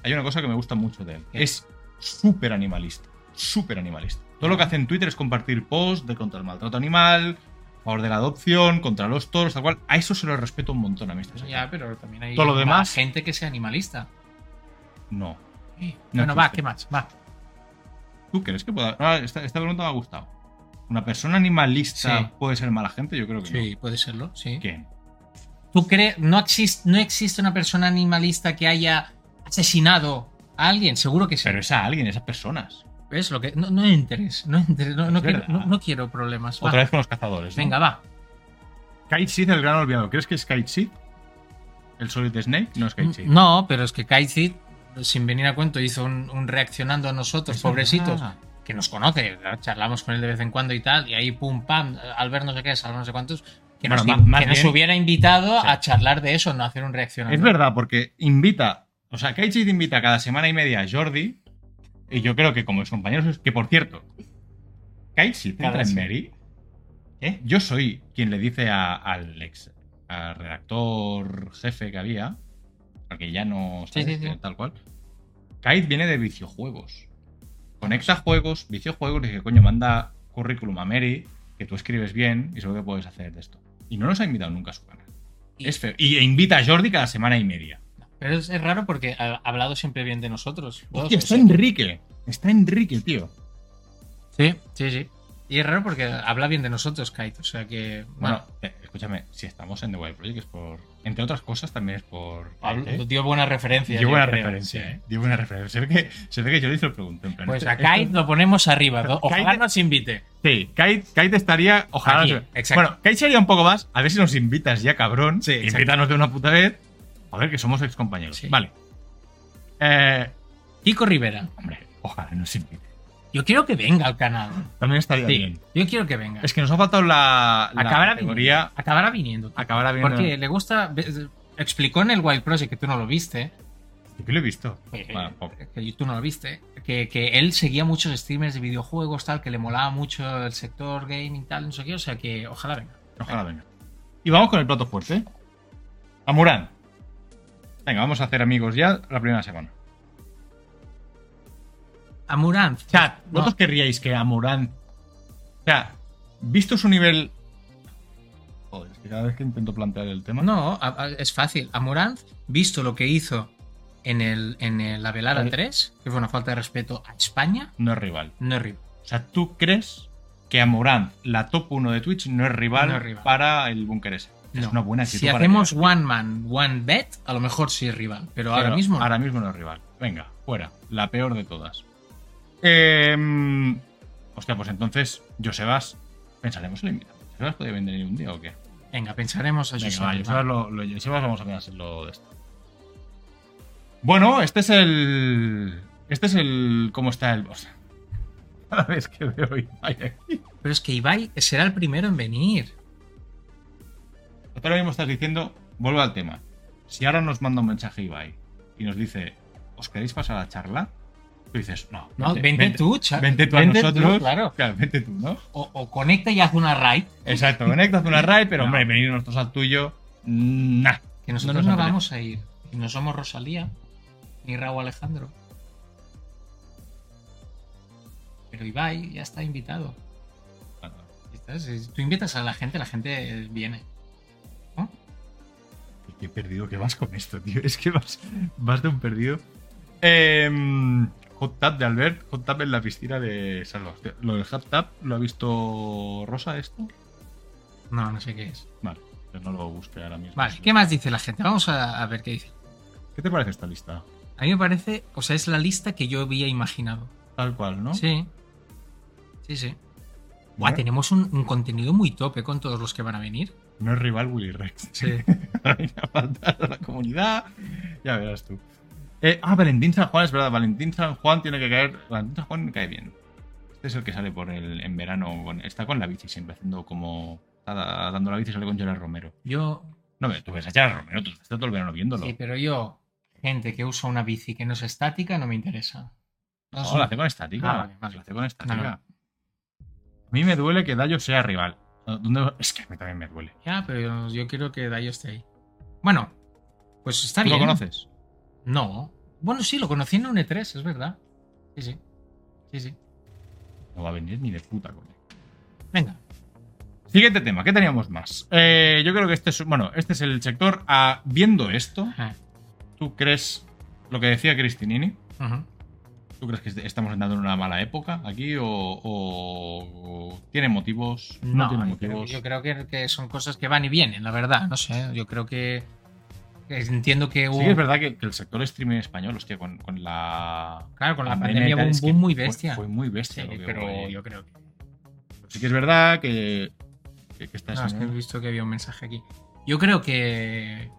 Speaker 1: Hay una cosa que me gusta mucho de él.
Speaker 2: ¿Qué?
Speaker 1: Es súper animalista. Súper animalista. Todo lo que hace en Twitter es compartir posts de contra el maltrato animal, a favor de la adopción, contra los toros, tal cual. A eso se lo respeto un montón a Mr. Seitan.
Speaker 2: pues ya, pero también hay
Speaker 1: Todo lo demás.
Speaker 2: gente que sea animalista.
Speaker 1: No.
Speaker 2: Eh,
Speaker 1: No
Speaker 2: bueno, va,
Speaker 1: existe.
Speaker 2: ¿qué más? Va.
Speaker 1: ¿Tú crees que pueda.? Ah, esta, esta pregunta me ha gustado. ¿Una persona animalista
Speaker 2: Sí.
Speaker 1: puede ser mala gente? Yo creo que
Speaker 2: Sí, puede serlo, sí.
Speaker 1: Pues no. ¿Quién?
Speaker 2: ¿Tú crees, no, exis- no existe una persona animalista que haya asesinado a alguien? Seguro que sí.
Speaker 1: Pero es a alguien, esas personas.
Speaker 2: ¿Ves lo que? No, no entres, no entres, no,
Speaker 1: Es
Speaker 2: no quiero,
Speaker 1: verdad.
Speaker 2: no, no quiero problemas. va.
Speaker 1: Otra vez con los cazadores. ¿no?
Speaker 2: Venga, va.
Speaker 1: Kite Seed, el gran olvidado. ¿Crees que es Kite Seed? ¿El Solid Snake? No es Kite Seed.
Speaker 2: Mm, No, pero es que Kaizid, sin venir a cuento, hizo un, un reaccionando a nosotros,
Speaker 1: Es
Speaker 2: pobrecitos,
Speaker 1: verdad.
Speaker 2: que nos conoce, ¿verdad? charlamos con él de vez en cuando y tal, y ahí pum pam, al ver no sé qué, al no sé cuántos, que,
Speaker 1: Bueno,
Speaker 2: nos, di-
Speaker 1: más- más
Speaker 2: que nos
Speaker 1: bien-
Speaker 2: hubiera invitado
Speaker 1: Sí.
Speaker 2: a charlar de eso, no a hacer un reaccionando.
Speaker 1: Es verdad, porque invita. O sea, Kite Seed invita cada semana y media a Jordi. Y yo creo que como mis compañeros. Que por cierto, Kite Seed
Speaker 2: Cada
Speaker 1: entra en
Speaker 2: semana.
Speaker 1: Mary. Yo soy quien le dice a- al ex al redactor jefe que había. Porque ya no.
Speaker 2: Sí,
Speaker 1: ¿sabes?
Speaker 2: sí, sí.
Speaker 1: Tal cual. Kite viene de viciojuegos. Conecta juegos, viciojuegos, y dice, coño, manda currículum a Mary, que tú escribes bien y seguro que puedes hacer de esto. Y no nos ha invitado nunca a su canal.
Speaker 2: Y-
Speaker 1: Es feo. Y e invita a Jordi cada semana y media.
Speaker 2: Pero es, es raro porque ha ha hablado siempre bien de nosotros. todos,
Speaker 1: Hostia,
Speaker 2: o
Speaker 1: está
Speaker 2: sea.
Speaker 1: Enrique. Está Enrique, tío.
Speaker 2: Sí, sí, sí. Y es raro porque habla bien de nosotros, Kite, o sea que...
Speaker 1: Bueno, eh, escúchame, si estamos en The Wild Project es por. Entre otras cosas, también es por.
Speaker 2: Hablo-
Speaker 1: Kite, ¿eh?
Speaker 2: dio buena referencia.
Speaker 1: Dio
Speaker 2: yo
Speaker 1: buena
Speaker 2: creo,
Speaker 1: referencia,
Speaker 2: sí.
Speaker 1: ¿eh? Dio buena referencia. Se ve que, se ve que Jordi se lo preguntó. en plan,
Speaker 2: Pues
Speaker 1: esto-
Speaker 2: a Kite
Speaker 1: esto-
Speaker 2: lo ponemos arriba. do- Ojalá
Speaker 1: Kite-
Speaker 2: nos invite.
Speaker 1: Sí, Kite, Kite estaría. Ojalá.
Speaker 2: Aquí,
Speaker 1: no se-
Speaker 2: exacto.
Speaker 1: Bueno, Kite sería un poco más. A ver si nos invitas ya, cabrón.
Speaker 2: Sí, exacto.
Speaker 1: Invítanos de una puta vez. A ver, que somos excompañeros.
Speaker 2: Sí.
Speaker 1: Vale. Eh,
Speaker 2: Kiko Rivera,
Speaker 1: hombre, ojalá nos invite.
Speaker 2: yo quiero que venga al canal.
Speaker 1: También estaría
Speaker 2: Sí,
Speaker 1: bien.
Speaker 2: yo quiero que venga.
Speaker 1: Es que nos ha faltado la, la
Speaker 2: acabará, viniendo,
Speaker 1: categoría.
Speaker 2: acabará viniendo.
Speaker 1: Acabará bien.
Speaker 2: Porque le gusta. ve- Explicó en el Wild Project que tú no lo viste.
Speaker 1: Yo lo he visto.
Speaker 2: eh,
Speaker 1: Bueno, po-
Speaker 2: que tú no lo viste. Que, que él seguía muchos streamers de videojuegos, tal, que le molaba mucho el sector gaming, tal, no sé qué. O sea que ojalá venga.
Speaker 1: ojalá venga. Y vamos con el plato fuerte. A Murán. Venga, vamos a hacer amigos ya la primera semana.
Speaker 2: A Muranz.
Speaker 1: Chat,
Speaker 2: no.
Speaker 1: ¿vosotros querríais que a Murán. O sea, visto su nivel. Joder, es que cada vez que intento plantear el tema.
Speaker 2: No, a- a- es fácil. A Moranz, visto lo que hizo en, el, en el- la velada
Speaker 1: Vale.
Speaker 2: 3, que fue una falta de respeto a España,
Speaker 1: No es rival.
Speaker 2: no es rival.
Speaker 1: O sea, ¿tú crees que a Morán, la top 1 de Twitch, no es rival,
Speaker 2: No es rival.
Speaker 1: para el búnker ese? Es
Speaker 2: No.
Speaker 1: una buena actitud.
Speaker 2: Si
Speaker 1: para
Speaker 2: hacemos
Speaker 1: llegar.
Speaker 2: one man, one bet, a lo mejor sí es rival, pero ahora
Speaker 1: Pero
Speaker 2: mismo no.
Speaker 1: Ahora mismo no es rival. Venga, fuera. La peor de todas. Eh, Hostia, pues entonces, Josebas, pensaremos en invitar. ¿Josebas puede vender en un día o qué?
Speaker 2: Venga, pensaremos a
Speaker 1: Venga,
Speaker 2: Joseba,
Speaker 1: va,
Speaker 2: va.
Speaker 1: Josebas lo, lo- Josebas vamos a pensárselo de esto. Bueno, este es el. Este es el. ¿Cómo está el boss? (laughs) Cada vez que veo Ibai aquí.
Speaker 2: Pero es que Ibai será el primero en venir.
Speaker 1: Tú ahora mismo estás diciendo, vuelvo al tema. Si ahora nos manda un mensaje Ibai y nos dice, ¿os queréis pasar a la charla? Tú dices, no.
Speaker 2: No, vente tú, cha-
Speaker 1: Vente tú a
Speaker 2: vente tú,
Speaker 1: nosotros.
Speaker 2: claro.
Speaker 1: vente tú, ¿no?
Speaker 2: O, o conecta y haz una raid.
Speaker 1: Exacto, conectas
Speaker 2: (laughs)
Speaker 1: una raid, pero
Speaker 2: No.
Speaker 1: hombre, venir nosotros al tuyo, nah.
Speaker 2: Que nosotros
Speaker 1: No
Speaker 2: no,
Speaker 1: nos apetece.
Speaker 2: vamos a ir. Y no somos Rosalía, ni Raúl Alejandro. Pero Ibai ya está invitado. Estás- es- Tú invitas a la gente, la gente eh, viene. ¿No?
Speaker 1: Pues Qué perdido que vas con esto, tío. (laughs) Es que vas, vas de un perdido. Em, hot tap de Albert, hot tap en la piscina de Salva. Hostia, Lo del hot tap, ¿lo ha visto Rosa esto?
Speaker 2: No, no sé qué es.
Speaker 1: Vale, pues no lo busque ahora mismo.
Speaker 2: Vale, ¿qué más dice la gente? Vamos a, a ver qué dice.
Speaker 1: ¿Qué te parece esta lista?
Speaker 2: A mí me parece, o sea, es la lista que yo había imaginado.
Speaker 1: Tal cual, ¿no?
Speaker 2: Sí. Sí, sí. Buah,
Speaker 1: Bueno.
Speaker 2: tenemos un, un contenido muy tope con todos los que van a venir.
Speaker 1: No es rival Willy Rex.
Speaker 2: Sí.
Speaker 1: (laughs) Venga, faltar a la comunidad. Ya verás tú. Eh, ah, Valentín San Juan, es verdad. Valentín San Juan tiene que caer. Valentín San Juan cae bien. Este es el que sale por el en verano. con- está con la bici siempre haciendo como. Está da- dando la bici y sale con Gerard Romero.
Speaker 2: Yo,
Speaker 1: No, pero tú ves a Gerard Romero, tú estás todo el verano viéndolo.
Speaker 2: sí, pero yo, gente que usa una bici que no es estática, no me interesa. No,
Speaker 1: No,
Speaker 2: son-
Speaker 1: la Oh, hace con estática.
Speaker 2: Ah, vale, vale.
Speaker 1: La hace con estática.
Speaker 2: No, no.
Speaker 1: A mí me duele que Dayo sea rival. ¿Dónde- Es que a mí también me duele.
Speaker 2: Ya, pero yo quiero que Dayo esté ahí. Bueno, pues está
Speaker 1: ¿Tú
Speaker 2: bien.
Speaker 1: lo conoces?
Speaker 2: No. Bueno, sí, lo conocí en un E3, es verdad. Sí, sí. Sí, sí.
Speaker 1: No va a venir ni de puta con él.
Speaker 2: Venga.
Speaker 1: Siguiente tema, ¿qué teníamos más? Eh, yo creo que este es, bueno, este es el sector. Ah, viendo esto,
Speaker 2: Ajá.
Speaker 1: ¿tú crees lo que decía Cristinini?
Speaker 2: Ujú.
Speaker 1: ¿Tú crees que est- estamos entrando en una mala época aquí o, o- o tiene motivos? No, tiene
Speaker 2: yo creo,
Speaker 1: motivos.
Speaker 2: yo creo que, que son cosas que van y vienen, la verdad. No sé, yo creo que. que Entiendo que hubo.
Speaker 1: Sí que es verdad que, que el sector streaming español, hostia, con, con la
Speaker 2: Claro, con la
Speaker 1: y
Speaker 2: pandemia
Speaker 1: tal,
Speaker 2: hubo un
Speaker 1: es que
Speaker 2: boom muy
Speaker 1: fue-
Speaker 2: bestia.
Speaker 1: Fue, muy bestia.
Speaker 2: Sí,
Speaker 1: lo que hubo
Speaker 2: pero
Speaker 1: ahí.
Speaker 2: yo creo que.
Speaker 1: Sí que es verdad que, que, que está
Speaker 2: No, es que he visto que había un mensaje aquí. Yo creo que.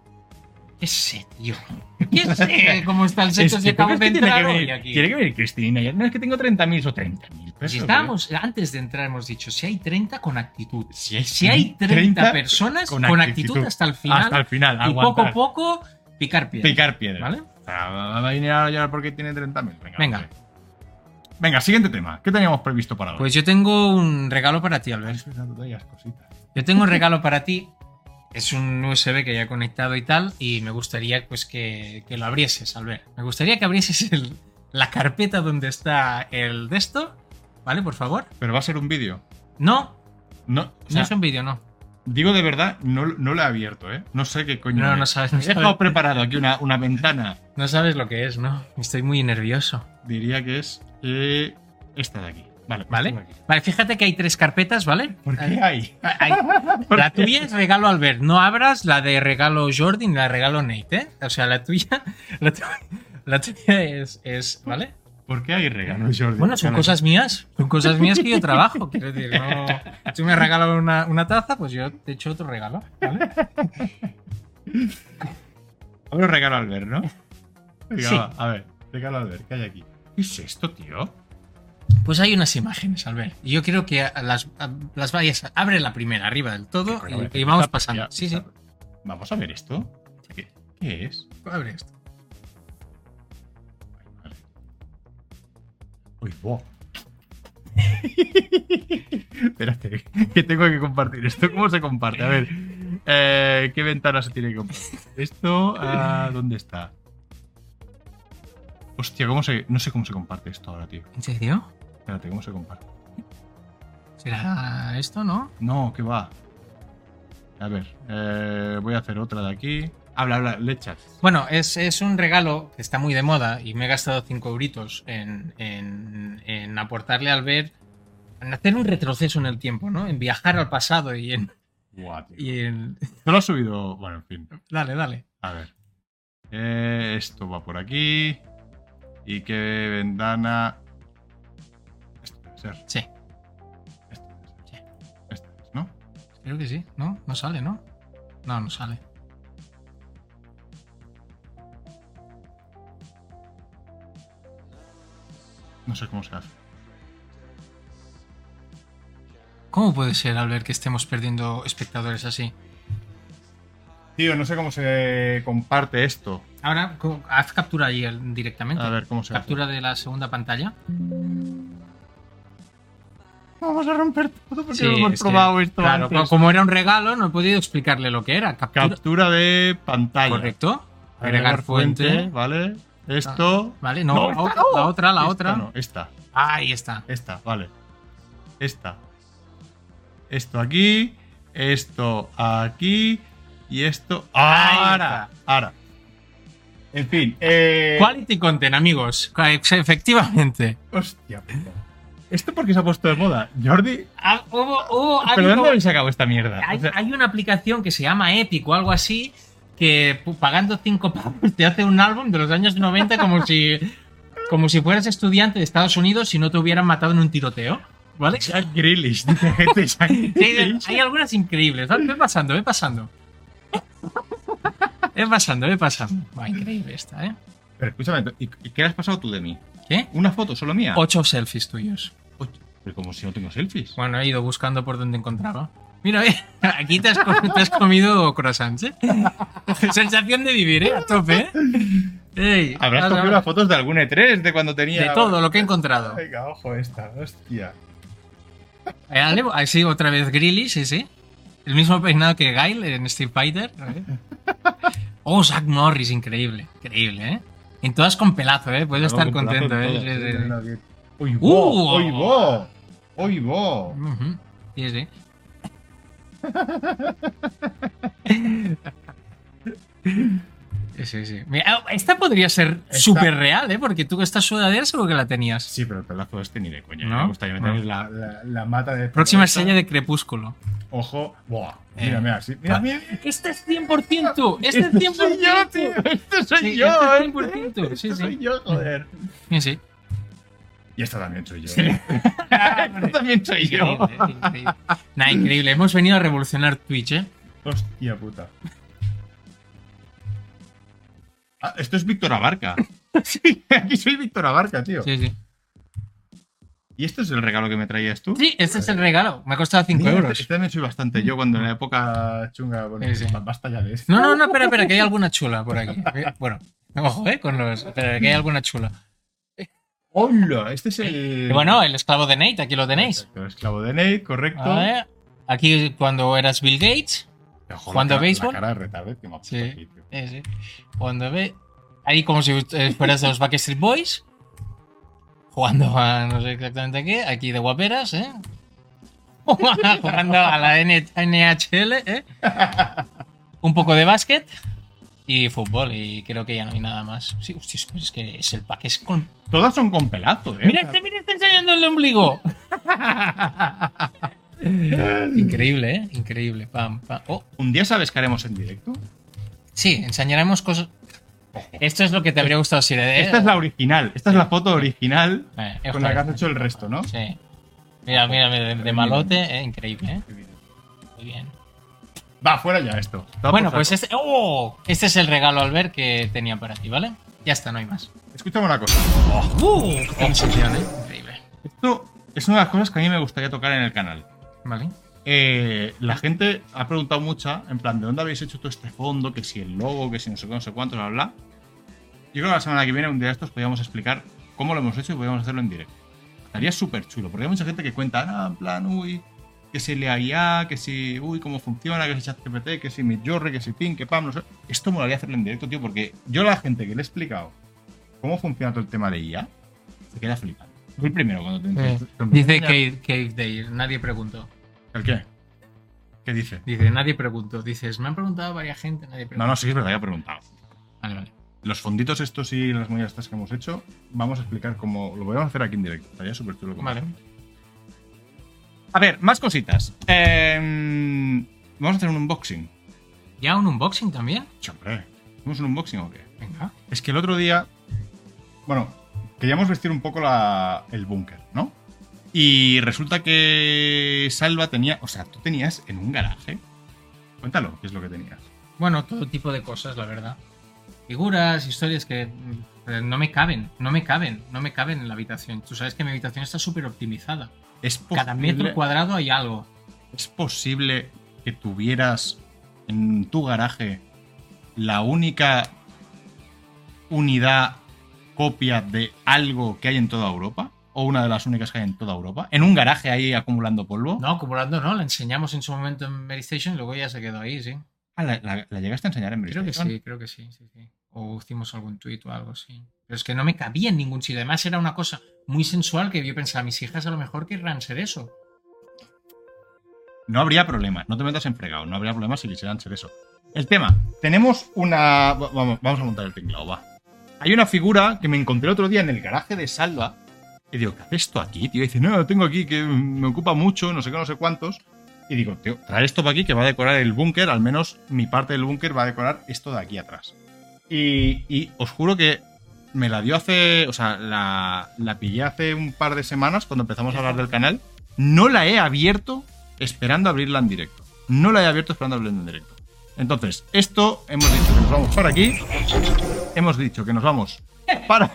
Speaker 2: ¿Qué sé, tío? (laughs) ¿Qué sé cómo está el
Speaker 1: Es
Speaker 2: sector
Speaker 1: que ¿tú crees
Speaker 2: si acabamos de
Speaker 1: que tiene que
Speaker 2: entrar hoy
Speaker 1: venir,
Speaker 2: aquí? Pues
Speaker 1: tiene que venir Cristinini. Ya No es que tengo 30.000 o 30.000
Speaker 2: Si
Speaker 1: pesos,
Speaker 2: estábamos, antes de entrar hemos dicho, si hay 30 con actitud.
Speaker 1: Si hay,
Speaker 2: Si hay 30,
Speaker 1: 30
Speaker 2: personas
Speaker 1: con
Speaker 2: con,
Speaker 1: actitud.
Speaker 2: actitud, hasta el final
Speaker 1: hasta el final,
Speaker 2: y poco
Speaker 1: aguantar,
Speaker 2: a poco picar piedra.
Speaker 1: picar piedra.
Speaker 2: ¿Vale?
Speaker 1: O sea, va a venir a llorar porque tiene 30.000. Venga.
Speaker 2: Venga.
Speaker 1: hombre. Venga, siguiente tema. ¿Qué teníamos previsto para hoy?
Speaker 2: Pues yo tengo un regalo para ti,
Speaker 1: Ah,
Speaker 2: Albert.
Speaker 1: es verdad, todavía las cositas.
Speaker 2: Yo tengo un regalo para ti. Es un USB que ya he conectado y tal. Y me gustaría pues que, que lo abrieses, Albert. Me gustaría que abrieses el- la carpeta donde está el de esto. ¿Vale? Por favor.
Speaker 1: Pero va a ser un vídeo.
Speaker 2: No,
Speaker 1: No, o
Speaker 2: no
Speaker 1: sea,
Speaker 2: es un vídeo, no.
Speaker 1: digo de verdad, no, no lo he abierto, ¿eh? No sé qué coño.
Speaker 2: No,
Speaker 1: es.
Speaker 2: no sabes,
Speaker 1: Me
Speaker 2: no
Speaker 1: he dejado
Speaker 2: sabes,
Speaker 1: preparado aquí una, una ventana.
Speaker 2: no sabes lo que es, ¿no? Estoy muy nervioso.
Speaker 1: Diría que es eh, esta de aquí. Vale,
Speaker 2: Vale.
Speaker 1: esta de aquí.
Speaker 2: Vale, fíjate que hay tres carpetas, ¿vale?
Speaker 1: ¿Por qué hay?
Speaker 2: Ay, la tuya es regalo Albert, no abras la de regalo Jordi ni la de regalo Nate, ¿eh? O sea, la tuya, (laughs) la tu- la tuya es, es, ¿vale?
Speaker 1: ¿Por qué hay regalos, Jordi?
Speaker 2: Bueno, son
Speaker 1: Regalo.
Speaker 2: cosas mías, son cosas mías que yo (laughs) trabajo, quiero decir, no, tú me regalas una, una taza, pues yo te echo otro regalo, ¿vale?
Speaker 1: Ahora regalo al ver,
Speaker 2: (laughs)
Speaker 1: ¿no? Venga,
Speaker 2: Sí.
Speaker 1: va, a ver, regalo al ver, ¿qué hay aquí? ¿Qué es esto, tío?
Speaker 2: Pues hay unas imágenes, Albert, y yo quiero que a- las, a- las vayas, abre la primera, arriba del todo, eh,
Speaker 1: Coño,
Speaker 2: y,
Speaker 1: vale,
Speaker 2: y vamos
Speaker 1: está-
Speaker 2: pasando,
Speaker 1: ya,
Speaker 2: sí, sí,
Speaker 1: está. Vamos a ver esto. ¿Qué, qué es?
Speaker 2: abre esto.
Speaker 1: Vale. Uy,
Speaker 2: (laughs)
Speaker 1: wow. Espérate, que tengo que compartir esto. ¿Cómo se comparte? A ver, eh, ¿qué ventana se tiene que compartir? Esto, ah, ¿dónde está? Hostia, ¿cómo se, no sé cómo se comparte esto ahora, tío.
Speaker 2: ¿En serio?
Speaker 1: Espérate, ¿cómo se comparte?
Speaker 2: ¿Será esto, no?
Speaker 1: No, que va. A ver, eh, voy a hacer otra de aquí. Habla, habla, lechas.
Speaker 2: Bueno, es, es un regalo que está muy de moda y me he gastado 5 euritos en, en- en aportarle al ver, en hacer un retroceso en el tiempo, ¿no? En viajar al pasado y en...
Speaker 1: Buah, tío.
Speaker 2: y en-
Speaker 1: No lo has subido. Bueno, en fin.
Speaker 2: Dale, dale.
Speaker 1: A ver. Eh, esto va por aquí. Y qué ventana. Esto debe ser.
Speaker 2: Sí. Creo que sí, ¿no? No sale, ¿no? No, no sale.
Speaker 1: No sé cómo se hace.
Speaker 2: ¿Cómo puede ser, al ver que estemos perdiendo espectadores así?
Speaker 1: Tío, no sé cómo se comparte esto.
Speaker 2: Ahora, co- haz captura ahí el- directamente.
Speaker 1: A ver cómo se
Speaker 2: captura de la segunda pantalla.
Speaker 1: hace. Vamos a romper todo porque
Speaker 2: Sí,
Speaker 1: no hemos
Speaker 2: es que-
Speaker 1: probado esto
Speaker 2: claro,
Speaker 1: antes.
Speaker 2: co- como era un regalo, no he podido explicarle lo que era. Captura,
Speaker 1: Captura de pantalla.
Speaker 2: correcto. Agregar fuente.
Speaker 1: Vale. Esto.
Speaker 2: Vale, no,
Speaker 1: No,
Speaker 2: la,
Speaker 1: esta
Speaker 2: otra, la otra, la
Speaker 1: esta
Speaker 2: otra.
Speaker 1: no, esta.
Speaker 2: Ahí está.
Speaker 1: Esta, vale. Esta. Esto aquí. Esto aquí. Y esto. Ahora. Ahora. En fin. Eh,
Speaker 2: Quality content, amigos. Efectivamente.
Speaker 1: Hostia. puta. ¿Esto porque se ha puesto de moda? Jordi.
Speaker 2: Ah, hubo- hubo
Speaker 1: ¿Pero
Speaker 2: algo-
Speaker 1: dónde habéis sacado esta mierda?
Speaker 2: hay,
Speaker 1: O sea,
Speaker 2: hay una aplicación que se llama Epic o algo así que pu- pagando 5 pavos te hace un álbum de los años 90 como si como si fueras estudiante de Estados Unidos y no te hubieran matado en un tiroteo, ¿vale?
Speaker 1: Jack Grealish. dice gente, Jack (laughs)
Speaker 2: Hay,
Speaker 1: Grealish.
Speaker 2: hay algunas increíbles. ¿vale? Ve pasando, ve pasando. Ve pasando, ve pasando. Buah, increíble esta, ¿eh?
Speaker 1: Pero escúchame, ¿y y qué has pasado tú de mí?
Speaker 2: ¿Qué?
Speaker 1: ¿Una foto solo mía?
Speaker 2: Ocho selfies tuyos.
Speaker 1: Ocho. Pero como si no tengo selfies.
Speaker 2: Bueno, he ido buscando por donde encontraba. Mira, eh, (laughs) aquí te has, co- te has comido croissants, ¿eh? (laughs) Sensación de vivir, ¿eh? A tope, ¿eh? Ey,
Speaker 1: Habrás
Speaker 2: ahora-
Speaker 1: cogido las fotos de algún E3 de cuando tenía.
Speaker 2: De todo lo que he encontrado.
Speaker 1: Venga, ojo esta, hostia.
Speaker 2: Eh, Ale, ah, sí, otra vez Grilly, sí, sí. El mismo peinado que Guile en Street Fighter. Oh, Zack Norris, increíble. Increíble, ¿eh? En todas con pelazo, ¿eh? Puedo estar contento, ¿eh? Sí, sí, sí.
Speaker 1: ¡Uy,
Speaker 2: ¡Uh!
Speaker 1: bo! ¡Uy, bo! ¡Uy, bo!
Speaker 2: Ujú. Sí, sí. Sí, sí, sí. Mira, ah, esta podría ser
Speaker 1: Esta-
Speaker 2: súper real, ¿eh? Porque tú esta sudadera seguro que la tenías.
Speaker 1: Sí, pero el pelazo este ni de coña.
Speaker 2: ¿No?
Speaker 1: Me gustaría meterme la, la, la mata de.
Speaker 2: Próxima
Speaker 1: esta.
Speaker 2: estrella de Crepúsculo.
Speaker 1: Ojo. ¡Buah!
Speaker 2: Eh.
Speaker 1: Mira, mira, sí. Mira, mira. mira.
Speaker 2: Este es 100% tú. Este es 100%
Speaker 1: soy yo,
Speaker 2: tú.
Speaker 1: tío. Este soy
Speaker 2: Sí,
Speaker 1: yo.
Speaker 2: este es
Speaker 1: ¿eh?
Speaker 2: 100% tú, sí,
Speaker 1: Este
Speaker 2: sí.
Speaker 1: soy yo, joder.
Speaker 2: Sí, sí.
Speaker 1: Y esta también soy yo. ¿eh? Esta Este también soy yo.
Speaker 2: Increíble, eh, increíble. Nah, increíble. Hemos venido a revolucionar Twitch, ¿eh?
Speaker 1: Hostia puta. Ah, esto es Víctor
Speaker 2: (laughs)
Speaker 1: Abarca. sí, aquí soy Víctor Abarca, tío.
Speaker 2: Sí, sí.
Speaker 1: ¿Y esto es el regalo que me traías tú?
Speaker 2: Sí, este es el regalo. Me ha costado 5
Speaker 1: Mira,
Speaker 2: euros.
Speaker 1: Este también soy bastante yo cuando en la época chunga. Bueno,
Speaker 2: Sí, sí.
Speaker 1: basta ya de esto.
Speaker 2: No, no, no, espera, espera, que hay alguna chula por aquí. Eh, Bueno, ojo, eh, con los. Espera, que hay alguna chula.
Speaker 1: ¡Hola! Este es
Speaker 2: Y
Speaker 1: el.
Speaker 2: bueno, el esclavo de Nate, aquí lo tenéis.
Speaker 1: Exacto, el esclavo de Nate, correcto.
Speaker 2: A ver, aquí cuando eras Bill Gates.
Speaker 1: Pero, joder,
Speaker 2: ¿Cuándo
Speaker 1: la-
Speaker 2: béisbol?
Speaker 1: La cara de retarded que me ha puesto
Speaker 2: Sí.
Speaker 1: aquí, tío.
Speaker 2: eh, sí. Cuando ve. Ahí como si eh, fueras de los Backstreet Boys. Jugando a no sé exactamente qué. Aquí de guaperas, ¿eh? (laughs) jugando a la N NHL, ¿eh? Un poco de básquet. Y fútbol, y creo que ya no hay nada más. Sí, hostia, es que es el pack, es con
Speaker 1: Todas son con pelazo, ¿eh?
Speaker 2: Mira este, mira este enseñando el (laughs) ombligo. Increíble, ¿eh? Increíble. Pam, pam. Oh,
Speaker 1: Un día sabes que haremos en directo.
Speaker 2: sí, enseñaremos cosas. Esto es lo que te habría gustado si le
Speaker 1: Esta es la original. Esta es la foto original con la que has hecho el resto, ¿no?
Speaker 2: Sí. Mira, mira, mira, de, de malote, ¿eh? increíble, ¿eh? Muy bien.
Speaker 1: Va, fuera ya esto. Da
Speaker 2: Bueno,
Speaker 1: por
Speaker 2: pues
Speaker 1: saco.
Speaker 2: este. ¡Oh! Este es el regalo, Albert, que tenía para ti, ¿vale? Ya está, no hay más.
Speaker 1: Escúchame una cosa.
Speaker 2: ¡Uh! Qué sensación, ¿eh? Increíble.
Speaker 1: Esto es una de las cosas que a mí me gustaría tocar en el canal.
Speaker 2: Vale.
Speaker 1: Eh, la gente ha preguntado mucha, en plan, ¿de dónde habéis hecho todo este fondo? Que si el logo, que si no sé qué, no sé cuánto, bla, bla. Yo creo que la semana que viene, un día de estos, podríamos explicar cómo lo hemos hecho y podríamos hacerlo en directo. Estaría súper chulo, porque hay mucha gente que cuenta, ah, en plan, uy, que si le IA, que si, uy, cómo funciona, que si ChatGPT, que si Midjourney, que si Pin, que Pam, no sé. Esto molaría hacerlo en directo, tío, porque yo a la gente que le he explicado cómo funciona todo el tema de IA, se queda flipando. Fui el primero cuando te
Speaker 2: Eh, dice Cave, Cave Day, nadie preguntó.
Speaker 1: ¿El qué? ¿Qué dice?
Speaker 2: Dice, nadie preguntó. Dices, me han preguntado varias gente, nadie
Speaker 1: No,
Speaker 2: preguntó.
Speaker 1: no, sí que es verdad que ha preguntado.
Speaker 2: Vale, vale.
Speaker 1: Los fonditos estos y las movidas estas que hemos hecho, vamos a explicar cómo lo podemos hacer aquí en directo. Estaría súper chulo. como-
Speaker 2: Vale.
Speaker 1: A ver, más cositas. Eh, vamos a hacer un unboxing.
Speaker 2: ¿Ya un unboxing también?
Speaker 1: Che, Hombre, ¿hacemos un unboxing o qué?
Speaker 2: Venga.
Speaker 1: Es que el otro día, bueno, queríamos vestir un poco la- el búnker, ¿no? Y resulta que Salva tenía. O sea, tú tenías en un garaje. Cuéntalo, ¿qué es lo que tenías?
Speaker 2: Bueno, todo tipo de cosas, la verdad. Figuras, historias que mm, eh, no me caben, no me caben, no me caben en la habitación. Tú sabes que mi habitación está súper optimizada.
Speaker 1: ¿Es
Speaker 2: Cada
Speaker 1: posible-
Speaker 2: metro cuadrado hay algo.
Speaker 1: ¿Es posible que tuvieras en tu garaje la única unidad copia de algo que hay en toda Europa? ¿O una de las únicas que hay en toda Europa? ¿En un garaje ahí acumulando polvo?
Speaker 2: No, acumulando no, la enseñamos en su momento en Mary Station y luego ya se quedó ahí, sí.
Speaker 1: Ah, la, la- la llegaste a enseñar en
Speaker 2: Creo que
Speaker 1: Bristol?
Speaker 2: sí, creo que sí, sí, sí. O hicimos algún tuit o algo, sí. Pero es que no me cabía en ningún sitio. Además, era una cosa muy sensual que yo pensaba, mis hijas a lo mejor querrán ser eso.
Speaker 1: No habría problema, no te metas en fregado, no habría problema si quisieran ser eso. El tema, tenemos una... va- Vamos, vamos a montar el tinglao, va. Hay una figura que me encontré otro día en el garaje de Salva. Y digo, ¿qué hace esto aquí, tío? Y dice, no, lo tengo aquí, que me ocupa mucho, no sé qué, no sé cuántos. Y digo, tío, trae esto para aquí que va a decorar el búnker, al menos mi parte del búnker va a decorar esto de aquí atrás. Y, y os juro que me la dio hace, o sea, la, la pillé hace un par de semanas cuando empezamos a hablar del canal. No la he abierto esperando abrirla en directo. No la he abierto esperando abrirla en directo. Entonces, esto hemos dicho que nos vamos para aquí. Hemos dicho que nos vamos para.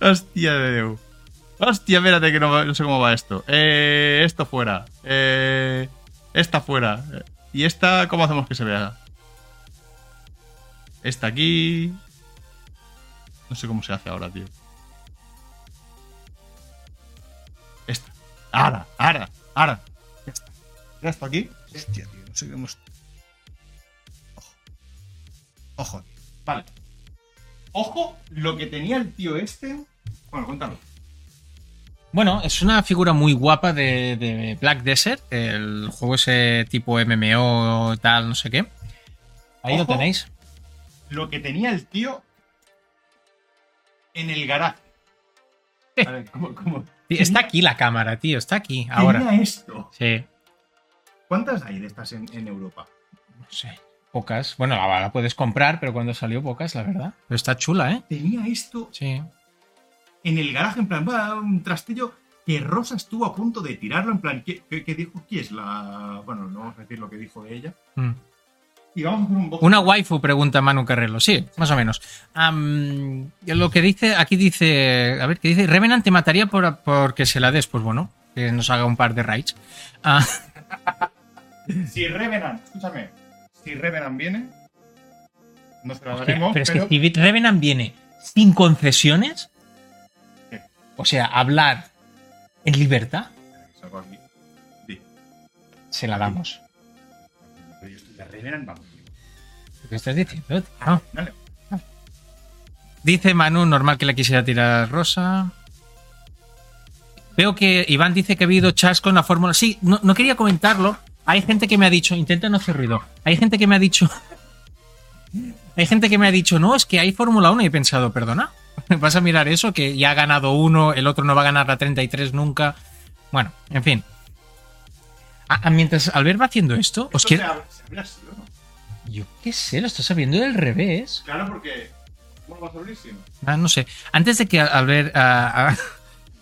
Speaker 1: Hostia de Deu. Hostia, espérate que no, no sé cómo va esto. Eh, esto fuera. Eh, esta fuera. Eh, ¿Y esta cómo hacemos que se vea? Esta aquí. No sé cómo se hace ahora, tío. Esta. Ahora, ahora, ahora. Ya está. Ya está aquí. Hostia, tío. No sé qué hemos. Ojo. Ojo. Vale. Ojo lo que tenía el tío este. Bueno, cuéntalo.
Speaker 2: Bueno, es una figura muy guapa de, de Black Desert, el juego ese tipo MMO, tal, no sé qué. Ahí lo
Speaker 1: Ojo.
Speaker 2: tenéis.
Speaker 1: Lo que tenía el tío en el garaje. A ver, ¿cómo? cómo?
Speaker 2: Sí, Está aquí la cámara, tío, está aquí, ahora.
Speaker 1: Tenía esto.
Speaker 2: Sí,
Speaker 1: ¿Cuántas hay de estas en, en Europa?
Speaker 2: no sé. Pocas. Bueno, la, la puedes comprar, pero cuando salió pocas, la verdad. Pero está chula, ¿eh?
Speaker 1: Tenía esto
Speaker 2: Sí.
Speaker 1: en el garaje, en plan, va, un trastillo que Rosa estuvo a punto de tirarlo, en plan, ¿qué, qué- qué dijo? ¿Qué es la...? Bueno, no vamos a decir lo que dijo de ella.
Speaker 2: Mm.
Speaker 1: Y vamos a hacer un box.
Speaker 2: Una waifu, pregunta Manu Carrello. Sí, más o menos. Am, lo que dice, aquí dice, a ver, ¿qué dice? Revenant te mataría por, porque se la des. Pues bueno, que nos haga un par de raids. Ah,
Speaker 1: Si Revenant, escúchame, si Revenant viene, nos la
Speaker 2: pero
Speaker 1: daremos,
Speaker 2: es que
Speaker 1: pero...
Speaker 2: si Revenant viene sin concesiones,
Speaker 1: Sí.
Speaker 2: o sea, hablar en libertad,
Speaker 1: Saco aquí. Sí.
Speaker 2: se la damos.
Speaker 1: Pero yo estoy- La Revenant, vamos.
Speaker 2: ¿Qué estás diciendo? tío?
Speaker 1: Dale.
Speaker 2: Dice Manu, normal que la quisiera tirar rosa. Veo que Iván dice que ha habido chasco en la fórmula. Sí, no, no quería comentarlo. Hay gente que me ha dicho, intenta no hacer ruido. Hay gente que me ha dicho. (laughs) Hay gente que me ha dicho, no, es que hay Fórmula 1 y he pensado, perdona, (laughs) vas a mirar eso, que ya ha ganado uno, el otro no va a ganar la 33 nunca. Bueno, en fin. Ah, ah, mientras Albert va haciendo esto, os
Speaker 1: Esto
Speaker 2: quiero.
Speaker 1: se ab- se abre así, ¿no?
Speaker 2: Yo qué sé, lo estás sabiendo del revés.
Speaker 1: Claro, porque... ¿Cómo lo vas a abrir si no?
Speaker 2: Ah, no sé. Antes de que Albert. ah, (laughs) ah,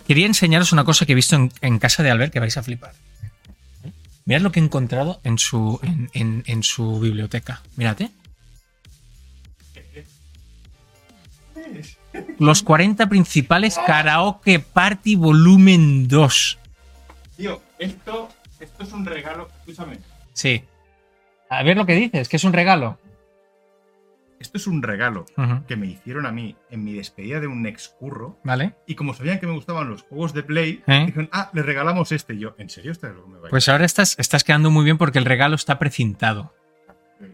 Speaker 2: quería enseñaros una cosa que he visto en, en casa de Albert que vais a flipar. Mirad lo que he encontrado en su, en, en- en su biblioteca. Mirad, ¿eh? Los 40 principales Karaoke Party Volumen 2.
Speaker 1: Tío, esto, esto es un regalo, escúchame.
Speaker 2: Sí. A ver lo que dices, que es un regalo.
Speaker 1: Esto es un regalo
Speaker 2: Ujú.
Speaker 1: que me hicieron a mí en mi despedida de un excurro.
Speaker 2: Vale.
Speaker 1: Y como sabían que me gustaban los juegos de Play,
Speaker 2: ¿Eh?
Speaker 1: dijeron, ah, le regalamos este. Y yo, ¿en serio este es lo que me va a
Speaker 2: Pues ahora estás, estás quedando muy bien porque el regalo está precintado.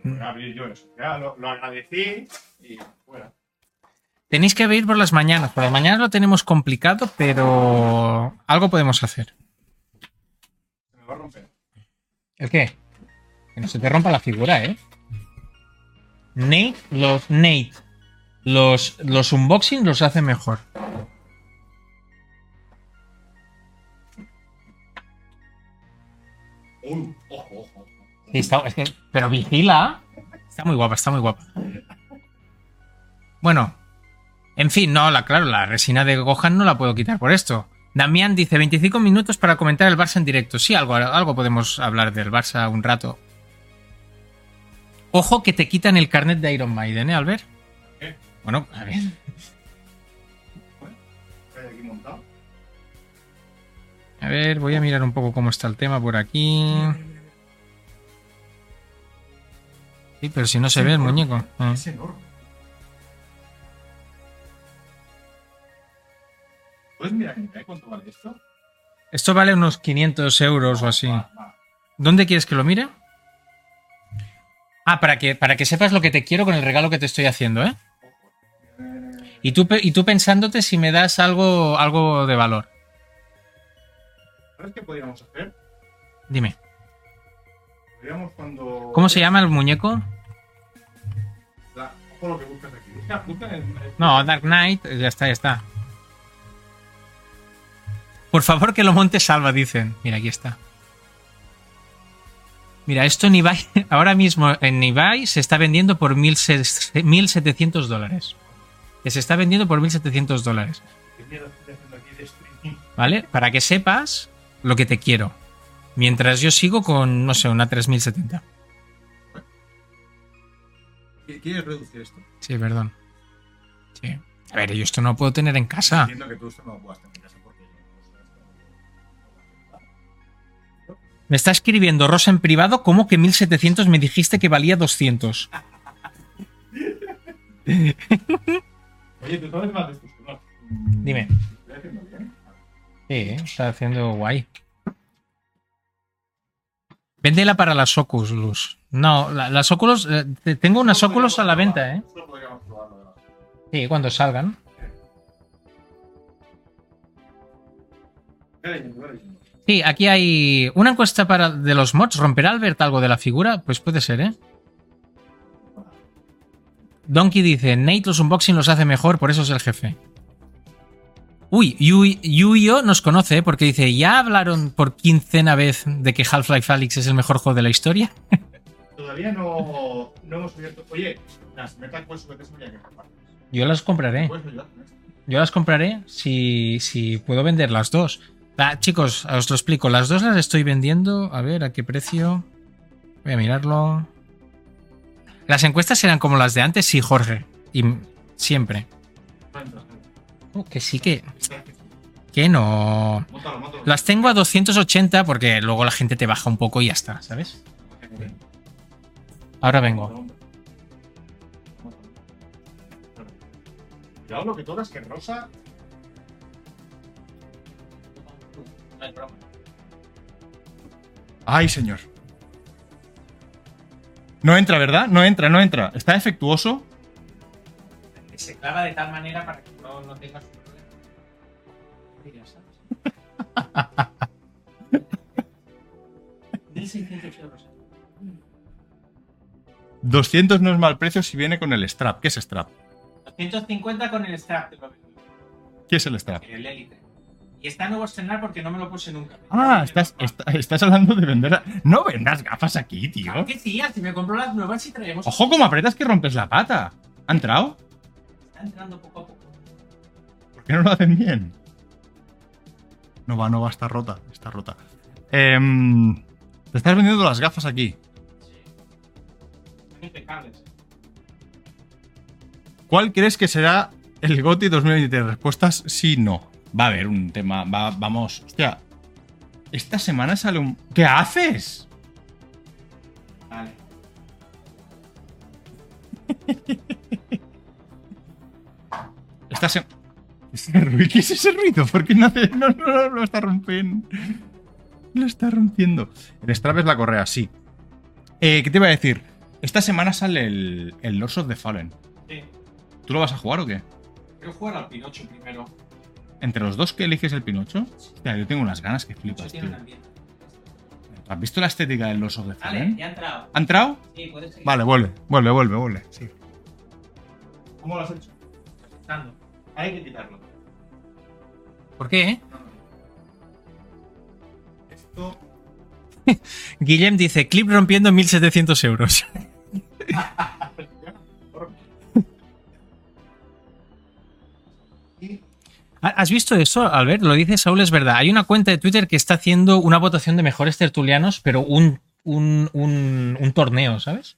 Speaker 1: Voy
Speaker 2: mm.
Speaker 1: a abrir yo eso. Ya, lo, lo agradecí y fuera.
Speaker 2: Tenéis que venir por las mañanas. Por las mañanas lo tenemos complicado, pero algo podemos hacer.
Speaker 1: Se me va a romper.
Speaker 2: ¿El qué? Que no se te rompa la figura, ¿eh? Nate, los Nate, los, los unboxing los hace mejor.
Speaker 1: Uy, ojo, ojo.
Speaker 2: Sí, está- es que- pero vigila. Está muy guapa, está muy guapa. Bueno, En fin, no, la, claro, la resina de Gohan no la puedo quitar por esto. Damián dice 25 minutos para comentar el Barça en directo. Sí, algo, algo podemos hablar del Barça un rato. Ojo que te quitan el carnet de Iron Maiden, ¿eh, Albert?
Speaker 1: ¿Qué?
Speaker 2: Bueno, a ver.
Speaker 1: aquí montado?
Speaker 2: A ver, voy a mirar un poco cómo está el tema por aquí. Sí, pero si no se ve el muñeco. Ah.
Speaker 1: Es enorme. ¿Puedes mirar en internet cuánto vale esto?
Speaker 2: Esto vale unos 500 euros o así. ¿Dónde quieres que lo mire? Ah, para que, para que sepas lo que te quiero con el regalo que te estoy haciendo, ¿eh? Y tú, pe- y tú pensándote si me das algo, algo de valor.
Speaker 1: ¿Sabes qué podríamos hacer?
Speaker 2: Dime.
Speaker 1: Podríamos cuando...
Speaker 2: ¿Cómo se llama el muñeco?
Speaker 1: Da- Ojo lo que buscas aquí. Busca, busca en el...
Speaker 2: No, Dark Knight. eh, Ya está, ya está. Por favor que lo monte salva, dicen. Mira, aquí está. Mira, esto en Ibai, (laughs) ahora mismo en Ibai se está vendiendo por 1.700 dólares. Que se está vendiendo por 1.700 dólares.
Speaker 1: ¿Qué mierda estoy haciendo aquí de streaming?
Speaker 2: ¿vale? Para que sepas lo que te quiero. Mientras yo sigo con, no sé, una 3070.
Speaker 1: ¿Qui- ¿Quieres reducir esto?
Speaker 2: Sí, perdón. Sí. A ver, yo esto no lo puedo tener en casa.
Speaker 1: Entiendo que tú esto no lo puedas tener en casa porque...
Speaker 2: Me está escribiendo Rosa en privado como que 1700 me dijiste que valía Ah, 200.
Speaker 1: Oye, tú sabes más de estos temas.
Speaker 2: Dime.
Speaker 1: ¿Estoy haciendo bien?
Speaker 2: Sí, ¿eh? está haciendo guay. Véndela para las Oculus, Luz. No, la- las Oculus... eh, te- tengo unas Oculus a la venta, ¿eh?
Speaker 1: Solo podríamos probarlo. de verdad.
Speaker 2: Sí, cuando salgan.
Speaker 1: Ve leyendo, ve leyendo.
Speaker 2: Sí, aquí hay una encuesta para de los mods. ¿Romperá Albert algo de la figura? Pues puede ser, ¿eh? Donkey dice, Nate los unboxing los hace mejor, por eso es el jefe. Uy, Yu- Yuyo nos conoce ¿eh? porque dice, ¿ya hablaron por quincena vez de que Half-Life Alyx es el mejor juego de la historia?
Speaker 1: Todavía no, no hemos abierto. Oye, las Metal Quest VT se que compartes.
Speaker 2: Yo las compraré.
Speaker 1: ¿Puedes ayudar con esto?
Speaker 2: Yo las compraré si, si puedo vender las dos. Ah, chicos, os lo explico. Las dos las estoy vendiendo. A ver, ¿a qué precio? Voy a mirarlo. Las encuestas serán como las de antes, sí, Jorge. Y m- siempre.
Speaker 1: Entra,
Speaker 2: Oh, que sí, que,
Speaker 1: entra.
Speaker 2: que no.
Speaker 1: Móntalo, móntalo.
Speaker 2: Las tengo a 280 porque luego la gente te baja un poco y ya está, ¿sabes? Ahora vengo.
Speaker 1: Cuidado lo que todas que Rosa. Ay, señor. No entra, ¿verdad? No entra, no entra. Está defectuoso.
Speaker 2: Se clava de tal manera para que no, tengas problema. (laughs) euros.
Speaker 1: 200 no es mal precio si viene con el strap. ¿Qué es strap?
Speaker 2: 250 con el strap, te lo vendo.
Speaker 1: ¿Qué es el strap?
Speaker 2: El élite. Y está nuevo estrenar porque no me lo puse nunca.
Speaker 1: Ah, estás, est- estás hablando de vender. la- No vendas gafas aquí, tío.
Speaker 2: ¿Qué tía? Si me compro las nuevas y traemos.
Speaker 1: Ojo, como apretas que rompes la pata. ¿Ha entrado?
Speaker 2: Está entrando poco a poco.
Speaker 1: ¿Por qué no lo hacen bien? No va, no va, está rota, está rota. Em, te estás vendiendo las gafas aquí.
Speaker 2: Son impecables.
Speaker 1: ¿Cuál crees que será el GOTI 2023? Respuestas sí, no. Va a haber un tema, va- vamos. Hostia, esta semana sale un... ¿Qué haces?
Speaker 2: Vale.
Speaker 1: Esta se... Ese ruido- ¿Qué es ese ruido? ¿Por qué no hace.? No, no, no, lo está rompiendo. Lo está rompiendo. El strap es la correa, sí. Eh, ¿Qué te iba a decir? Esta semana sale el, el Lords of the Fallen.
Speaker 2: Sí.
Speaker 1: ¿Tú lo vas a jugar o qué?
Speaker 2: Quiero jugar al Pinocho primero.
Speaker 1: ¿Entre los dos que eliges el Pinocho? Hostia, yo tengo unas ganas que
Speaker 2: Pinocho
Speaker 1: flipas,
Speaker 2: tiene
Speaker 1: tío.
Speaker 2: un ambiente.
Speaker 1: ¿Has visto la estética del Lords of the
Speaker 2: Vale,
Speaker 1: Fallen?
Speaker 2: ya ha (laughs) entrado.
Speaker 1: ¿Ha entrado?
Speaker 2: Sí, puedes seguir
Speaker 1: Vale, vuelve, vuelve, vuelve, vuelve. Sí. ¿Cómo lo has hecho?
Speaker 2: aceptando.
Speaker 1: Hay que quitarlo.
Speaker 2: ¿Por qué? eh?
Speaker 1: Esto.
Speaker 2: (laughs) Guillem dice: clip rompiendo 1700 euros. ¿Has visto eso, Albert? Lo dice Saúl, es verdad. Hay una cuenta de Twitter que está haciendo una votación de mejores tertulianos, pero un, un, un, un torneo, ¿sabes?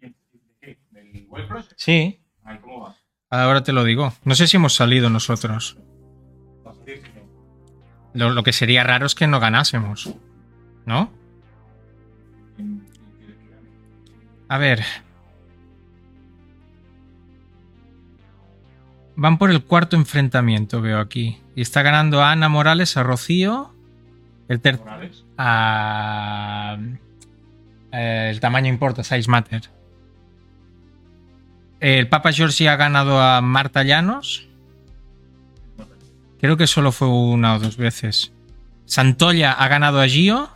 Speaker 1: ¿Del Web Project?
Speaker 2: Sí.
Speaker 1: Ay, ¿Cómo va?
Speaker 2: Ahora te lo digo. No sé si hemos salido nosotros. Lo, lo que sería raro es que no ganásemos. ¿No? A ver. Van por el cuarto enfrentamiento, veo aquí. Y está ganando a Ana Morales, a Rocío. El ter-
Speaker 1: ¿Morales?
Speaker 2: a- eh, el tamaño importa, size matter. El Papa George ha ganado a Marta Llanos. Creo que solo fue una o dos veces. Santoya ha ganado a Gio.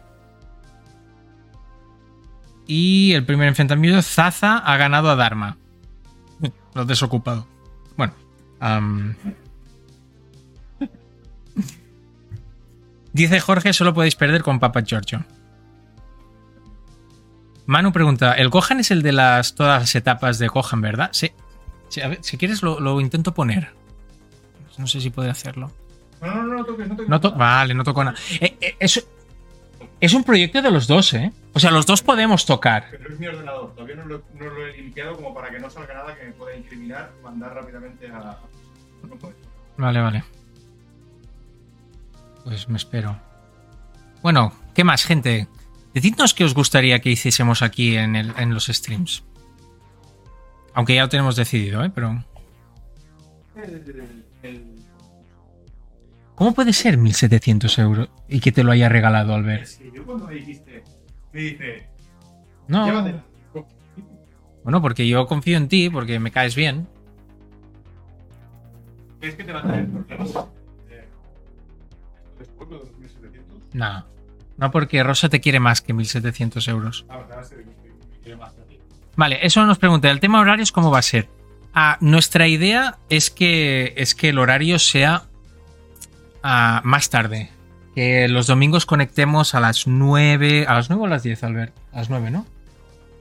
Speaker 2: Y el primer enfrentamiento, Zaza ha ganado a Dharma. (laughs) Los desocupados. Bueno. am. (laughs) Dice Jorge, solo podéis perder con Papa Giorgio. Manu pregunta, el Gohan es el de las todas las etapas de Gohan, ¿verdad? Sí. Sí, a ver, si quieres lo, lo intento poner. No sé si podré hacerlo.
Speaker 1: No, no, no, no toques, no toques.
Speaker 2: No to- vale, no toco nada. Eh, eh, es, es un proyecto de los dos, ¿eh? O sea, los dos podemos tocar.
Speaker 1: Pero es mi ordenador, todavía no lo, no lo he limpiado como para que no salga nada que me pueda incriminar, mandar rápidamente a... No puedo.
Speaker 2: Vale, vale. Pues me espero. Bueno, ¿qué más, gente? Decidnos qué os gustaría que hiciésemos aquí en, el- en los streams. Aunque ya lo tenemos decidido, ¿eh? Pero. ¿Cómo puede ser 1700 euros y que te lo haya regalado Albert?
Speaker 1: Es que yo cuando me dijiste, me dice,
Speaker 2: No.
Speaker 1: llévatela.
Speaker 2: Bueno, porque yo confío en ti, porque me caes bien.
Speaker 1: ¿Crees que te va a traer problemas? Eh, Después de 2700.
Speaker 2: No. No, porque Rosa te quiere más que 1700 euros.
Speaker 1: Ah, verdad, se me quiere más que a ti.
Speaker 2: Vale, eso nos pregunta. El tema horarios, ¿cómo va a ser? Ah, nuestra idea es que, es que el horario sea ah, más tarde. Que los domingos conectemos a las 9. ¿A las 9 o a las 10, Albert? A las 9, ¿no?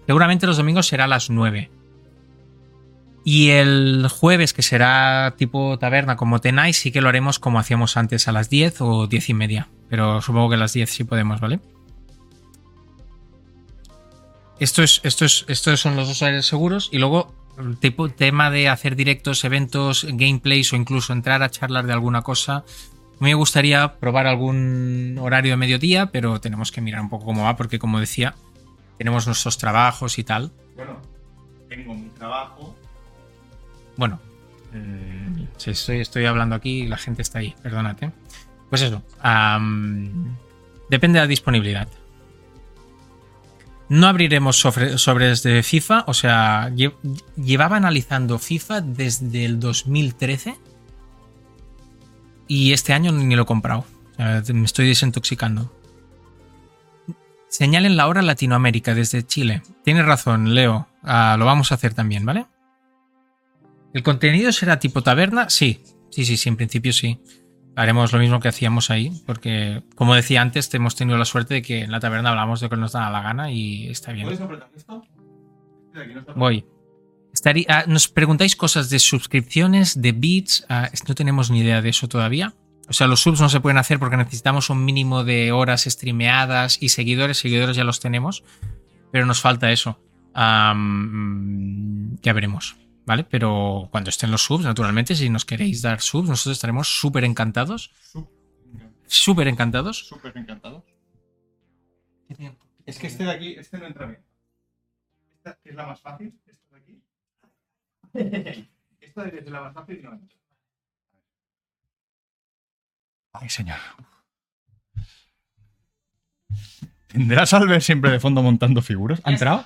Speaker 2: Seguramente los domingos será a las 9. Y el jueves, que será tipo taberna como tenéis, sí que lo haremos como hacíamos antes, a las 10 o 10 y media. Pero supongo que a las 10 sí podemos, ¿vale? Esto es, esto es, estos son los dos horarios seguros. Y luego, el tipo, tema de hacer directos, eventos, gameplays o incluso entrar a charlar de alguna cosa. Me gustaría probar algún horario de mediodía, pero tenemos que mirar un poco cómo va, porque como decía, tenemos nuestros trabajos y tal.
Speaker 1: Bueno, tengo mi trabajo. Eh,
Speaker 2: Bueno, mm, sí, estoy, estoy hablando aquí y la gente está ahí, perdónate. Pues eso, am, depende de la disponibilidad. No abriremos sobre- sobres de FIFA, o sea, lle- llevaba analizando FIFA desde el 2013 y este año ni lo he comprado. O sea, me estoy desintoxicando. Señalen la hora Latinoamérica desde Chile. Tienes razón, Leo. Ah, lo vamos a hacer también, ¿vale? ¿El contenido será tipo taberna? Sí, sí, sí, sí, en principio sí. Haremos lo mismo que hacíamos ahí, porque como decía antes, te hemos tenido la suerte de que en la taberna hablamos de lo que nos da la gana y está bien.
Speaker 1: ¿Puedes apretar esto? Este de aquí no está
Speaker 2: Voy. Estarí- ah, nos preguntáis cosas de suscripciones, de bits. ah, es- no tenemos ni idea de eso todavía. O sea, los subs no se pueden hacer porque necesitamos un mínimo de horas streameadas y seguidores. Seguidores ya los tenemos, pero nos falta eso. Am, ya veremos, ¿vale? Pero cuando estén los subs, naturalmente, si nos queréis dar subs, nosotros estaremos súper encantados.
Speaker 1: Sup-
Speaker 2: Súper encantados.
Speaker 1: Súper encantado. Es que este de aquí, este no entra bien. Esta que es la más fácil, esta de aquí. Esta es la más fácil y no entra. Ay, señor. ¿Tendrás al ver siempre de fondo montando figuras? ¿Ha entrado?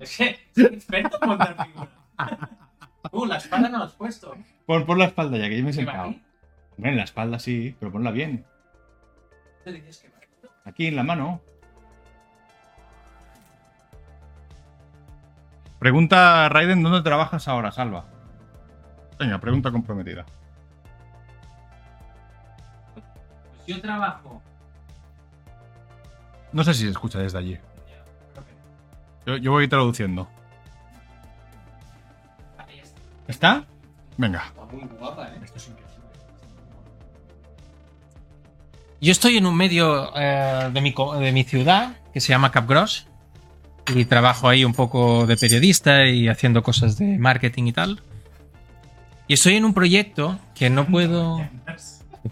Speaker 2: Es que, experto en montar figuras. Uh, la espada no la has puesto.
Speaker 1: Pon, pon la espalda ya, que yo me he
Speaker 2: ¿Qué va
Speaker 1: sentado.
Speaker 2: aquí?
Speaker 1: Hombre, en la espalda sí, pero ponla bien.
Speaker 2: Tú dices que va aquí.
Speaker 1: Aquí en la mano. Pregunta Raiden, ¿dónde trabajas ahora, Salva? Venga, pregunta comprometida.
Speaker 2: Pues yo trabajo.
Speaker 1: No sé si se escucha desde allí. Yo, yo voy traduciendo.
Speaker 2: Vale, ya está.
Speaker 1: ¿Está? Venga.
Speaker 2: Yo estoy en un medio eh, de, mi, co- de mi ciudad que se llama Capgros y trabajo ahí un poco de periodista y haciendo cosas de marketing y tal. Y estoy en un proyecto que no puedo...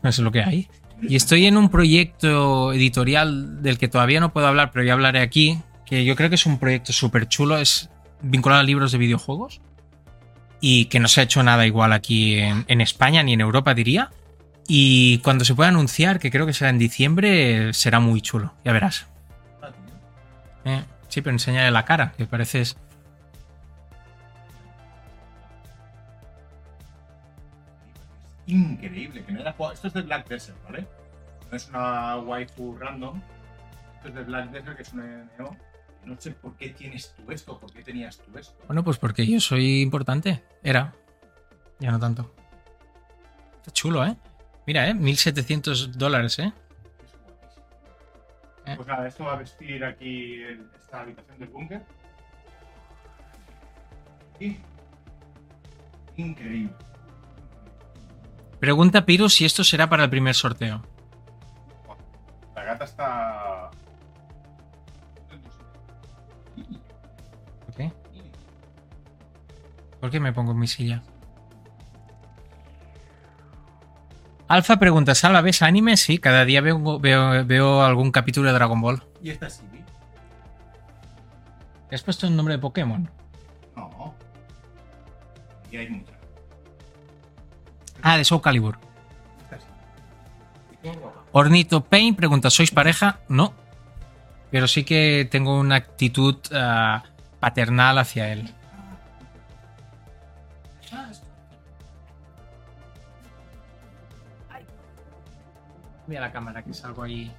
Speaker 2: No sé lo que hay. Y estoy en un proyecto editorial del que todavía no puedo hablar, pero ya hablaré aquí, que yo creo que es un proyecto súper chulo, es vinculado a libros de videojuegos y que no se ha hecho nada igual aquí en, en España ni en Europa, diría. Y cuando se pueda anunciar, que creo que será en diciembre, será muy chulo, ya verás. Eh, sí, pero enséñale la cara, que pareces...
Speaker 1: Increíble, que no era jugado. Esto es de Black Desert, ¿vale? No es una waifu random. Esto es de Black Desert, que es una MMO. No sé por qué tienes tú esto, por qué tenías tú esto.
Speaker 2: Bueno, pues porque yo soy importante. Era. Ya no tanto. Está chulo, ¿eh? Mira, ¿eh? 1.700 dólares, ¿eh? Eh.
Speaker 1: Pues nada, esto va a vestir aquí el- esta habitación del búnker. Y... Increíble.
Speaker 2: Pregunta Piru si esto será para el primer sorteo.
Speaker 1: La gata está...
Speaker 2: ¿Por qué? ¿Por qué me pongo en mi silla? Alfa pregunta, ¿Salva ves anime? Sí, cada día veo, veo- veo algún capítulo de Dragon Ball.
Speaker 1: ¿Y esta sí? ¿eh? vi?
Speaker 2: ¿Te has puesto un nombre de Pokémon?
Speaker 1: No. Y hay muchas.
Speaker 2: Ah, de Soul Calibur.
Speaker 1: Esta sí.
Speaker 2: Ornito Pain pregunta, ¿sois pareja? No. Pero sí que tengo una actitud ah, paternal hacia él. Mira la cámara que salgo ahí.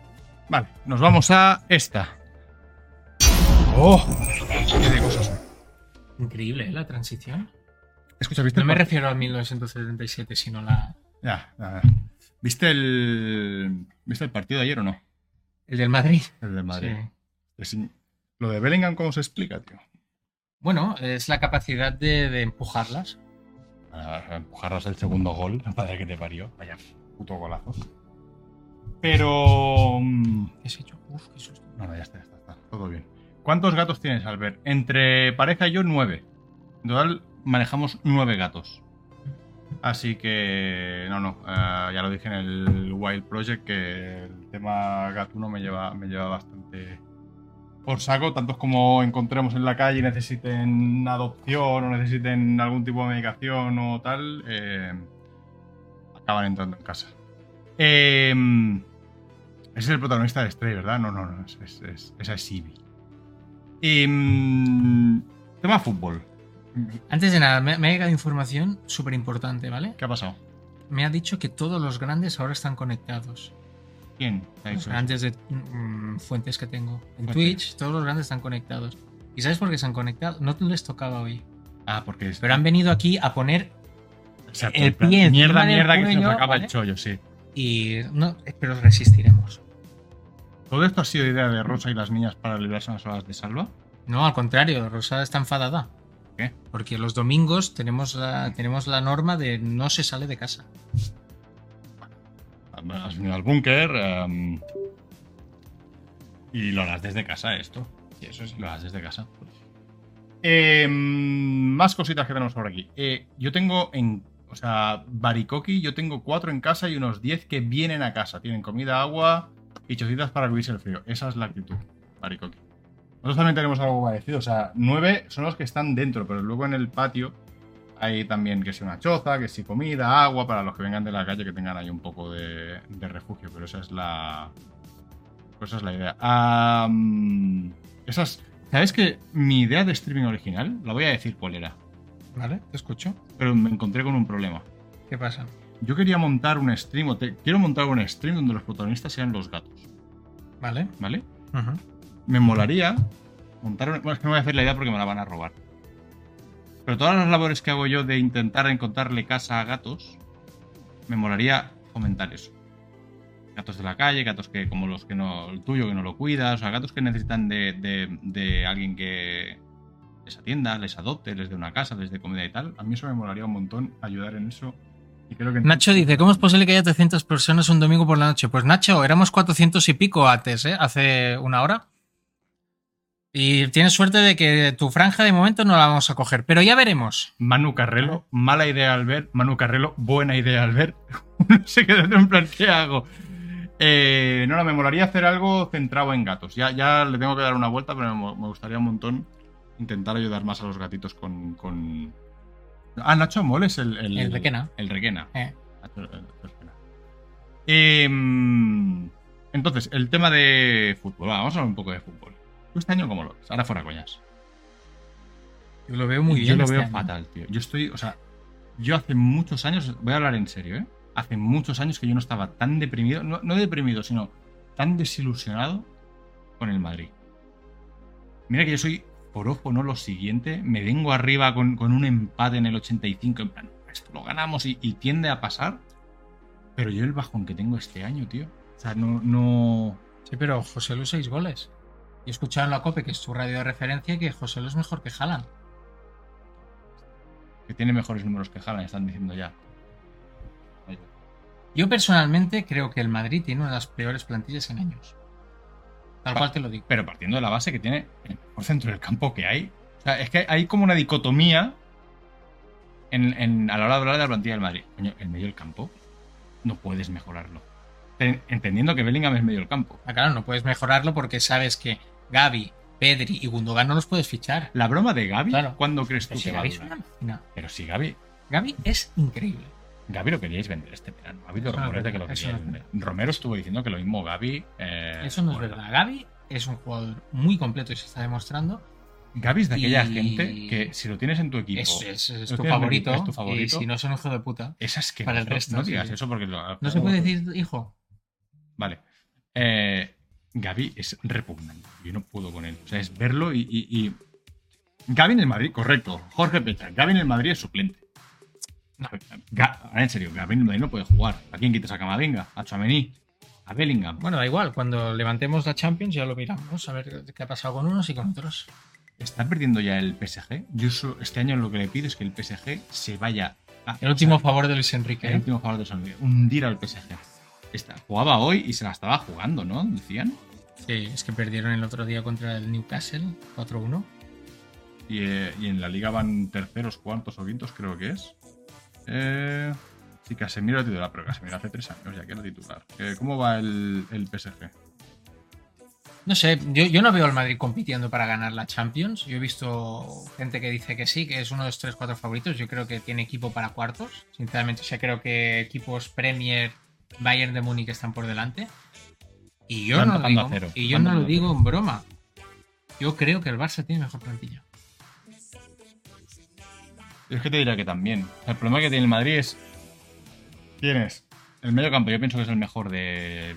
Speaker 1: Vale, nos vamos a esta. ¡Oh! ¿Qué de cosas?
Speaker 2: Increíble, ¿eh? La transición.
Speaker 1: Escucha, ¿viste
Speaker 2: No
Speaker 1: el
Speaker 2: me
Speaker 1: par-
Speaker 2: refiero al 1977, sino la,
Speaker 1: Ya, ya, ya. ¿Viste el... ¿Viste el partido de ayer o no?
Speaker 2: el del Madrid.
Speaker 1: El de Madrid.
Speaker 2: Sí.
Speaker 1: Es in- Lo de Bellingham, ¿cómo se explica, tío?
Speaker 2: Bueno, es la capacidad de, de empujarlas.
Speaker 1: Para empujarnos el segundo gol, (laughs) padre que te parió. Vaya puto golazo. Pero. mm,
Speaker 2: ¿Qué has hecho? Uf, qué susto.
Speaker 1: No, no, ya está, ya está, está. Todo bien. ¿Cuántos gatos tienes, Albert? Entre pareja y yo, nueve. En total, manejamos nueve gatos. Así que. No, no. eh, ya lo dije en el Wild Project que el tema gatuno me lleva, me lleva bastante. Por saco, tantos como encontremos en la calle y necesiten adopción o necesiten algún tipo de medicación o tal, eh, acaban entrando en casa. Em, ese es el protagonista de Stray, ¿verdad? No, no, no. es- es- es- Esa es Ivy. Em, tema fútbol.
Speaker 2: Antes de nada, me, me ha llegado información súper importante, ¿vale?
Speaker 1: ¿Qué ha pasado?
Speaker 2: Me ha dicho que todos los grandes ahora están conectados.
Speaker 1: ¿Quién? Ahí,
Speaker 2: Los
Speaker 1: pues.
Speaker 2: grandes de mm, fuentes que tengo. En
Speaker 1: Fuentes.
Speaker 2: Twitch, todos los grandes están conectados. ¿Y sabes por qué se han conectado? No les tocaba hoy.
Speaker 1: Ah, porque es-
Speaker 2: Pero han venido aquí a poner
Speaker 1: Exacto,
Speaker 2: el
Speaker 1: en plan,
Speaker 2: pie encima
Speaker 1: Mierda,
Speaker 2: del
Speaker 1: mierda, que se nos
Speaker 2: cuello,
Speaker 1: acaba
Speaker 2: ¿vale?
Speaker 1: el chollo, sí.
Speaker 2: y. No, pero resistiremos.
Speaker 1: ¿Todo esto ha sido idea de Rosa y las niñas para librarse unas horas de salva?
Speaker 2: No, al contrario, Rosa está enfadada.
Speaker 1: ¿Qué?
Speaker 2: Porque los domingos tenemos la, tenemos la norma de no se sale de casa.
Speaker 1: Has venido al búnker em, y lo harás desde casa esto. Y eso sí. Lo harás desde casa. Em, más cositas que tenemos por aquí. Eh, yo tengo en... O sea, Baricoqui, yo tengo cuatro en casa y unos 10 que vienen a casa. Tienen comida, agua y chocitas para vivir el frío. Esa es la actitud, Baricoqui. Nosotros también tenemos algo parecido. O sea, nueve son los que están dentro, pero luego en el patio hay también que si una choza, que si comida, agua, para los que vengan de la calle que tengan ahí un poco de, de refugio, pero esa es la. Pues esa es la idea. Am, esas. ¿Sabes que mi idea de streaming original? La voy a decir cuál era.
Speaker 2: ¿Vale? Te escucho.
Speaker 1: Pero me encontré con un problema.
Speaker 2: ¿Qué pasa?
Speaker 1: Yo quería montar un stream, o te- quiero montar un stream donde los protagonistas sean los gatos,
Speaker 2: ¿Vale?
Speaker 1: ¿vale?
Speaker 2: Ujú.
Speaker 1: me molaría montar una- Bueno, es que no voy a hacer la idea porque me la van a robar. Pero todas las labores que hago yo de intentar encontrarle casa a gatos, me molaría fomentar eso. Gatos de la calle, gatos que como los que no. el tuyo que no lo cuidas, o sea, gatos que necesitan de, de- de alguien que. les atienda, les adopte, les dé una casa, les dé comida y tal. A mí eso me molaría un montón ayudar en eso. Y creo que
Speaker 2: Nacho dice, ¿cómo es posible que haya 300 personas un domingo por la noche? Pues Nacho, éramos 400 y pico antes, ¿eh? Hace una hora. Y tienes suerte de que tu franja de momento no la vamos a coger, pero ya veremos.
Speaker 1: Manu Carrelo, mala idea al ver. Manu Carrelo, buena idea al ver. (laughs) no sé qué hacer, en plan, ¿qué hago? Eh, no, no, me molaría hacer algo centrado en gatos. Ya, ya le tengo que dar una vuelta, pero me, mo- me gustaría un montón intentar ayudar más a los gatitos con. con... Ah, Nacho Mol es el. El,
Speaker 2: El Requena.
Speaker 1: El Requena.
Speaker 2: Eh.
Speaker 1: Nacho- el Requena. Em, entonces, el tema de fútbol. Va, vamos a hablar un poco de fútbol. ¿Tú este año cómo lo ves? Ahora fuera coñas.
Speaker 2: Yo lo veo muy
Speaker 1: Yo
Speaker 2: bien.
Speaker 1: lo
Speaker 2: este
Speaker 1: veo
Speaker 2: año.
Speaker 1: fatal, tío. Yo estoy, o sea, yo hace muchos años, voy a hablar en serio, ¿eh? Hace muchos años que yo no estaba tan deprimido, no, no deprimido, sino tan desilusionado con el Madrid. Mira que yo soy porojo, ¿no? Lo siguiente, me vengo arriba con, con un empate en el 85, en plan, esto lo ganamos y, y tiende a pasar. Pero yo el bajón que tengo este año, tío. O sea, no, no,
Speaker 2: Sí, pero José Lu seis goles. Y he escuchado en la COPE, que es su radio de referencia, que José Lu es mejor que Jalan.
Speaker 1: que tiene mejores números que Haaland, están diciendo ya. Vaya.
Speaker 2: Yo personalmente creo que el Madrid tiene una de las peores plantillas en años. Tal
Speaker 1: Pa-
Speaker 2: cual te lo digo.
Speaker 1: pero partiendo de la base que tiene el mejor centro del campo que hay. O sea, es que hay como una dicotomía en, en- a la hora de hablar de la plantilla del Madrid. Coño, el medio del campo no puedes mejorarlo. Ten- Entendiendo que Bellingham es medio del campo.
Speaker 2: Ah, claro, no puedes mejorarlo porque sabes que Gaby, Pedri y Gundogan no los puedes fichar.
Speaker 1: La broma de Gaby,
Speaker 2: Claro.
Speaker 1: ¿cuándo crees tú
Speaker 2: Pero si
Speaker 1: que va a
Speaker 2: Gaby es
Speaker 1: durar?
Speaker 2: una máquina.
Speaker 1: Pero si Gaby,
Speaker 2: Gaby es increíble.
Speaker 1: Gaby lo queríais vender este verano. Ha habido
Speaker 2: Eso no es
Speaker 1: rumores de que lo
Speaker 2: verdad, eso
Speaker 1: queríais
Speaker 2: no es
Speaker 1: vender. Romero estuvo diciendo que lo mismo Gaby. eh,
Speaker 2: Eso no es
Speaker 1: bueno.
Speaker 2: verdad. Gaby es un jugador muy completo y se está demostrando.
Speaker 1: Gaby es de aquella
Speaker 2: Y-
Speaker 1: gente que si lo tienes en tu equipo,
Speaker 2: Es, es- es
Speaker 1: Lo
Speaker 2: tu
Speaker 1: tienes
Speaker 2: favorito.
Speaker 1: es tu favorito.
Speaker 2: Y si no es un hijo de puta.
Speaker 1: es asqueroso.
Speaker 2: para el resto,
Speaker 1: no
Speaker 2: sí,
Speaker 1: digas
Speaker 2: sí.
Speaker 1: eso porque lo-
Speaker 2: No se puede decir hijo.
Speaker 1: Vale. Eh, Gaby es repugnante. Yo no puedo con él. O sea, es verlo y. y, y- Gaby en el Madrid, correcto. Jorge Pecha, Gaby en el Madrid es suplente.
Speaker 2: No.
Speaker 1: Ga- ahora, en serio, Gaby en el Madrid no puede jugar. ¿A quién quitas a Camavinga? ¿A Chamení? ¿A Bellingham?
Speaker 2: Bueno, da igual. Cuando levantemos la Champions ya lo miramos. A ver qué ha pasado con unos y con otros.
Speaker 1: ¿Está perdiendo ya el PSG? Yo so- este año lo que le pido es que el PSG se vaya. a-
Speaker 2: El último favor de Luis
Speaker 1: que
Speaker 2: Enrique.
Speaker 1: el
Speaker 2: ¿eh?
Speaker 1: último jugador de San Luis. Hundir al PSG. Esta- jugaba hoy y se la estaba jugando, ¿no? Decían.
Speaker 2: Sí, es que perdieron el otro día contra el Newcastle 4-1.
Speaker 1: Y, eh, y en la liga van terceros, cuartos o quintos, creo que es. Eh, sí, Casemiro titular, pero Casemiro hace tres años ya que era titular. Eh, ¿Cómo va el, el PSG?
Speaker 2: No sé, yo, yo no veo al Madrid compitiendo para ganar la Champions. Yo he visto gente que dice que sí, que es uno de los 3-4 favoritos. Yo creo que tiene equipo para cuartos. Sinceramente, o sea, creo que equipos Premier, Bayern de Múnich están por delante. Y yo
Speaker 1: Van
Speaker 2: no lo
Speaker 1: tocando
Speaker 2: digo,
Speaker 1: a cero,
Speaker 2: y yo
Speaker 1: van
Speaker 2: no lo
Speaker 1: tocando a
Speaker 2: digo en broma. Yo creo que el Barça tiene mejor plantilla.
Speaker 1: Yo es que te diría que también. O sea, el problema que tiene el Madrid es. ¿Quién es? El medio campo, yo pienso que es el mejor de.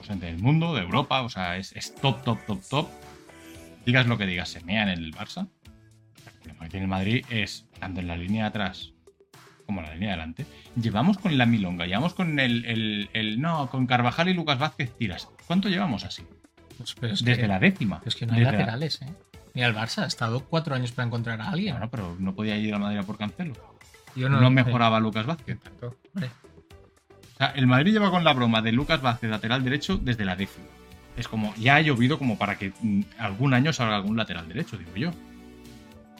Speaker 1: o sea, del mundo, de Europa. O sea, es, es top, top, top, top. Digas lo que digas, se mea en el Barça. El problema que tiene el Madrid es, tanto en la línea de atrás como en la línea de adelante, llevamos con la milonga, llevamos con el, el- el- No, con Carvajal y Lucas Vázquez tiras. ¿Cuánto llevamos así?
Speaker 2: Pues, pero es
Speaker 1: Desde
Speaker 2: que,
Speaker 1: la décima.
Speaker 2: es que no hay
Speaker 1: Desde la-
Speaker 2: laterales, ¿eh? Mira, el Barça ha estado cuatro años para encontrar a alguien.
Speaker 1: Bueno, pero no podía ir a Madrid a por Cancelo.
Speaker 2: Yo
Speaker 1: No,
Speaker 2: lo sé.
Speaker 1: mejoraba Lucas Vázquez.
Speaker 2: Tanto, hombre.
Speaker 1: O sea, el Madrid lleva con la broma de Lucas Vázquez lateral derecho desde la décima. Es como, ya ha llovido como para que mm, algún año salga algún lateral derecho, digo yo.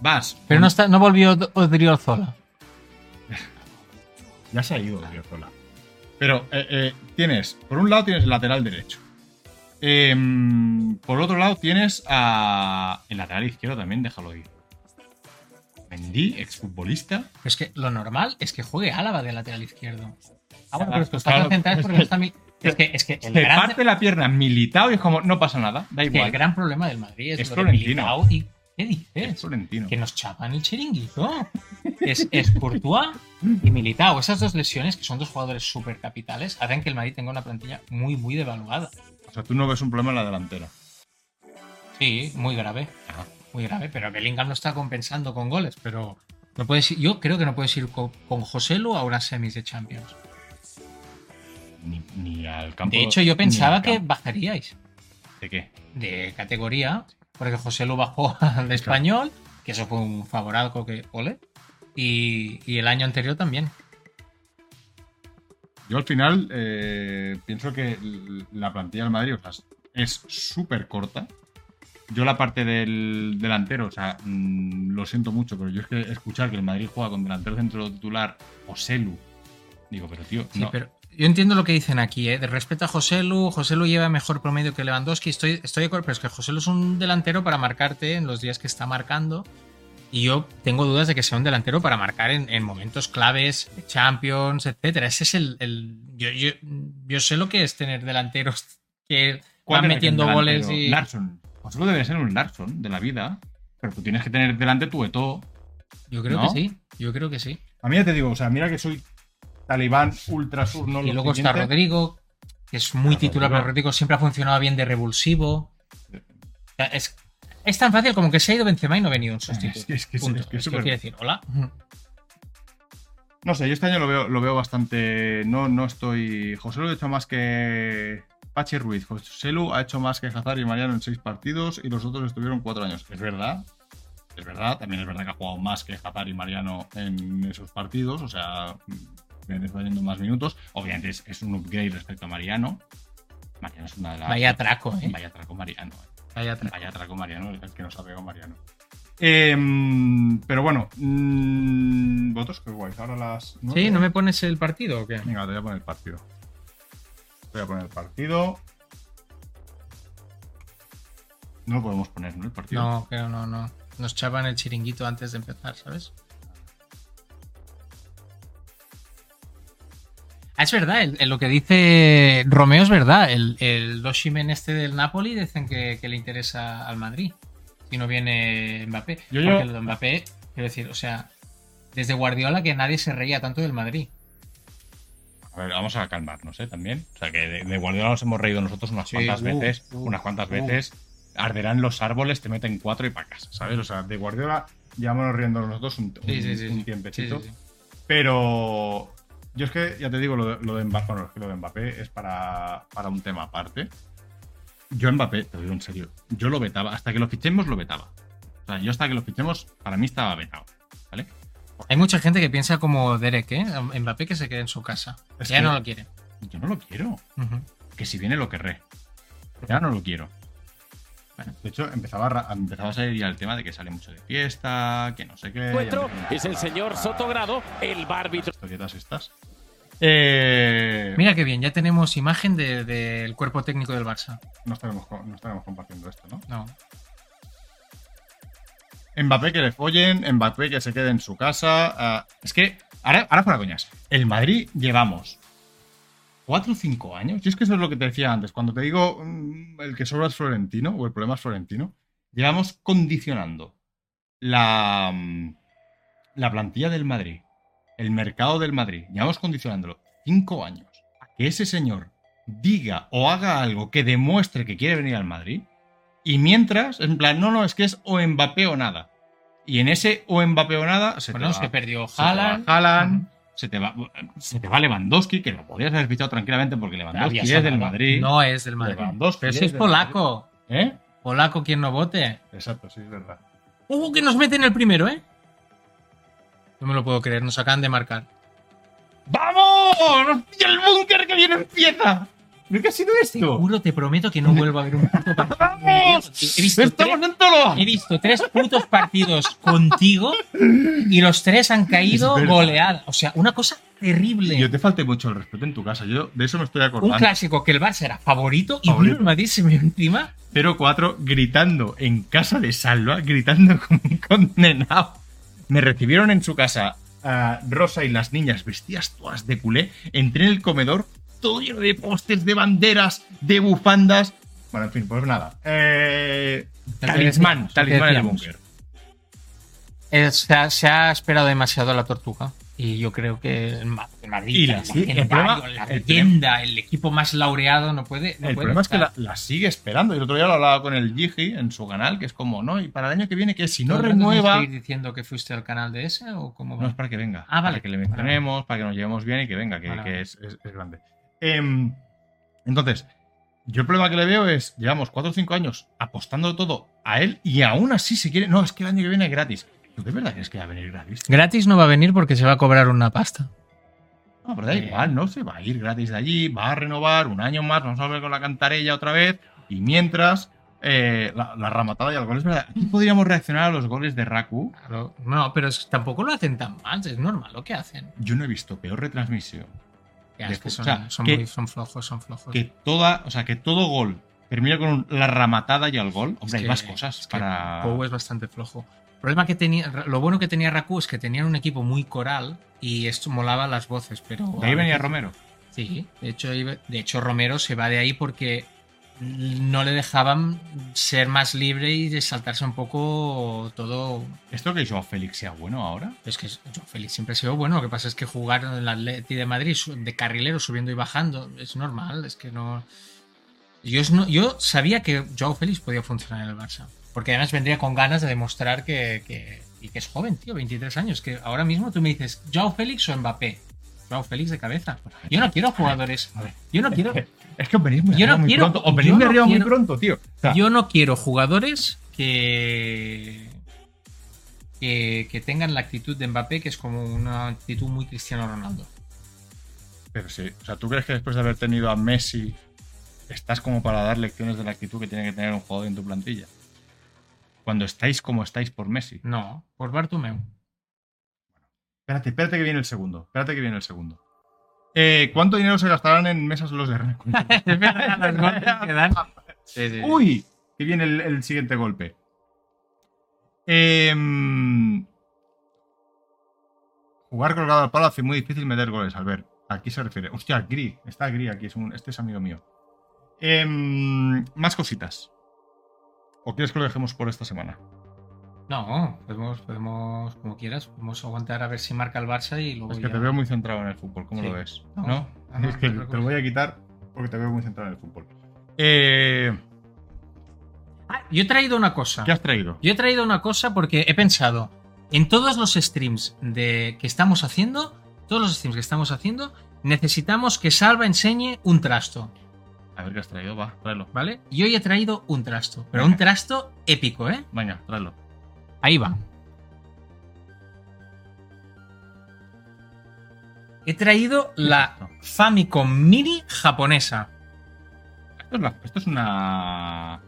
Speaker 1: Vas.
Speaker 2: Pero no, está, no volvió Odriozola.
Speaker 1: Ya se ha ido Guardiola. Pero eh, eh, tienes, por un lado tienes el lateral derecho. Em, por otro lado tienes a... El lateral izquierdo también, déjalo ir. Mendy, exfutbolista.
Speaker 2: Pero es que lo normal es que juegue Álava de lateral izquierdo. Ah, bueno, pero
Speaker 1: Claro,
Speaker 2: es que
Speaker 1: pues
Speaker 2: está
Speaker 1: claro.
Speaker 2: concentrado porque no está mil- Es que, es que el,
Speaker 1: Te
Speaker 2: gran,
Speaker 1: parte la pierna militado y es como, no pasa nada, da
Speaker 2: es que el
Speaker 1: igual.
Speaker 2: gran problema del Madrid es,
Speaker 1: Es
Speaker 2: lo de
Speaker 1: Florentino.
Speaker 2: Militao y ¿qué
Speaker 1: Es
Speaker 2: dices?
Speaker 1: Florentino.
Speaker 2: Que nos chapan el chiringuito. Es, es Courtois y Militao. Esas dos lesiones, que son dos jugadores súper capitales, hacen que el Madrid tenga una plantilla muy, muy devaluada.
Speaker 1: O sea, tú no ves un problema en la delantera.
Speaker 2: Sí, muy grave.
Speaker 1: Ajá.
Speaker 2: Muy grave. Pero Bellingham lo está compensando con goles. Pero no puedes ir- yo creo que no puedes ir con, con José Lu a unas semis de Champions.
Speaker 1: Ni, ni al campo.
Speaker 2: De hecho, yo
Speaker 1: Pues ni
Speaker 2: pensaba
Speaker 1: al
Speaker 2: que
Speaker 1: campo.
Speaker 2: bajaríais.
Speaker 1: ¿De qué?
Speaker 2: de categoría porque José lo bajó (laughs) al español, que eso fue un favorazo que ole. Y, y el año anterior también.
Speaker 1: Yo al final eh, pienso que l- la plantilla del Madrid o sea, es súper corta. Yo la parte del delantero, o sea, mm, lo siento mucho, pero yo es que escuchar que el Madrid juega con delantero centro titular o Selu, digo, pero tío,
Speaker 2: Sí,
Speaker 1: no.
Speaker 2: pero yo entiendo lo que dicen aquí, ¿eh? De respeto a José Lu, José Lu lleva mejor promedio que Lewandowski. Estoy, estoy de acuerdo, pero es que José Lu es un delantero para marcarte en los días que está marcando. Y yo tengo dudas de que sea un delantero para marcar en, en momentos claves, Champions, etcétera. Ese es el. el- yo, yo- yo sé lo que es tener delanteros que
Speaker 1: ¿Cuál
Speaker 2: van
Speaker 1: era
Speaker 2: metiendo
Speaker 1: aquel delantero?
Speaker 2: goles y.
Speaker 1: Larson. Pues solo debe ser un Larson de la vida, pero tú tienes que tener delante tu Eto'o,
Speaker 2: Yo creo
Speaker 1: ¿No?
Speaker 2: que sí. Yo creo que sí.
Speaker 1: A mí ya te digo, o sea, mira que soy talibán ultra sur, no
Speaker 2: y
Speaker 1: lo
Speaker 2: luego está
Speaker 1: siguiente.
Speaker 2: Rodrigo, que es muy
Speaker 1: Ah,
Speaker 2: titular,
Speaker 1: Rodrigo.
Speaker 2: pero Rodrigo siempre ha funcionado bien de revulsivo. O sea, Es, es tan fácil como que se ha ido Benzema y no ha venido un sustituto.
Speaker 1: (laughs) Es que- es que-
Speaker 2: Punto.
Speaker 1: es que es
Speaker 2: Esto
Speaker 1: súper-
Speaker 2: quiere decir, hola.
Speaker 1: No sé, yo este año lo veo, lo veo bastante. No, no estoy. José Lu ha hecho más que. Pachi Ruiz. José Lu ha hecho más que Hazard y Mariano en seis partidos y los otros estuvieron cuatro años. Es verdad. Es verdad. También es verdad que ha jugado más que Hazard y Mariano en esos partidos. O sea, me está yendo más minutos. Obviamente es, es un upgrade respecto a Mariano. Mariano es una de las.
Speaker 2: Vaya traco, ¿eh?
Speaker 1: Vaya traco Mariano. eh.
Speaker 2: Vaya traco.
Speaker 1: Vaya atraco Mariano, el que no sabe con Mariano. Em, pero bueno, mm, votos, que guay. Ahora las.
Speaker 2: ¿Sí? ¿No me pones el partido o qué?
Speaker 1: Venga, te voy a poner el partido. Te Voy a poner el partido. No lo podemos poner, ¿no? El partido.
Speaker 2: No, creo, no, no. Nos chapan el chiringuito antes de empezar, ¿sabes? Ah, es verdad, el- el- lo que dice Romeo es verdad. El, el Oshimen este del Napoli dicen que, que le interesa al Madrid. Si no viene Mbappé.
Speaker 1: Yo-
Speaker 2: Porque
Speaker 1: yo-
Speaker 2: lo de Mbappé, quiero decir, o sea, desde Guardiola que nadie se reía tanto del Madrid.
Speaker 1: A ver, vamos a calmarnos, ¿eh? También. O sea, que de, de Guardiola nos hemos reído nosotros unas cuantas
Speaker 2: uh,
Speaker 1: veces. unas cuantas veces. Arderán los árboles, te meten cuatro y para casa, ¿sabes? O sea, de Guardiola llevamos riendo nosotros un, un,
Speaker 2: Sí, sí, sí.
Speaker 1: un
Speaker 2: sí.
Speaker 1: tiempecito.
Speaker 2: Sí, sí, sí.
Speaker 1: Pero yo es que, ya te digo, lo de, lo de Mbappé, bueno, es que lo de Mbappé es para, para un tema aparte. Yo Mbappé, te lo digo en serio, yo lo vetaba, hasta que lo fichemos lo vetaba. O sea, yo hasta que lo fichemos, para mí estaba vetado, ¿vale?
Speaker 2: Hay mucha gente que piensa como Derek, ¿eh? Mbappé que se quede en su casa.
Speaker 1: Es
Speaker 2: ya
Speaker 1: que-
Speaker 2: no lo quiere.
Speaker 1: Yo no lo quiero,
Speaker 2: Ujú.
Speaker 1: que si viene lo querré. Ya no lo quiero. Bueno, de hecho, empezaba a, ra- empezaba a salir ya el tema de que sale mucho de fiesta, que no sé qué. ya
Speaker 6: encuentro
Speaker 1: empezaron a-
Speaker 6: es el señor Sotogrado, el árbitro.
Speaker 1: Las historietas estas. Eh,
Speaker 2: Mira qué bien, ya tenemos imagen de- del cuerpo técnico del Barça.
Speaker 1: no, estaremos, co- no estaremos compartiendo esto, ¿no?
Speaker 2: No.
Speaker 1: Mbappé que le follen, Mbappé que se quede en su casa. ah, es que, ahora, ahora para coñas, el Madrid llevamos 4 o 5 años. Yo es que eso es lo que te decía antes. Cuando te digo mm, el que sobra es Florentino o el problema es Florentino, llevamos condicionando la, mm, la plantilla del Madrid, el mercado del Madrid, llevamos condicionándolo 5 años. A que ese señor diga o haga algo que demuestre que quiere venir al Madrid. Y mientras, en plan, no, no, es que es o Mbappé o nada. Y en ese o Mbappé o nada se
Speaker 2: Bueno,
Speaker 1: te va.
Speaker 2: se perdió
Speaker 1: Se te va
Speaker 2: Haaland.
Speaker 1: Haaland,
Speaker 2: Ujú.
Speaker 1: se te va, se te va Lewandowski, que lo podrías haber fichado tranquilamente porque Lewandowski
Speaker 2: Había
Speaker 1: es
Speaker 2: sonado.
Speaker 1: del Madrid.
Speaker 2: No es del Madrid.
Speaker 1: Lewandowski
Speaker 2: Pero
Speaker 1: es
Speaker 2: si es
Speaker 1: del
Speaker 2: polaco.
Speaker 1: ¿Eh?
Speaker 2: Polaco quien no vote.
Speaker 1: Exacto, sí, es verdad.
Speaker 2: ¡Uh, que nos meten el primero, eh! No me lo puedo creer, nos acaban de marcar.
Speaker 1: ¡Vamos! ¡Y el búnker que viene empieza! ¿Pero qué ha sido
Speaker 2: Te
Speaker 1: esto?
Speaker 2: juro, te prometo que no vuelvo a ver un puto partido.
Speaker 1: ¡Vamos!
Speaker 2: He
Speaker 1: (laughs)
Speaker 2: visto
Speaker 1: ¡Estamos en Toloa!
Speaker 2: He visto tres putos partidos contigo y los tres han caído
Speaker 1: Es verdad.
Speaker 2: goleada. O sea, una cosa terrible.
Speaker 1: Yo te falté mucho el respeto en tu casa, yo de eso me estoy
Speaker 2: Un
Speaker 1: acordando.
Speaker 2: clásico que el Barça era favorito y
Speaker 1: Favorito.
Speaker 2: vino el Madrid se me encima.
Speaker 1: 0-4 gritando en casa de Salva, gritando (laughs) como un condenado. Me recibieron en su casa a Rosa y las niñas vestidas todas de culé. Entré en el comedor, todo lleno de pósters, de banderas, de bufandas. Bueno, en fin, pues nada. Eh, talismán,
Speaker 2: decíamos, lo
Speaker 1: talismán
Speaker 2: que
Speaker 1: en el
Speaker 2: decíamos.
Speaker 1: búnker.
Speaker 2: Eh, se, ha, se ha esperado demasiado a la tortuga. Y yo creo que el Ma- el Madrid,
Speaker 1: Y la-
Speaker 2: el
Speaker 1: sí, el
Speaker 2: legendario,
Speaker 1: problema-
Speaker 2: la
Speaker 1: el
Speaker 2: leyenda, el equipo más laureado no puede. no pues, ah.
Speaker 1: el
Speaker 2: puede
Speaker 1: problema es que la,
Speaker 2: estar.
Speaker 1: la sigue esperando. Y el otro día lo hablaba con el Gigi en su canal, que es como, no, y para el año que viene, que si no
Speaker 2: ¿Todo el rato tienes
Speaker 1: renueva.
Speaker 2: que ir diciendo que fuiste al canal de ese o cómo va?
Speaker 1: No es para que venga.
Speaker 2: Ah, vale.
Speaker 1: Para que le
Speaker 2: Vale,
Speaker 1: mencionemos, para que nos llevemos bien y que venga, que,
Speaker 2: Vale,
Speaker 1: que
Speaker 2: vale.
Speaker 1: es, es- es grande. Em, entonces, Yo el problema que le veo es, llevamos 4 o 5 años apostando todo a él y aún así se quiere. No, es que el año que viene es gratis. ¿Tú de verdad crees que va a venir gratis?
Speaker 2: Gratis no va a venir porque se va a cobrar una pasta.
Speaker 1: No, pero da igual, no se va a ir gratis de allí, va a renovar un año más, vamos a volver con la cantarella otra vez. Y mientras, eh, la, la ramatada y el gol es verdad. Aquí podríamos reaccionar a los goles de Raku.
Speaker 2: Claro. No, pero es- tampoco lo hacen tan mal, es normal lo que hacen.
Speaker 1: Yo no he visto peor retransmisión
Speaker 2: Ya, es que son,
Speaker 1: O sea,
Speaker 2: son
Speaker 1: que-
Speaker 2: muy- son flojos, son flojos.
Speaker 1: que toda, o sea, que todo gol termina con un- la ramatada y al gol. Hombre,
Speaker 2: Es
Speaker 1: hay
Speaker 2: que-
Speaker 1: más cosas
Speaker 2: es que
Speaker 1: para.
Speaker 2: Pou es bastante flojo. El problema que tenía, lo bueno que tenía Raku es que tenían un equipo muy coral y esto molaba las voces, pero.
Speaker 1: De ahí venía Romero.
Speaker 2: Sí, de hecho, iba- de hecho Romero se va de ahí porque no le dejaban ser más libre y de saltarse un poco todo.
Speaker 1: ¿Esto que Joao Félix sea bueno ahora?
Speaker 2: Es que Joao Félix siempre se sido bueno, lo que pasa es que jugar en el Atleti de Madrid su- de carrilero subiendo y bajando es normal, es que no. Yo, es no- yo sabía que Joao Félix podía funcionar en el Barça, porque además vendría con ganas de demostrar que, que- y que es joven, tío, 23 años, que ahora mismo tú me dices Joao Félix o Mbappé. Joao Félix de cabeza. Yo no quiero jugadores. Yo no quiero
Speaker 1: Es que os venís muy
Speaker 2: Yo no
Speaker 1: arriba muy
Speaker 2: quiero-
Speaker 1: pronto. Os venís
Speaker 2: yo
Speaker 1: muy
Speaker 2: no
Speaker 1: arriba muy
Speaker 2: quiero-
Speaker 1: pronto, tío. O sea,
Speaker 2: (laughs) Yo no quiero jugadores que, que, que tengan la actitud de Mbappé, que es como una actitud muy Cristiano Ronaldo.
Speaker 1: Pero sí, o sea, ¿tú crees que después de haber tenido a Messi estás como para dar lecciones de la actitud que tiene que tener un jugador en tu plantilla? Cuando estáis como estáis por Messi.
Speaker 2: No, por Bartomeu.
Speaker 1: Espérate, espérate que viene el segundo. Espérate que viene el segundo. Eh, ¿Cuánto dinero se gastarán en mesas los de Raku?
Speaker 2: Es verdad, los (laughs) golpes que dan. Sí, sí.
Speaker 1: ¡Uy! Que viene el, el siguiente golpe. Em, jugar colgado al palo hace muy difícil meter goles, Albert. Aquí se refiere. Hostia, Gri. Está Gri aquí. Es un, este es amigo mío. Em, más cositas. ¿O quieres que lo dejemos por esta semana?
Speaker 2: No, podemos, podemos, como quieras, podemos aguantar a ver si marca el Barça y luego.
Speaker 1: es que
Speaker 2: ya.
Speaker 1: te veo muy centrado en el fútbol. ¿Cómo
Speaker 2: Sí.
Speaker 1: lo ves?
Speaker 2: No.
Speaker 1: ¿No?
Speaker 2: Ah, no,
Speaker 1: es que
Speaker 2: no te
Speaker 1: te lo voy a quitar porque te veo muy centrado en el fútbol. Eh,
Speaker 2: Ah, yo he traído una cosa.
Speaker 1: ¿Qué has traído?
Speaker 2: Yo he traído una cosa porque he pensado, en todos los streams de, que estamos haciendo, todos los streams que estamos haciendo, necesitamos que Salva enseñe un trasto,
Speaker 1: A ver qué has traído. Va, tráelo.
Speaker 2: ¿vale? Y hoy he traído un trasto, pero un trasto épico, ¿eh?
Speaker 1: Venga, tráelo.
Speaker 2: Ahí va. He traído la Famicom Mini japonesa.
Speaker 1: Esto es, la- esto es una.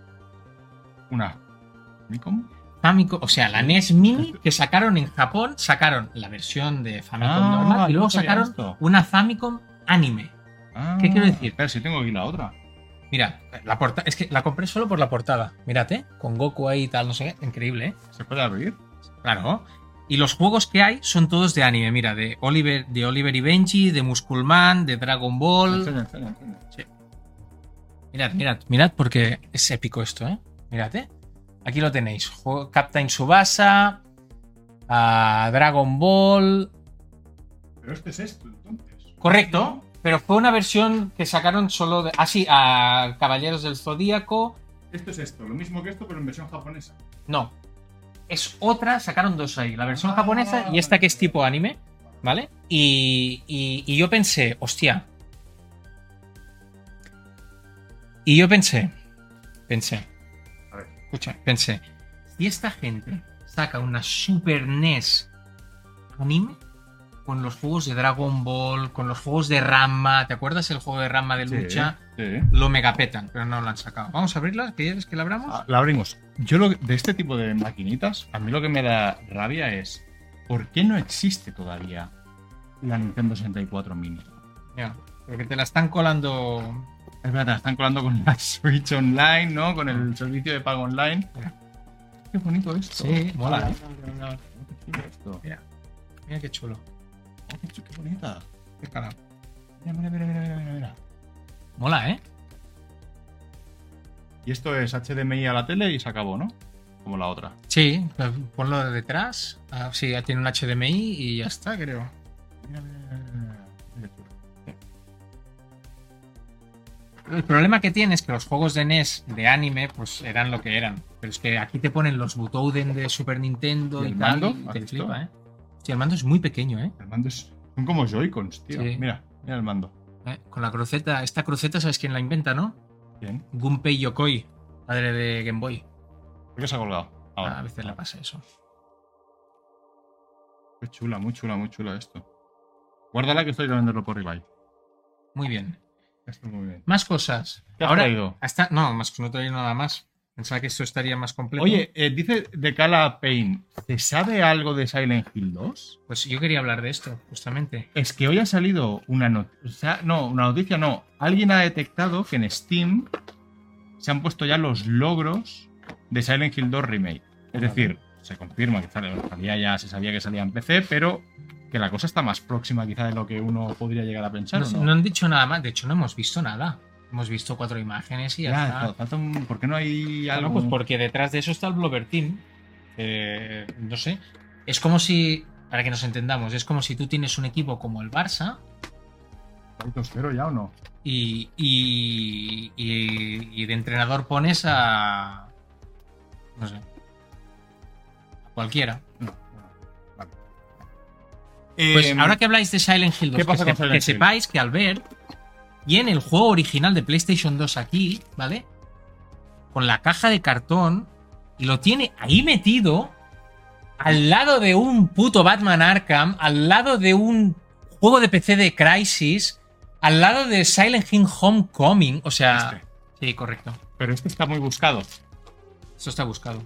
Speaker 1: Una. ¿Famicom?
Speaker 2: Famicom, o sea, la NES Mini que sacaron en Japón, sacaron la versión de Famicom
Speaker 1: Ah,
Speaker 2: normal y luego
Speaker 1: no sabía
Speaker 2: sacaron
Speaker 1: esto.
Speaker 2: una Famicom anime.
Speaker 1: Ah,
Speaker 2: ¿Qué quiero decir?
Speaker 1: Pero si tengo aquí la otra.
Speaker 2: Mira, la porta es que la compré solo por la portada. Mírate, con Goku ahí y tal, no sé qué. Increíble, ¿eh?
Speaker 1: ¿Se puede abrir?
Speaker 2: Claro. Y los juegos que hay son todos de anime. Mira, de Oliver, de Oliver y Benji, de Musculman, de Dragon Ball.
Speaker 1: Enseña, enseña, enseña.
Speaker 2: Mirad, mirad, mirad, porque es épico esto, ¿eh? Mirad, ¿eh? Aquí lo tenéis. Juego- Captain Subasa, a Dragon Ball.
Speaker 1: Pero este es esto, entonces.
Speaker 2: Correcto. Pero fue una versión que sacaron solo de. Ah, sí, a Caballeros del Zodíaco.
Speaker 1: Esto es esto, lo mismo que esto, pero en versión japonesa.
Speaker 2: No. Es otra, sacaron dos ahí, la versión japonesa y esta que es tipo anime, ¿vale? Y, y- y yo pensé, hostia. Y yo pensé, pensé,
Speaker 1: A ver.
Speaker 2: escucha, pensé, si esta gente saca una Super NES anime con los juegos de Dragon Ball, con los juegos de Rama, ¿te acuerdas el juego de Rama de lucha?
Speaker 1: Sí.
Speaker 2: Lo megapetan, pero no lo han sacado. Vamos a abrirla, ¿quieres que la abramos?
Speaker 1: Ah, la abrimos. Yo lo que- de este tipo de maquinitas, a mí lo que me da rabia es. ¿Por qué no existe todavía la Nintendo 64 Mini?
Speaker 2: Ya, porque te la están colando.
Speaker 1: Es verdad, están colando con la (laughs) Switch Online, ¿no? Con el servicio de pago online. Qué bonito esto.
Speaker 2: Sí, mola, ¿eh?
Speaker 1: Mira, qué chulo esto.
Speaker 2: Mira qué chulo.
Speaker 1: Oh, qué chu- qué bonita.
Speaker 2: Qué cara.
Speaker 1: Mira, mira, mira, mira, mira, mira, mira.
Speaker 2: Mola, ¿eh?
Speaker 1: Y esto es HDMI a la tele y se acabó, ¿no? Como la otra.
Speaker 2: Sí, pues ponlo de detrás. Ah, sí, ya tiene un HDMI y ya está, creo.
Speaker 1: Mira, mira, mira, mira, mira. Mira qué chulo.
Speaker 2: El problema que tiene es que los juegos de NES de anime, pues eran lo que eran. Pero es que aquí te ponen los Butouden de Super Nintendo
Speaker 1: ¿Y
Speaker 2: y,
Speaker 1: el
Speaker 2: tal.
Speaker 1: mando?
Speaker 2: y
Speaker 1: ¿Has
Speaker 2: te
Speaker 1: visto?
Speaker 2: flipa, ¿eh? Sí, el mando es muy pequeño, ¿eh?
Speaker 1: El mando es. Son como Joy-Cons, tío.
Speaker 2: Sí.
Speaker 1: Mira, mira el mando.
Speaker 2: ¿Eh? Con la cruceta. Esta cruceta, ¿sabes quién la inventa, no?
Speaker 1: Bien.
Speaker 2: Gunpei Yokoi, padre de Game Boy.
Speaker 1: ¿Por qué se ha colgado? Ahora.
Speaker 2: Ah,
Speaker 1: Ah,
Speaker 2: A veces le pasa eso.
Speaker 1: Qué chula, muy chula, muy chula esto. Guárdala que estoy de venderlo por eBay.
Speaker 2: Muy bien.
Speaker 1: Esto muy bien.
Speaker 2: Más cosas.
Speaker 1: ¿Qué has
Speaker 2: Ahora,
Speaker 1: traído?
Speaker 2: hasta, no, más que no traigo nada más. Pensaba que esto estaría más completo.
Speaker 1: Oye, eh, dice de Cala Payne, ¿se sabe algo de Silent Hill 2?
Speaker 2: pues yo quería hablar de esto, justamente.
Speaker 1: Es que hoy ha salido una noticia. No, una noticia no. Alguien ha detectado que en Steam se han puesto ya los logros de Silent Hill 2 Remake. Es decir, se confirma que sale- salía ya, se sabía que salía en PC, pero que la cosa está más próxima quizá de lo que uno podría llegar a pensar.
Speaker 2: No,
Speaker 1: ¿o no?
Speaker 2: no han dicho nada más. De hecho, no hemos visto nada. Hemos visto cuatro imágenes y ya,
Speaker 1: Ya,
Speaker 2: está.
Speaker 1: fa- falta un- ¿Por qué no hay
Speaker 2: Claro,
Speaker 1: algo?
Speaker 2: pues porque detrás de eso está el Blover Team. Eh, no sé. Es como si, para que nos entendamos, es como si tú tienes un equipo como el Barça
Speaker 1: ¿Pero ya o no?
Speaker 2: y, y, y- y de entrenador pones a. No sé. A cualquiera. Pues
Speaker 1: Eh,
Speaker 2: ahora que habláis de Silent Hill 2,
Speaker 1: ¿qué pasa
Speaker 2: que,
Speaker 1: con
Speaker 2: se-
Speaker 1: Silent
Speaker 2: que
Speaker 1: Hill?
Speaker 2: sepáis que Albert, y en el juego original de PlayStation 2 aquí, ¿vale? Con la caja de cartón, y lo tiene ahí metido, al lado de un puto Batman Arkham, al lado de un juego de PC de Crisis, al lado de Silent Hill Homecoming, o sea...
Speaker 1: Este.
Speaker 2: Sí, correcto.
Speaker 1: Pero este está muy buscado.
Speaker 2: Eso está buscado.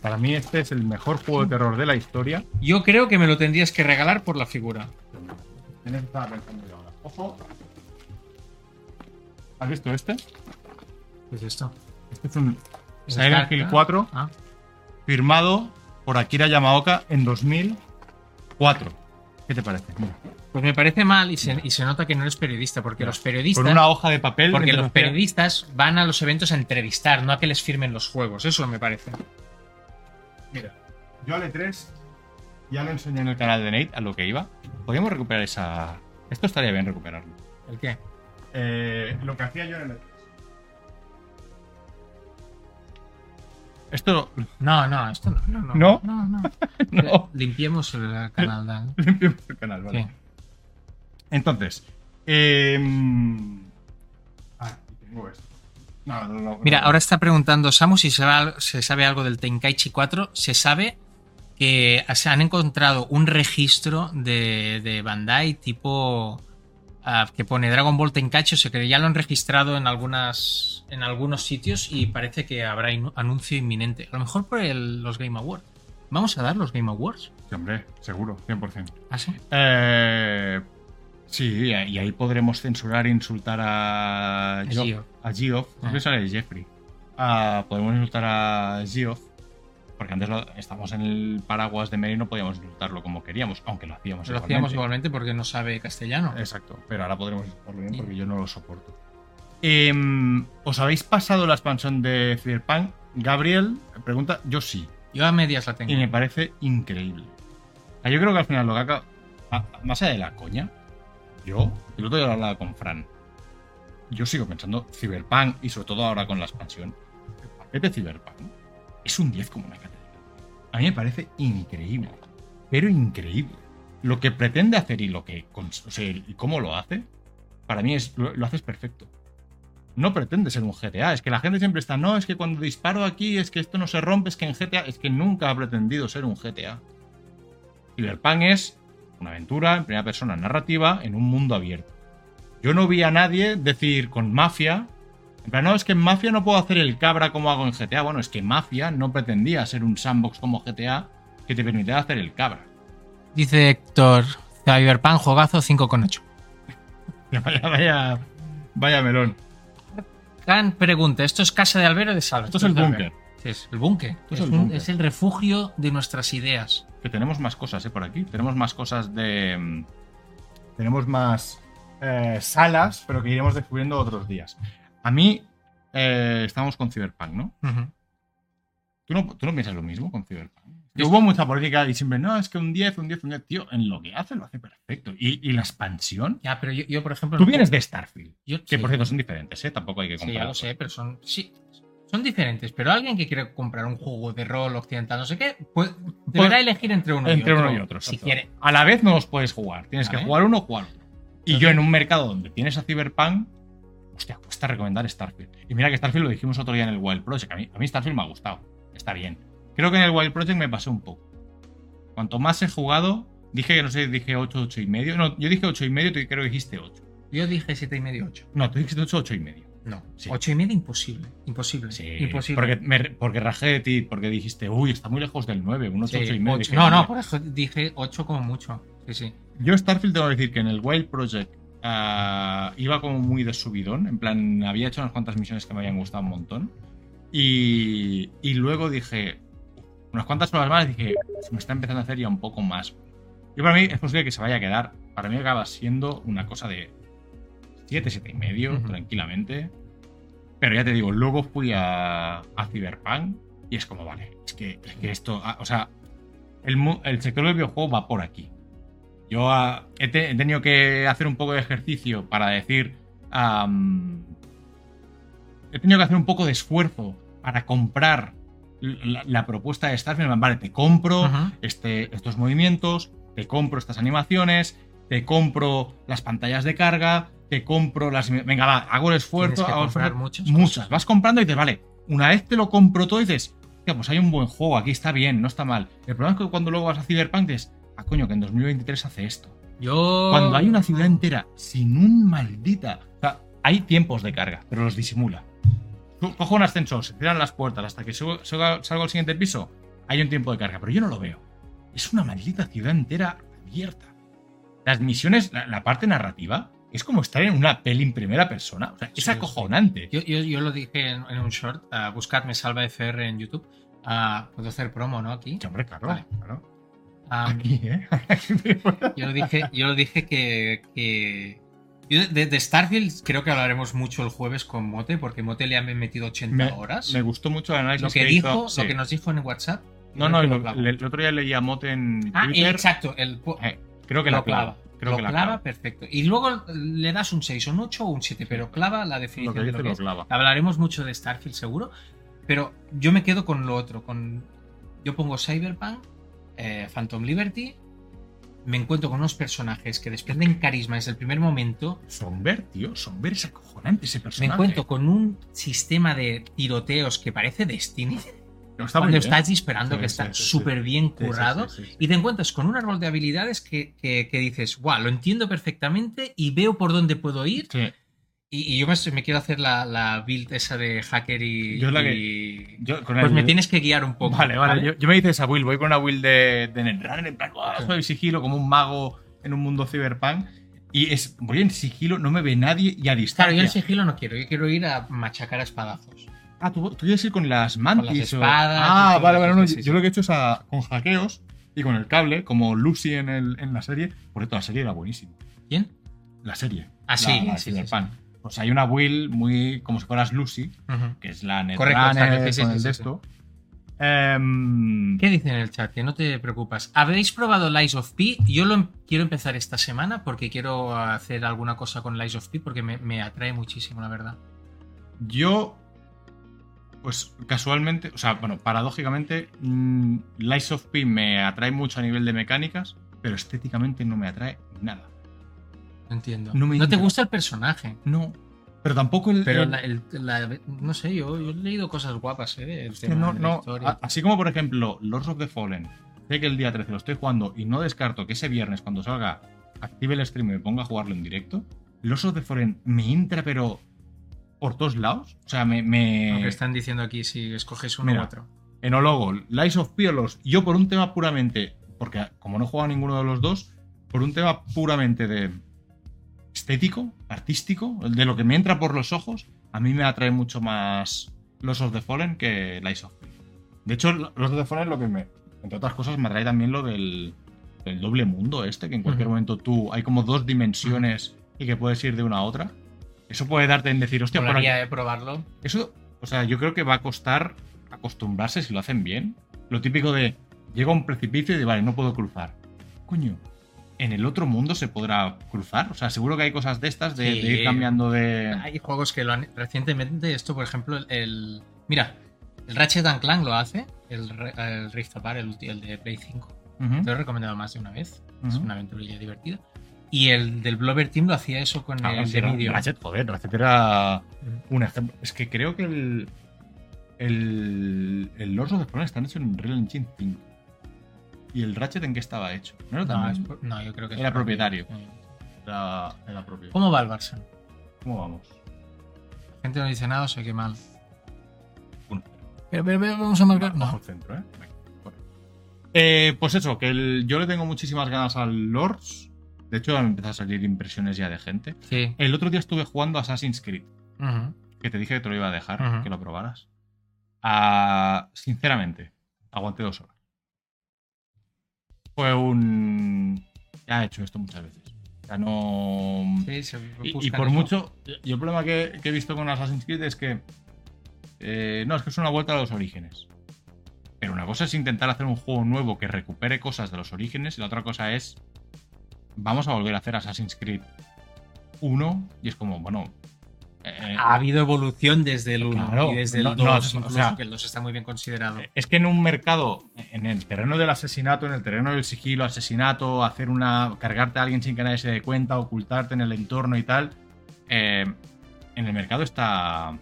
Speaker 1: Para mí este es el mejor juego de terror de la historia.
Speaker 2: Yo creo que me lo tendrías que regalar por la figura.
Speaker 1: Tienes que estar pensando yo ahora. Ojo. ¿Has visto este?
Speaker 2: ¿Qué es esto?
Speaker 1: Este es un
Speaker 2: Es
Speaker 1: Silent
Speaker 2: Dark,
Speaker 1: Hill
Speaker 2: ¿no?
Speaker 1: 4
Speaker 2: Ah,
Speaker 1: firmado por Akira Yamaoka en 2004. ¿Qué te parece? Mira,
Speaker 2: Pues me parece mal y se, y se nota que no eres periodista, porque los periodistas.
Speaker 1: Con una hoja de papel.
Speaker 2: Porque
Speaker 1: mientras
Speaker 2: los
Speaker 1: hacía-
Speaker 2: periodistas van a los eventos a entrevistar, no a que les firmen los juegos. Eso me parece.
Speaker 1: Mira, yo al E3 ya lo enseñé en el canal de Nate a lo que iba. Podríamos recuperar esa. Esto estaría bien recuperarlo.
Speaker 2: ¿El qué?
Speaker 1: Eh, lo que hacía yo en el E3. Esto (laughs)
Speaker 2: No, no, esto no. No, no.
Speaker 1: ¿No?
Speaker 2: no, no.
Speaker 1: (laughs) no.
Speaker 2: Limpiemos el canal.
Speaker 1: (laughs)
Speaker 2: Dan.
Speaker 1: Limpiemos el canal, vale.
Speaker 2: Sí.
Speaker 1: Entonces, eh, ah, y tengo esto. No, no, no,
Speaker 2: Mira,
Speaker 1: no.
Speaker 2: ahora está preguntando Samu si se, va- se sabe algo del Tenkaichi 4. Se sabe que ah, se han encontrado un registro de, de Bandai tipo ah, que pone Dragon Ball Tenkaichi, o sea que ya lo han registrado en algunas en algunos sitios y parece que habrá in- anuncio inminente. A lo mejor por el- los Game Awards. Vamos a dar los Game Awards.
Speaker 1: Sí, hombre, seguro, 100%.
Speaker 2: ¿Ah, sí?
Speaker 1: Eh, sí, y ahí podremos censurar e insultar a
Speaker 2: A
Speaker 1: Geoff.
Speaker 2: Geoff.
Speaker 1: A Geoff. Creo
Speaker 2: Ah.
Speaker 1: que sale Jeffrey. Ah, podemos insultar a Geoff. Porque antes lo- estábamos en el paraguas de Mary y no podíamos insultarlo como queríamos, aunque lo hacíamos
Speaker 2: Lo hacíamos igualmente porque no sabe castellano.
Speaker 1: Exacto, pero ahora podremos insultarlo bien porque yo no lo soporto. Em, ¿Os habéis pasado la expansión de Cyberpunk? Gabriel pregunta, yo sí.
Speaker 2: Yo a medias la tengo.
Speaker 1: Y me parece increíble. O sea, yo creo que al final lo que acaba. Más allá de la coña, yo, el otro día lo hablaba con Fran. Yo sigo pensando, Cyberpunk, y sobre todo ahora con la expansión, el paquete Cyberpunk es un 10 como una catedral. A mí me parece increíble. Pero increíble. Lo que pretende hacer y lo que. cons- o sea, y cómo lo hace, para mí es, lo, lo haces perfecto. No pretende ser un GTA. Es que la gente siempre está, no, es que cuando disparo aquí, es que esto no se rompe, es que en GTA, es que nunca ha pretendido ser un GTA. Cyberpunk es una aventura en primera persona narrativa en un mundo abierto. Yo no vi a nadie decir con mafia, en plan, no, es que en mafia no puedo hacer el cabra como hago en GTA. Bueno, es que mafia no pretendía ser un sandbox como GTA que te permitiera hacer el cabra. (laughs)
Speaker 2: Dice Héctor, Cyberpunk, jugazo 5,8.
Speaker 1: Vaya, vaya, vaya melón.
Speaker 2: Can pregunta, ¿esto es casa de Albero de Salva?
Speaker 1: Esto es el búnker.
Speaker 2: Sí, es el búnker.
Speaker 1: Esto
Speaker 2: Es,
Speaker 1: es el
Speaker 2: un-
Speaker 1: búnker.
Speaker 2: es el refugio de nuestras ideas.
Speaker 1: Que tenemos más cosas, ¿eh? Por aquí. Tenemos más cosas de. mm, Tenemos más eh, salas, pero que iremos descubriendo otros días. A mí, eh, estamos con Cyberpunk, ¿no? ¿Tú, ¿no? tú no piensas lo mismo con Cyberpunk? Que hubo mucha política y siempre, no, es que un 10, un 10, un 10. Tío, en lo que hace, lo hace perfecto. Y, y la expansión.
Speaker 2: Ya, pero yo, yo, por ejemplo...
Speaker 1: Tú vienes de Starfield.
Speaker 2: yo-
Speaker 1: Que
Speaker 2: sí,
Speaker 1: por cierto son diferentes, ¿eh? Tampoco hay que
Speaker 2: sí,
Speaker 1: comparar.
Speaker 2: ya lo sé, pero son... Sí, son diferentes. Pero alguien que quiere comprar un juego de rol occidental, no sé qué, pues deberá elegir entre uno y
Speaker 1: Entre
Speaker 2: otro.
Speaker 1: uno y otro.
Speaker 2: Si
Speaker 1: exacto.
Speaker 2: quiere.
Speaker 1: A la vez no los puedes jugar. Tienes que
Speaker 2: Vale.
Speaker 1: jugar uno o jugar otro. Y yo en un mercado donde tienes a Cyberpunk, hostia, cuesta recomendar Starfield. Y mira que Starfield lo dijimos otro día en el Wild Project. A mí, a mí Starfield me ha gustado. Está bien. Creo que en el Wild Project me pasé un poco. Cuanto más he jugado, dije que no sé, dije 8, 8 y medio. No, yo dije 8 y medio, tú creo que dijiste 8.
Speaker 2: Yo dije siete y medio, 8.
Speaker 1: No, tú dijiste 8, 8 y medio.
Speaker 2: No,
Speaker 1: Sí.
Speaker 2: ocho y medio imposible. Imposible.
Speaker 1: Sí,
Speaker 2: imposible.
Speaker 1: Porque, me- porque rajé de ti, porque dijiste, uy, está muy lejos del 9, un 8,
Speaker 2: Sí,
Speaker 1: 8 y medio.
Speaker 2: ocho.
Speaker 1: Dije,
Speaker 2: No,
Speaker 1: "Mira".
Speaker 2: no, por eso dije 8 como mucho. Sí, sí.
Speaker 1: Yo Starfield tengo que decir que en el Wild Project ah, iba como muy de subidón, en plan había hecho unas cuantas misiones que me habían gustado un montón y, y luego dije unas cuantas horas más dije se me está empezando a hacer ya un poco más. Yo para mí es posible que se vaya a quedar, para mí acaba siendo una cosa de 7, 7 y medio
Speaker 2: Ujú.
Speaker 1: tranquilamente, pero ya te digo, luego fui a, a Cyberpunk y es como vale, es que, es que esto, ah, o sea, el, mu- el sector del videojuego va por aquí. Yo ah, he, te- he tenido que hacer un poco de ejercicio para decir. am, he tenido que hacer un poco de esfuerzo para comprar l- la, la propuesta de Starfield. En plan, Vale, te compro
Speaker 2: Ujú.
Speaker 1: este, estos movimientos, te compro estas animaciones, te compro las pantallas de carga, te compro las. Venga, va, hago el esfuerzo,
Speaker 2: Tienes que
Speaker 1: hago el
Speaker 2: comprar
Speaker 1: esfuerzo.
Speaker 2: muchas cosas.
Speaker 1: Vas comprando y dices, vale, una vez te lo compro todo, dices, "Hostia, pues hay un buen juego, aquí está bien, no está mal. El problema es que cuando luego vas a Cyberpunk dices, ah, coño, que en 2023 hace esto.
Speaker 2: Yo.
Speaker 1: Cuando hay una ciudad entera sin un maldita. O sea, hay tiempos de carga, pero los disimula. Co- Cojo un ascensor, se cierran las puertas hasta que subo- suba- salgo al siguiente piso. Hay un tiempo de carga, pero yo no lo veo. Es una maldita ciudad entera abierta. Las misiones, la, la parte narrativa, es como estar en una peli en primera persona. O sea, es
Speaker 2: Sí,
Speaker 1: acojonante.
Speaker 2: Yo, yo- yo lo dije en, en un short. ah, buscadme Salva FR en YouTube. Ah, puedo hacer promo, ¿no? Aquí.
Speaker 1: Sí, hombre, claro,
Speaker 2: Vale.
Speaker 1: claro.
Speaker 2: Ah,
Speaker 1: Aquí,
Speaker 2: (laughs)
Speaker 1: ¿eh?
Speaker 2: yo lo dije, yo lo dije que. que- yo de, de Starfield creo que hablaremos mucho el jueves con Mote, porque Mote le han metido 80
Speaker 1: me,
Speaker 2: horas.
Speaker 1: me gustó mucho el análisis
Speaker 2: lo que,
Speaker 1: hizo,
Speaker 2: dijo,
Speaker 1: sí.
Speaker 2: lo que nos dijo en WhatsApp.
Speaker 1: No, no,
Speaker 2: creo que
Speaker 1: lo-
Speaker 2: lo clava.
Speaker 1: le- el otro día leí a Mote en
Speaker 2: Ah, el-
Speaker 1: Twitter.
Speaker 2: exacto. El, pu-
Speaker 1: Eh, creo que
Speaker 2: lo
Speaker 1: la clava. Creo
Speaker 2: lo
Speaker 1: que la
Speaker 2: clava,
Speaker 1: clava.
Speaker 2: perfecto. Y luego le das un 6, un 8 o un 7, pero clava la
Speaker 1: Lo
Speaker 2: definición
Speaker 1: que
Speaker 2: de lo
Speaker 1: dice
Speaker 2: que
Speaker 1: lo
Speaker 2: es.
Speaker 1: clava.
Speaker 2: Hablaremos mucho de Starfield seguro, pero yo me quedo con lo otro, con yo pongo Cyberpunk, eh, Phantom Liberty, me encuentro con unos personajes que desprenden carisma desde el primer momento,
Speaker 1: Somber, tío. Somber es acojonante ese
Speaker 2: me
Speaker 1: personaje.
Speaker 2: encuentro con un sistema de tiroteos que parece Destiny,
Speaker 1: Pero está muy
Speaker 2: cuando
Speaker 1: bien.
Speaker 2: estás disparando
Speaker 1: Sí,
Speaker 2: que
Speaker 1: sí,
Speaker 2: está
Speaker 1: sí, sí.
Speaker 2: súper bien
Speaker 1: Sí, sí,
Speaker 2: currado,
Speaker 1: sí, sí, sí.
Speaker 2: y te encuentras con un árbol de habilidades que, que- que dices, wow, lo entiendo perfectamente y veo por dónde puedo ir.
Speaker 1: Sí.
Speaker 2: Y, y yo me, me quiero hacer la, la build esa de hacker y.
Speaker 1: Yo es la que-
Speaker 2: y-
Speaker 1: Yo con
Speaker 2: Pues
Speaker 1: el-
Speaker 2: me tienes que guiar un poco.
Speaker 1: Vale, vale. Yo, yo me hice esa build. Voy con una build de, de Netrunner. En plan, ¡ah!
Speaker 2: Sí.
Speaker 1: soy sigilo como un mago en un mundo cyberpunk. Y es, voy en sigilo, no me ve nadie y a
Speaker 2: Claro,
Speaker 1: distancia.
Speaker 2: yo el sigilo no quiero, yo quiero ir a machacar a espadazos.
Speaker 1: Ah, tú, tú ibas a ir con las mantis.
Speaker 2: Con las
Speaker 1: o-
Speaker 2: espadas,
Speaker 1: Ah,
Speaker 2: con
Speaker 1: vale,
Speaker 2: todo,
Speaker 1: vale. no,
Speaker 2: sí, sí,
Speaker 1: yo
Speaker 2: sí.
Speaker 1: lo que he hecho es a- con hackeos y con el cable, como Lucy en, el, en la serie. Por cierto, la serie era buenísima.
Speaker 2: ¿Quién?
Speaker 1: La serie.
Speaker 2: Ah, sí,
Speaker 1: La- la de
Speaker 2: sí, sí,
Speaker 1: Cyberpunk. Pues hay una build muy como si fueras Lucy,
Speaker 2: Ujú.
Speaker 1: que es la
Speaker 2: Correcto,
Speaker 1: Netrunner
Speaker 2: exacto, Ah, sí,
Speaker 1: eh, con
Speaker 2: sí,
Speaker 1: el
Speaker 2: sí,
Speaker 1: de
Speaker 2: sí.
Speaker 1: esto. Em,
Speaker 2: ¿Qué dicen en el chat? Que no te preocupas. ¿Habéis probado Lies of P? Yo lo em- quiero empezar esta semana porque quiero hacer alguna cosa con Lies of P porque me, me atrae muchísimo, la verdad.
Speaker 1: Yo, pues casualmente, o sea, bueno, paradójicamente, mm, Lies of P me atrae mucho a nivel de mecánicas, pero estéticamente no me atrae nada.
Speaker 2: No entiendo.
Speaker 1: No
Speaker 2: No,
Speaker 1: me
Speaker 2: te
Speaker 1: entra.
Speaker 2: gusta el personaje.
Speaker 1: No. Pero tampoco el.
Speaker 2: Pero
Speaker 1: el-
Speaker 2: la- el- la- no sé, yo, yo he leído cosas guapas, ¿eh? del
Speaker 1: Hostia,
Speaker 2: tema
Speaker 1: no,
Speaker 2: de la
Speaker 1: no. ah,
Speaker 2: historia.
Speaker 1: A- Así como, por ejemplo, Lords of the Fallen. Sé que el día 13 lo estoy jugando y no descarto que ese viernes, cuando salga, active el stream y me ponga a jugarlo en directo. Lords of the Fallen me entra, pero por todos lados. O sea, me. me...
Speaker 2: Lo que están diciendo aquí, si escoges uno
Speaker 1: eh. mira.
Speaker 2: u otro.
Speaker 1: Enólogo, Lies of Piolos. Yo, por un tema puramente. Porque como no he jugado a ninguno de los dos, por un tema puramente de estético, artístico, de lo que me entra por los ojos, a mí me atrae mucho más Los of the Fallen que Lies of P. De hecho, Los of the Fallen lo que me. Entre otras cosas, me atrae también lo del, del doble mundo este, que en cualquier
Speaker 2: Ujú.
Speaker 1: momento tú. Hay como dos dimensiones y que puedes ir de una a otra. Eso puede darte en decir, hostia, por aquí,
Speaker 2: Molaría, eh, probarlo.
Speaker 1: eso, o sea, yo creo que va a costar acostumbrarse si lo hacen bien. Lo típico de, llego a un precipicio y de, vale, no puedo cruzar. Coño, ¿en el otro mundo se podrá cruzar? O sea, seguro que hay cosas de estas de,
Speaker 2: Sí.
Speaker 1: de ir cambiando de...
Speaker 2: Hay juegos que lo han. Recientemente, esto, por ejemplo, el. el- mira, el Ratchet and Clank lo hace, el, re- el Rift Apart, el, ulti- el de Play 5.
Speaker 1: Ujú,
Speaker 2: Te lo he recomendado más de una vez. Es
Speaker 1: ujú.
Speaker 2: una aventurilla divertida. Y el del Blover Team lo hacía eso con
Speaker 1: Ah,
Speaker 2: el
Speaker 1: sí,
Speaker 2: de
Speaker 1: era
Speaker 2: vídeo. Mm.
Speaker 1: Ratchet, joder, Ratchet era un ejemplo. Es que creo que el. El. El Lords of the Fallen están hechos en Unreal Engine 5. ¿Y el Ratchet en qué estaba hecho? No era tan
Speaker 2: No,
Speaker 1: mal.
Speaker 2: es por- no, yo creo que es
Speaker 1: Era
Speaker 2: por-
Speaker 1: propietario. Era, era propio.
Speaker 2: ¿Cómo va el Barça?
Speaker 1: ¿Cómo vamos?
Speaker 2: La gente no dice nada, o sea que mal.
Speaker 1: Uno.
Speaker 2: Pero, pero, pero vamos a marcar.
Speaker 1: Bajo
Speaker 2: No.
Speaker 1: el centro, ¿eh? Venga, corre. Eh, pues eso, que el- yo le tengo muchísimas ganas al Lords. De hecho, han empezado a salir impresiones ya de gente.
Speaker 2: Sí.
Speaker 1: El otro día estuve jugando a Assassin's Creed.
Speaker 2: Ujú.
Speaker 1: que te dije que te lo iba a dejar,
Speaker 2: Ujú.
Speaker 1: que lo probaras. Ah, sinceramente, aguanté dos horas. Fue un. Ya he hecho esto muchas veces. O sea, no.
Speaker 2: Sí, se
Speaker 1: y, y
Speaker 2: buscan
Speaker 1: por
Speaker 2: eso.
Speaker 1: mucho. Yo el problema que, que he visto con Assassin's Creed es que. eh, no, es que es una vuelta a los orígenes. Pero una cosa es intentar hacer un juego nuevo que recupere cosas de los orígenes y la otra cosa es. Vamos a volver a hacer Assassin's Creed 1 y es como, bueno. eh,
Speaker 2: Ha habido evolución desde el 1
Speaker 1: Claro,
Speaker 2: y desde el
Speaker 1: no-
Speaker 2: 2,
Speaker 1: no, o
Speaker 2: incluso,
Speaker 1: sea-
Speaker 2: que el 2 está muy bien considerado.
Speaker 1: Eh, Es que en un mercado, en el terreno del asesinato, en el terreno del sigilo, asesinato, hacer una. cargarte a alguien sin que nadie se dé cuenta, ocultarte en el entorno y tal. eh, en el mercado está.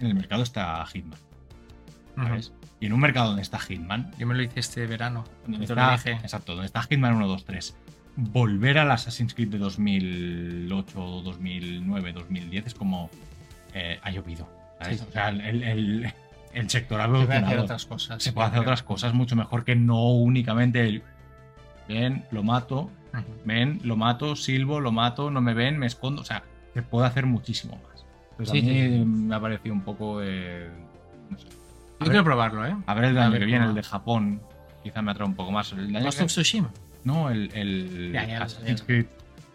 Speaker 1: En el mercado está Hitman.
Speaker 2: Ujú.
Speaker 1: ¿sabes? Y en un mercado donde está Hitman.
Speaker 2: Yo me lo hice este verano.
Speaker 1: Donde
Speaker 2: Te lo
Speaker 1: está,
Speaker 2: dije.
Speaker 1: exacto, donde está Hitman 1, 2, 3. Volver al Assassin's Creed de 2008, 2009, 2010 es como. eh, ha llovido. ¿sabes?
Speaker 2: Sí.
Speaker 1: O sea, el, el- el sector ha
Speaker 2: Se pueden hacer
Speaker 1: evolucionado
Speaker 2: otras cosas.
Speaker 1: se puede hacer otras cosas mucho mejor que no únicamente el ven, lo mato,
Speaker 2: Ujú.
Speaker 1: ven, lo mato, silbo, lo mato, no me ven, me escondo. O sea, se puede hacer muchísimo más. Entonces
Speaker 2: Sí,
Speaker 1: a mí
Speaker 2: sí, sí.
Speaker 1: me ha parecido un poco. eh, no sé.
Speaker 2: Yo quiero probarlo, ¿eh?
Speaker 1: A ver el
Speaker 2: A
Speaker 1: daño
Speaker 2: ver
Speaker 1: que viene,
Speaker 2: cómo
Speaker 1: el
Speaker 2: va.
Speaker 1: de Japón. Quizá me atrae un poco más. El daño
Speaker 2: Ghost
Speaker 1: que-
Speaker 2: of Tsushima.
Speaker 1: No, el, el
Speaker 2: Ya, ya, ya.
Speaker 1: Assassin's, Creed,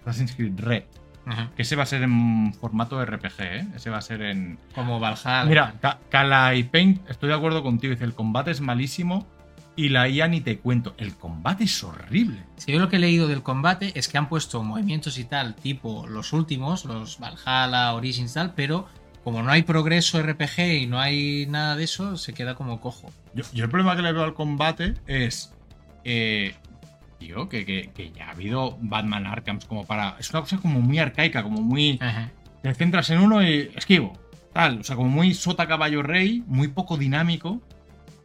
Speaker 1: Assassin's Creed Red.
Speaker 2: Ujú.
Speaker 1: Que ese va a ser en formato RPG, ¿eh? Ese va a ser en,
Speaker 2: Como Valhalla.
Speaker 1: Mira, Ka- Kala y Paint, estoy de acuerdo contigo. Dice, el combate es malísimo y la IA ni te cuento. El combate es horrible.
Speaker 2: Si yo lo que he leído del combate es que han puesto movimientos y tal, tipo los últimos, los Valhalla, Origins tal, pero como no hay progreso RPG y no hay nada de eso, se queda como cojo.
Speaker 1: Yo, yo el problema que le veo al combate es... eh, tío, que, que- que ya ha habido Batman Arkham como para... Es una cosa como muy arcaica, como muy...
Speaker 2: Ajá.
Speaker 1: Te centras en uno y esquivo. Tal, o sea, como muy sota caballo rey, muy poco dinámico.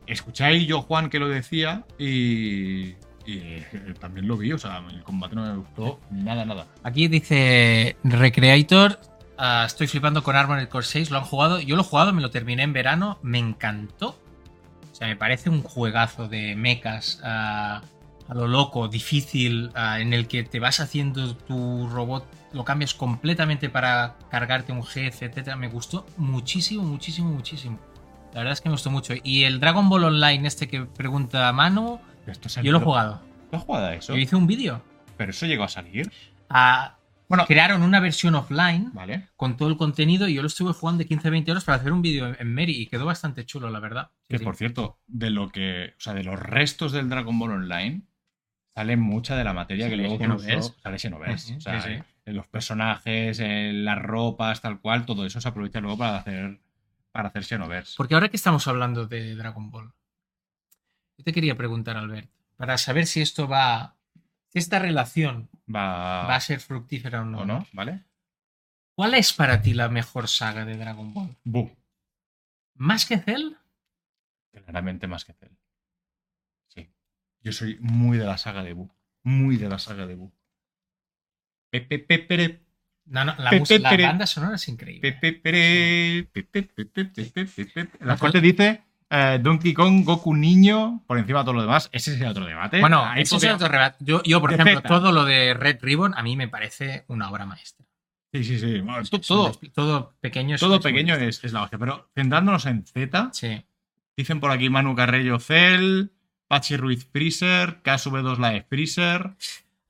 Speaker 1: Escucháis yo, Juan, que lo decía y... y, eh, también lo vi, o sea, el combate no me gustó nada, nada.
Speaker 2: Aquí dice Recreator, ah, estoy flipando con Armored Core 6, lo han jugado, yo lo he jugado, me lo terminé en verano, me encantó. O sea, me parece un juegazo de mechas ah, a lo loco, difícil, ah, en el que te vas haciendo tu robot, lo cambias completamente para cargarte un jefe, etcétera. Me gustó muchísimo, muchísimo, muchísimo. La verdad es que me gustó mucho. Y el Dragon Ball Online, este que pregunta Manu,
Speaker 1: Esto
Speaker 2: yo lo he
Speaker 1: jugaba
Speaker 2: jugado.
Speaker 1: ¿Tú has jugado a eso?
Speaker 2: Yo hice un vídeo.
Speaker 1: Pero eso llegó a salir.
Speaker 2: Ah,
Speaker 1: Bueno,
Speaker 2: crearon una versión offline
Speaker 1: vale.
Speaker 2: con todo el contenido y yo lo estuve jugando de 15-20 horas para hacer un vídeo en- en Mary y quedó bastante chulo, la verdad. Sí,
Speaker 1: Que
Speaker 2: sí.
Speaker 1: por cierto, de lo que. O sea, de los restos del Dragon Ball Online, sale mucha de la materia
Speaker 2: Sí,
Speaker 1: que luego
Speaker 2: ese
Speaker 1: conoció-
Speaker 2: novel.
Speaker 1: Sale ese novel.
Speaker 2: Ujú,
Speaker 1: o sea,
Speaker 2: sí, sí.
Speaker 1: en los personajes, en las ropas, tal cual, todo eso se aprovecha luego para hacer. Para hacer Xenoverse.
Speaker 2: Porque ahora que estamos hablando de Dragon Ball, yo te quería preguntar, Albert, para saber si esto va. si esta relación
Speaker 1: Va.
Speaker 2: va a ser fructífera o no,
Speaker 1: Ah. ¿O no? ¿Vale?
Speaker 2: ¿Cuál es para ti la mejor saga de Dragon Ball?
Speaker 1: Bu.
Speaker 2: ¿Más que Cell?
Speaker 1: Claramente más que Cell. Sí. Yo soy muy de la saga de Bu. Muy de la saga de Bu. Pepe, pepere,
Speaker 2: No, no, la,
Speaker 1: Pe-
Speaker 2: mus-
Speaker 1: pe-
Speaker 2: la
Speaker 1: pere-
Speaker 2: banda sonora es increíble.
Speaker 1: La gente dice eh, Donkey Kong, Goku niño, por encima de todo lo demás. Ese sería otro debate.
Speaker 2: Bueno,
Speaker 1: Ahí
Speaker 2: eso es
Speaker 1: podría-
Speaker 2: otro reba- Yo, yo, por
Speaker 1: De
Speaker 2: ejemplo,
Speaker 1: Zeta.
Speaker 2: todo lo de Red Ribbon a mí me parece una obra maestra.
Speaker 1: Sí, sí, sí. Bueno, to-
Speaker 2: Es un
Speaker 1: todo,
Speaker 2: despi- todo pequeño es-
Speaker 1: todo
Speaker 2: es muy
Speaker 1: pequeño
Speaker 2: distinto.
Speaker 1: es, es la hostia. Pero centrándonos en Z,
Speaker 2: Sí.
Speaker 1: dicen por aquí Manu Carrello Cell, Pachi Ruiz Freezer, KSV2 la de Freezer.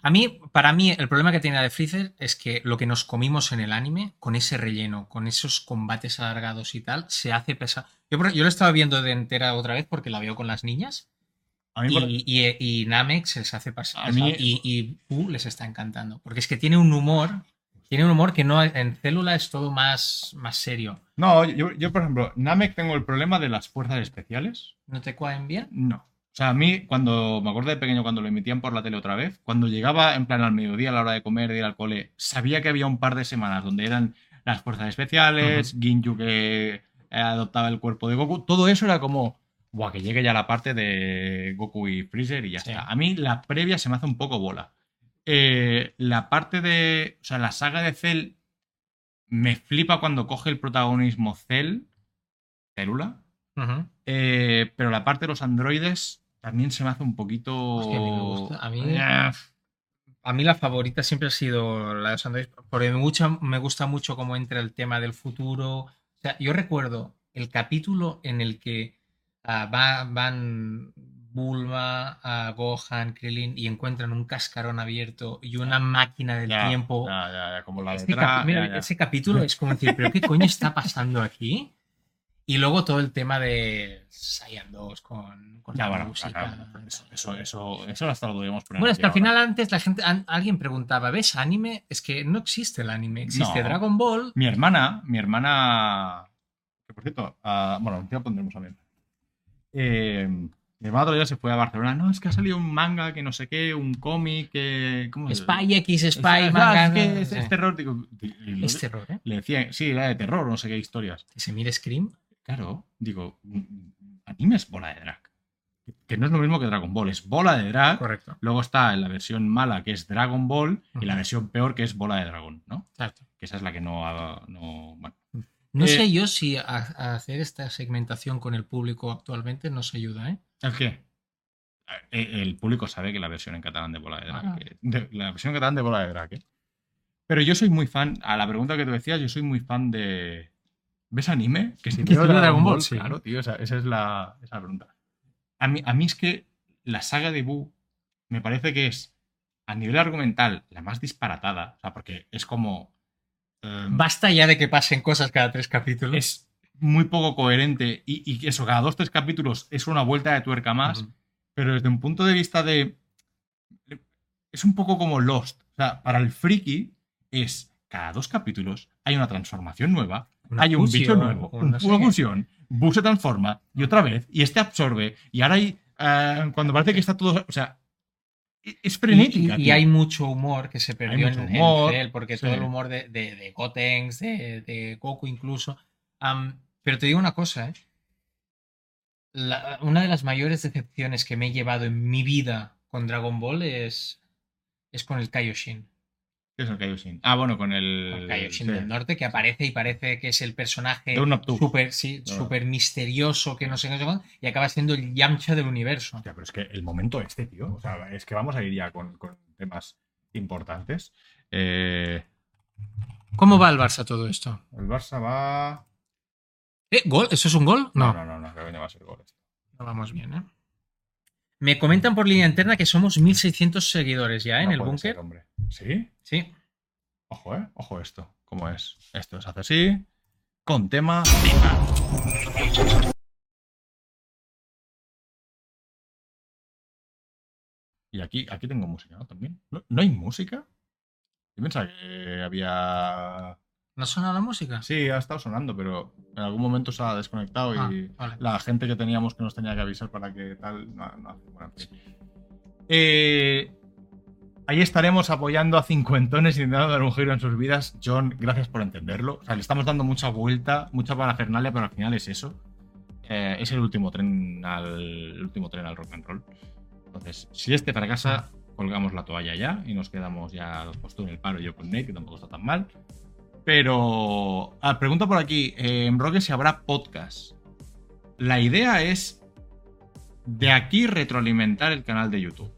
Speaker 2: A mí, para mí, el problema que tiene la de Freezer es que lo que nos comimos en el anime, con ese relleno, con esos combates alargados y tal, se hace pesado. Yo, por- yo lo estaba viendo de entera otra vez porque la veo con las niñas
Speaker 1: A mí, por-
Speaker 2: y, eh, y- y Namek se les hace pasar.
Speaker 1: A mí-
Speaker 2: Y, y Boo les está encantando. Porque es que tiene un humor, tiene un humor que no en célula es todo más, más serio.
Speaker 1: No, yo, yo, por ejemplo, Namek tengo el problema de las fuerzas especiales.
Speaker 2: ¿No te cuaden bien?
Speaker 1: No. O sea, a mí, cuando me acuerdo de pequeño, cuando lo emitían por la tele otra vez, cuando llegaba en plan al mediodía a la hora de comer, de ir al cole, sabía que había un par de semanas donde eran las fuerzas especiales, Ginyu que eh, adoptaba el cuerpo de Goku, todo eso era como, buah, que llegue ya la parte de Goku y Freezer y ya
Speaker 2: Sí.
Speaker 1: está. A mí la previa se me hace un poco bola. Eh, la parte de, o sea, la saga de Cell me flipa cuando coge el protagonismo Cell, Célula,
Speaker 2: Ujú.
Speaker 1: eh, pero la parte de los androides también se me hace un poquito.
Speaker 2: Hostia, Pues a mí me gusta- a mí-
Speaker 1: Eh,
Speaker 2: A mí la favorita siempre ha sido la de los androides, porque me gusta, me gusta mucho cómo entra el tema del futuro. O sea, yo recuerdo el capítulo en el que ah, va- van Bulma, a Gohan, Krillin y encuentran un cascarón abierto y una máquina del
Speaker 1: ya,
Speaker 2: tiempo.
Speaker 1: ya, ya, ya, como la
Speaker 2: Este
Speaker 1: letra,
Speaker 2: capi- mira,
Speaker 1: ya, ya.
Speaker 2: ese capítulo es como decir, ¿pero qué coño está pasando aquí? Y luego todo el tema de Saiyan 2 con, con
Speaker 1: Ya,
Speaker 2: la
Speaker 1: bueno,
Speaker 2: música.
Speaker 1: claro, eso, eso, eso, eso hasta lo podríamos poner.
Speaker 2: Bueno, es
Speaker 1: aquí
Speaker 2: que al
Speaker 1: ahora.
Speaker 2: final antes la gente, an- alguien preguntaba, ¿ves anime? Es que no existe el anime, existe
Speaker 1: No.
Speaker 2: Dragon Ball.
Speaker 1: Mi hermana, mi hermana. Que por cierto, ah, bueno, ya pondremos a ver. Eh, mi hermana todavía se fue a Barcelona. No, es que ha salido un manga que no sé qué, un cómic que. ¿Cómo es?
Speaker 2: Spy X, Spy,
Speaker 1: Ah, es
Speaker 2: manga,
Speaker 1: que
Speaker 2: no
Speaker 1: es, este
Speaker 2: sé.
Speaker 1: es terror. digo, y- y-
Speaker 2: Es terror, ¿eh?
Speaker 1: Le decía, sí, era de terror, no sé qué historias.
Speaker 2: Que se mire Scream.
Speaker 1: Claro, digo, mm, anime es bola de drag. Que no es lo mismo que Dragon Ball, es bola de drag.
Speaker 2: Correcto.
Speaker 1: Luego está la versión mala, que es Dragon Ball, y la
Speaker 2: Ujú.
Speaker 1: versión peor, que es bola de dragón, ¿no?
Speaker 2: Exacto.
Speaker 1: Que esa es la que no. ha- no bueno.
Speaker 2: No
Speaker 1: Eh,
Speaker 2: sé yo si a- a hacer esta segmentación con el público actualmente nos ayuda, ¿eh?
Speaker 1: ¿El qué? e, El público sabe que la versión en catalán de bola de drag.
Speaker 2: Ah.
Speaker 1: que- de- la versión en catalán de bola de drag, ¿eh? Pero yo soy muy fan, a la pregunta que tú decías, yo soy muy fan de. ¿Ves anime? Que si
Speaker 2: Que
Speaker 1: veo
Speaker 2: si veo
Speaker 1: Dragon,
Speaker 2: Dragon
Speaker 1: Ball,
Speaker 2: Ball, sí.
Speaker 1: claro, tío, esa, esa es la, esa es la pregunta. A mí, a mí es que la saga de Buu me parece que es, a nivel argumental, la más disparatada. O sea, porque es como. eh,
Speaker 2: Basta ya de que pasen cosas cada tres capítulos.
Speaker 1: es muy poco coherente y, y eso, cada dos, tres capítulos es una vuelta de tuerca más,
Speaker 2: Ujú.
Speaker 1: pero desde un punto de vista de... Es un poco como Lost. O sea, para el friki es cada dos capítulos hay una transformación nueva,
Speaker 2: Una
Speaker 1: hay un
Speaker 2: fusión,
Speaker 1: bicho nuevo,
Speaker 2: o
Speaker 1: un-
Speaker 2: no sé
Speaker 1: una
Speaker 2: qué.
Speaker 1: fusión, Boo se transforma y otra vez, y este absorbe, y ahora hay... eh, cuando parece que está todo... O sea, es- es
Speaker 2: Y,
Speaker 1: frenética.
Speaker 2: y- y
Speaker 1: tío.
Speaker 2: hay mucho humor que se perdió en,
Speaker 1: mucho
Speaker 2: en
Speaker 1: humor,
Speaker 2: Cell, porque
Speaker 1: sí.
Speaker 2: todo el humor de, de, de Gotenks, de, de Goku incluso. Am, pero te digo una cosa, ¿eh? La- una de las mayores decepciones que me he llevado en mi vida con Dragon Ball es, es con el Kaioshin.
Speaker 1: ¿Qué es el Kaioshin? Ah, bueno, con el...
Speaker 2: El Kaioshin
Speaker 1: sí.
Speaker 2: del Norte, que aparece y parece que es el personaje
Speaker 1: De un Ah. Noctu.
Speaker 2: súper sí,
Speaker 1: No.
Speaker 2: súper misterioso, que no sé qué, no sé cuánto, y acaba siendo el Yamcha del universo.
Speaker 1: Hostia, pero es que el momento este, tío. O sea, es que vamos a ir ya con, con temas importantes. Eh,
Speaker 2: ¿Cómo va el Barça todo esto?
Speaker 1: el Barça va.
Speaker 2: ¿Eh? ¿Gol? ¿Eso es un gol? No.
Speaker 1: no, no, no, que coño va a ser este. goles.
Speaker 2: No vamos bien, ¿eh? Me comentan por línea interna que somos 1600 seguidores ya ¿eh? en
Speaker 1: No
Speaker 2: el
Speaker 1: puede
Speaker 2: búnker.
Speaker 1: ser, hombre. ¿Sí?
Speaker 2: Sí.
Speaker 1: Ojo, ¿eh? Ojo esto. ¿Cómo es? Esto es hace así. Con tema. Y aquí, aquí tengo música, ¿no? También. ¿No, no hay música? Yo pensaba que había.
Speaker 2: ¿No suena la música?
Speaker 1: Sí, ha estado sonando, pero en algún momento se ha desconectado
Speaker 2: Ah,
Speaker 1: y
Speaker 2: vale.
Speaker 1: la gente que teníamos que nos tenía que avisar para que tal. No, no, bueno, en fin. Eh, ahí estaremos apoyando a cincuentones y intentando dar un giro en sus vidas. John, gracias por entenderlo. O sea, le estamos dando mucha vuelta, mucha parafernalia, pero al final es eso. Eh, es el último tren al el último tren al rock and roll. Entonces, si este fracasa, colgamos la toalla ya y nos quedamos ya los dos tú en el paro y yo con Nate, que tampoco está tan mal. Pero ah, pregunta por aquí, eh, en Roque si habrá podcast. La idea es de aquí retroalimentar el canal de YouTube.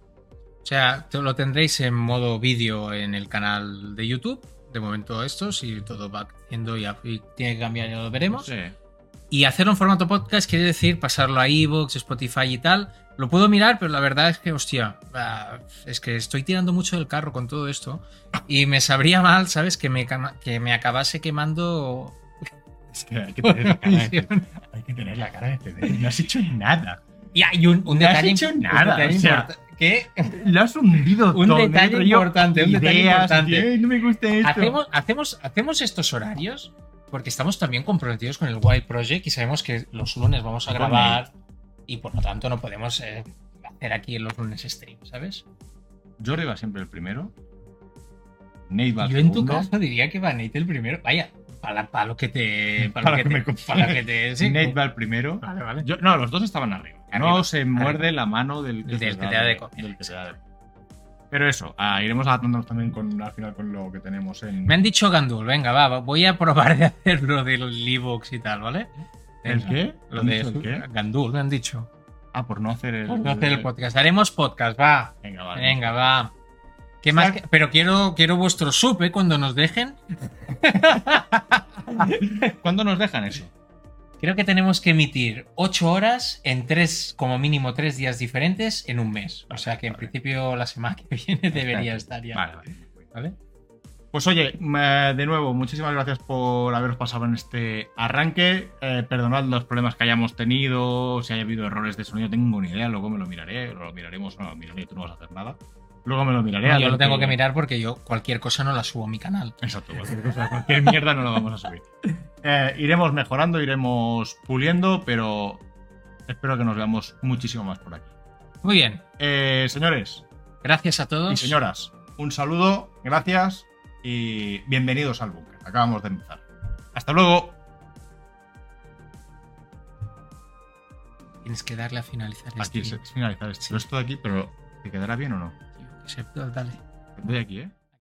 Speaker 2: O sea, te- lo tendréis en modo vídeo en el canal de YouTube. De momento esto, si todo va creciendo y, a- y tiene que cambiar, ya lo veremos.
Speaker 1: No sé.
Speaker 2: Y hacerlo en formato podcast quiere decir pasarlo a iVoox, Spotify y tal. Lo puedo mirar, pero la verdad es que, hostia, ah, es que estoy tirando mucho del carro con todo esto. Y me sabría mal, ¿sabes? Que me, cama- que me acabase quemando
Speaker 1: Es que hay que tener la cara (laughs) de este- Hay que tener la cara de CD. No has hecho nada.
Speaker 2: Y hay un, un
Speaker 1: No has
Speaker 2: detalle,
Speaker 1: hecho
Speaker 2: un
Speaker 1: nada,
Speaker 2: detalle
Speaker 1: o sea.
Speaker 2: importa- que
Speaker 1: Lo has hundido
Speaker 2: Un
Speaker 1: todo. Me he
Speaker 2: detalle
Speaker 1: traído
Speaker 2: importante, un detalle
Speaker 1: ideas,
Speaker 2: importante. Ah,
Speaker 1: "Ay, no me gusta esto.
Speaker 2: hacemos, hacemos, hacemos estos horarios porque estamos también comprometidos con el Wild Project y sabemos que los lunes vamos a
Speaker 1: Con
Speaker 2: grabar y por lo tanto no podemos eh, hacer aquí los lunes stream, ¿sabes?
Speaker 1: Jordi va siempre el primero. Nate va el
Speaker 2: Yo en tu
Speaker 1: segundo.
Speaker 2: caso diría que va Nate el primero. Vaya, para, lo que te. Para,
Speaker 1: Para
Speaker 2: lo que,
Speaker 1: que me
Speaker 2: te.
Speaker 1: confíe.
Speaker 2: Para lo que te. sí,
Speaker 1: Nate
Speaker 2: como-
Speaker 1: va el primero.
Speaker 2: Vale, vale.
Speaker 1: Yo- no, los dos estaban arriba.
Speaker 2: Arriba,
Speaker 1: no se
Speaker 2: arriba.
Speaker 1: muerde la mano del
Speaker 2: Del que te da de comer.
Speaker 1: del que te da de comer. Pero eso, ah, iremos adaptándonos también con, al final con lo que tenemos en
Speaker 2: Me han dicho Gandul, venga, va, va, voy a probar de (laughs) hacer lo del e-box y tal, ¿vale?
Speaker 1: ¿El
Speaker 2: Venga,
Speaker 1: qué?
Speaker 2: Lo
Speaker 1: ¿Han
Speaker 2: de
Speaker 1: dicho el qué?
Speaker 2: Gandul, me han dicho.
Speaker 1: Ah, por no hacer el,
Speaker 2: Por no hacer el podcast. Haremos podcast, va.
Speaker 1: Venga, vale.
Speaker 2: Venga, va. ¿Qué más? que- Pero quiero, quiero vuestro sub, ¿eh? Cuando nos dejen.
Speaker 1: ¿Cuándo nos dejan eso?
Speaker 2: Creo que tenemos que emitir 8 horas en tres, como mínimo tres días diferentes en un mes. O sea que en
Speaker 1: Vale.
Speaker 2: principio la semana que viene debería estar ya.
Speaker 1: Vale, vale.
Speaker 2: ¿Vale?
Speaker 1: Pues oye, eh, de nuevo, muchísimas gracias por haberos pasado en este arranque. Eh, perdonad los problemas que hayamos tenido, si haya habido errores de sonido, tengo ni idea, luego me lo miraré, lo miraremos, no, lo miraré, tú no vas a hacer nada. Luego me lo miraré. a
Speaker 2: yo
Speaker 1: ver
Speaker 2: lo tengo
Speaker 1: qué-
Speaker 2: que mirar porque yo cualquier cosa no la subo a mi canal.
Speaker 1: Exacto, cualquier cosa, cualquier mierda no la vamos a subir. Eh, iremos mejorando, iremos puliendo, pero espero que nos veamos muchísimo más por aquí.
Speaker 2: Muy bien.
Speaker 1: Eh, señores
Speaker 2: Gracias a todos.
Speaker 1: y señoras, un saludo, gracias y bienvenidos al búnker. Acabamos de empezar. Hasta luego.
Speaker 2: Tienes que darle a finalizar este
Speaker 1: Aquí
Speaker 2: stream.
Speaker 1: este es finalizar esto. Esto de aquí, pero ¿te quedará bien o no?
Speaker 2: Tío, que se- Dale.
Speaker 1: Doy aquí, ¿eh?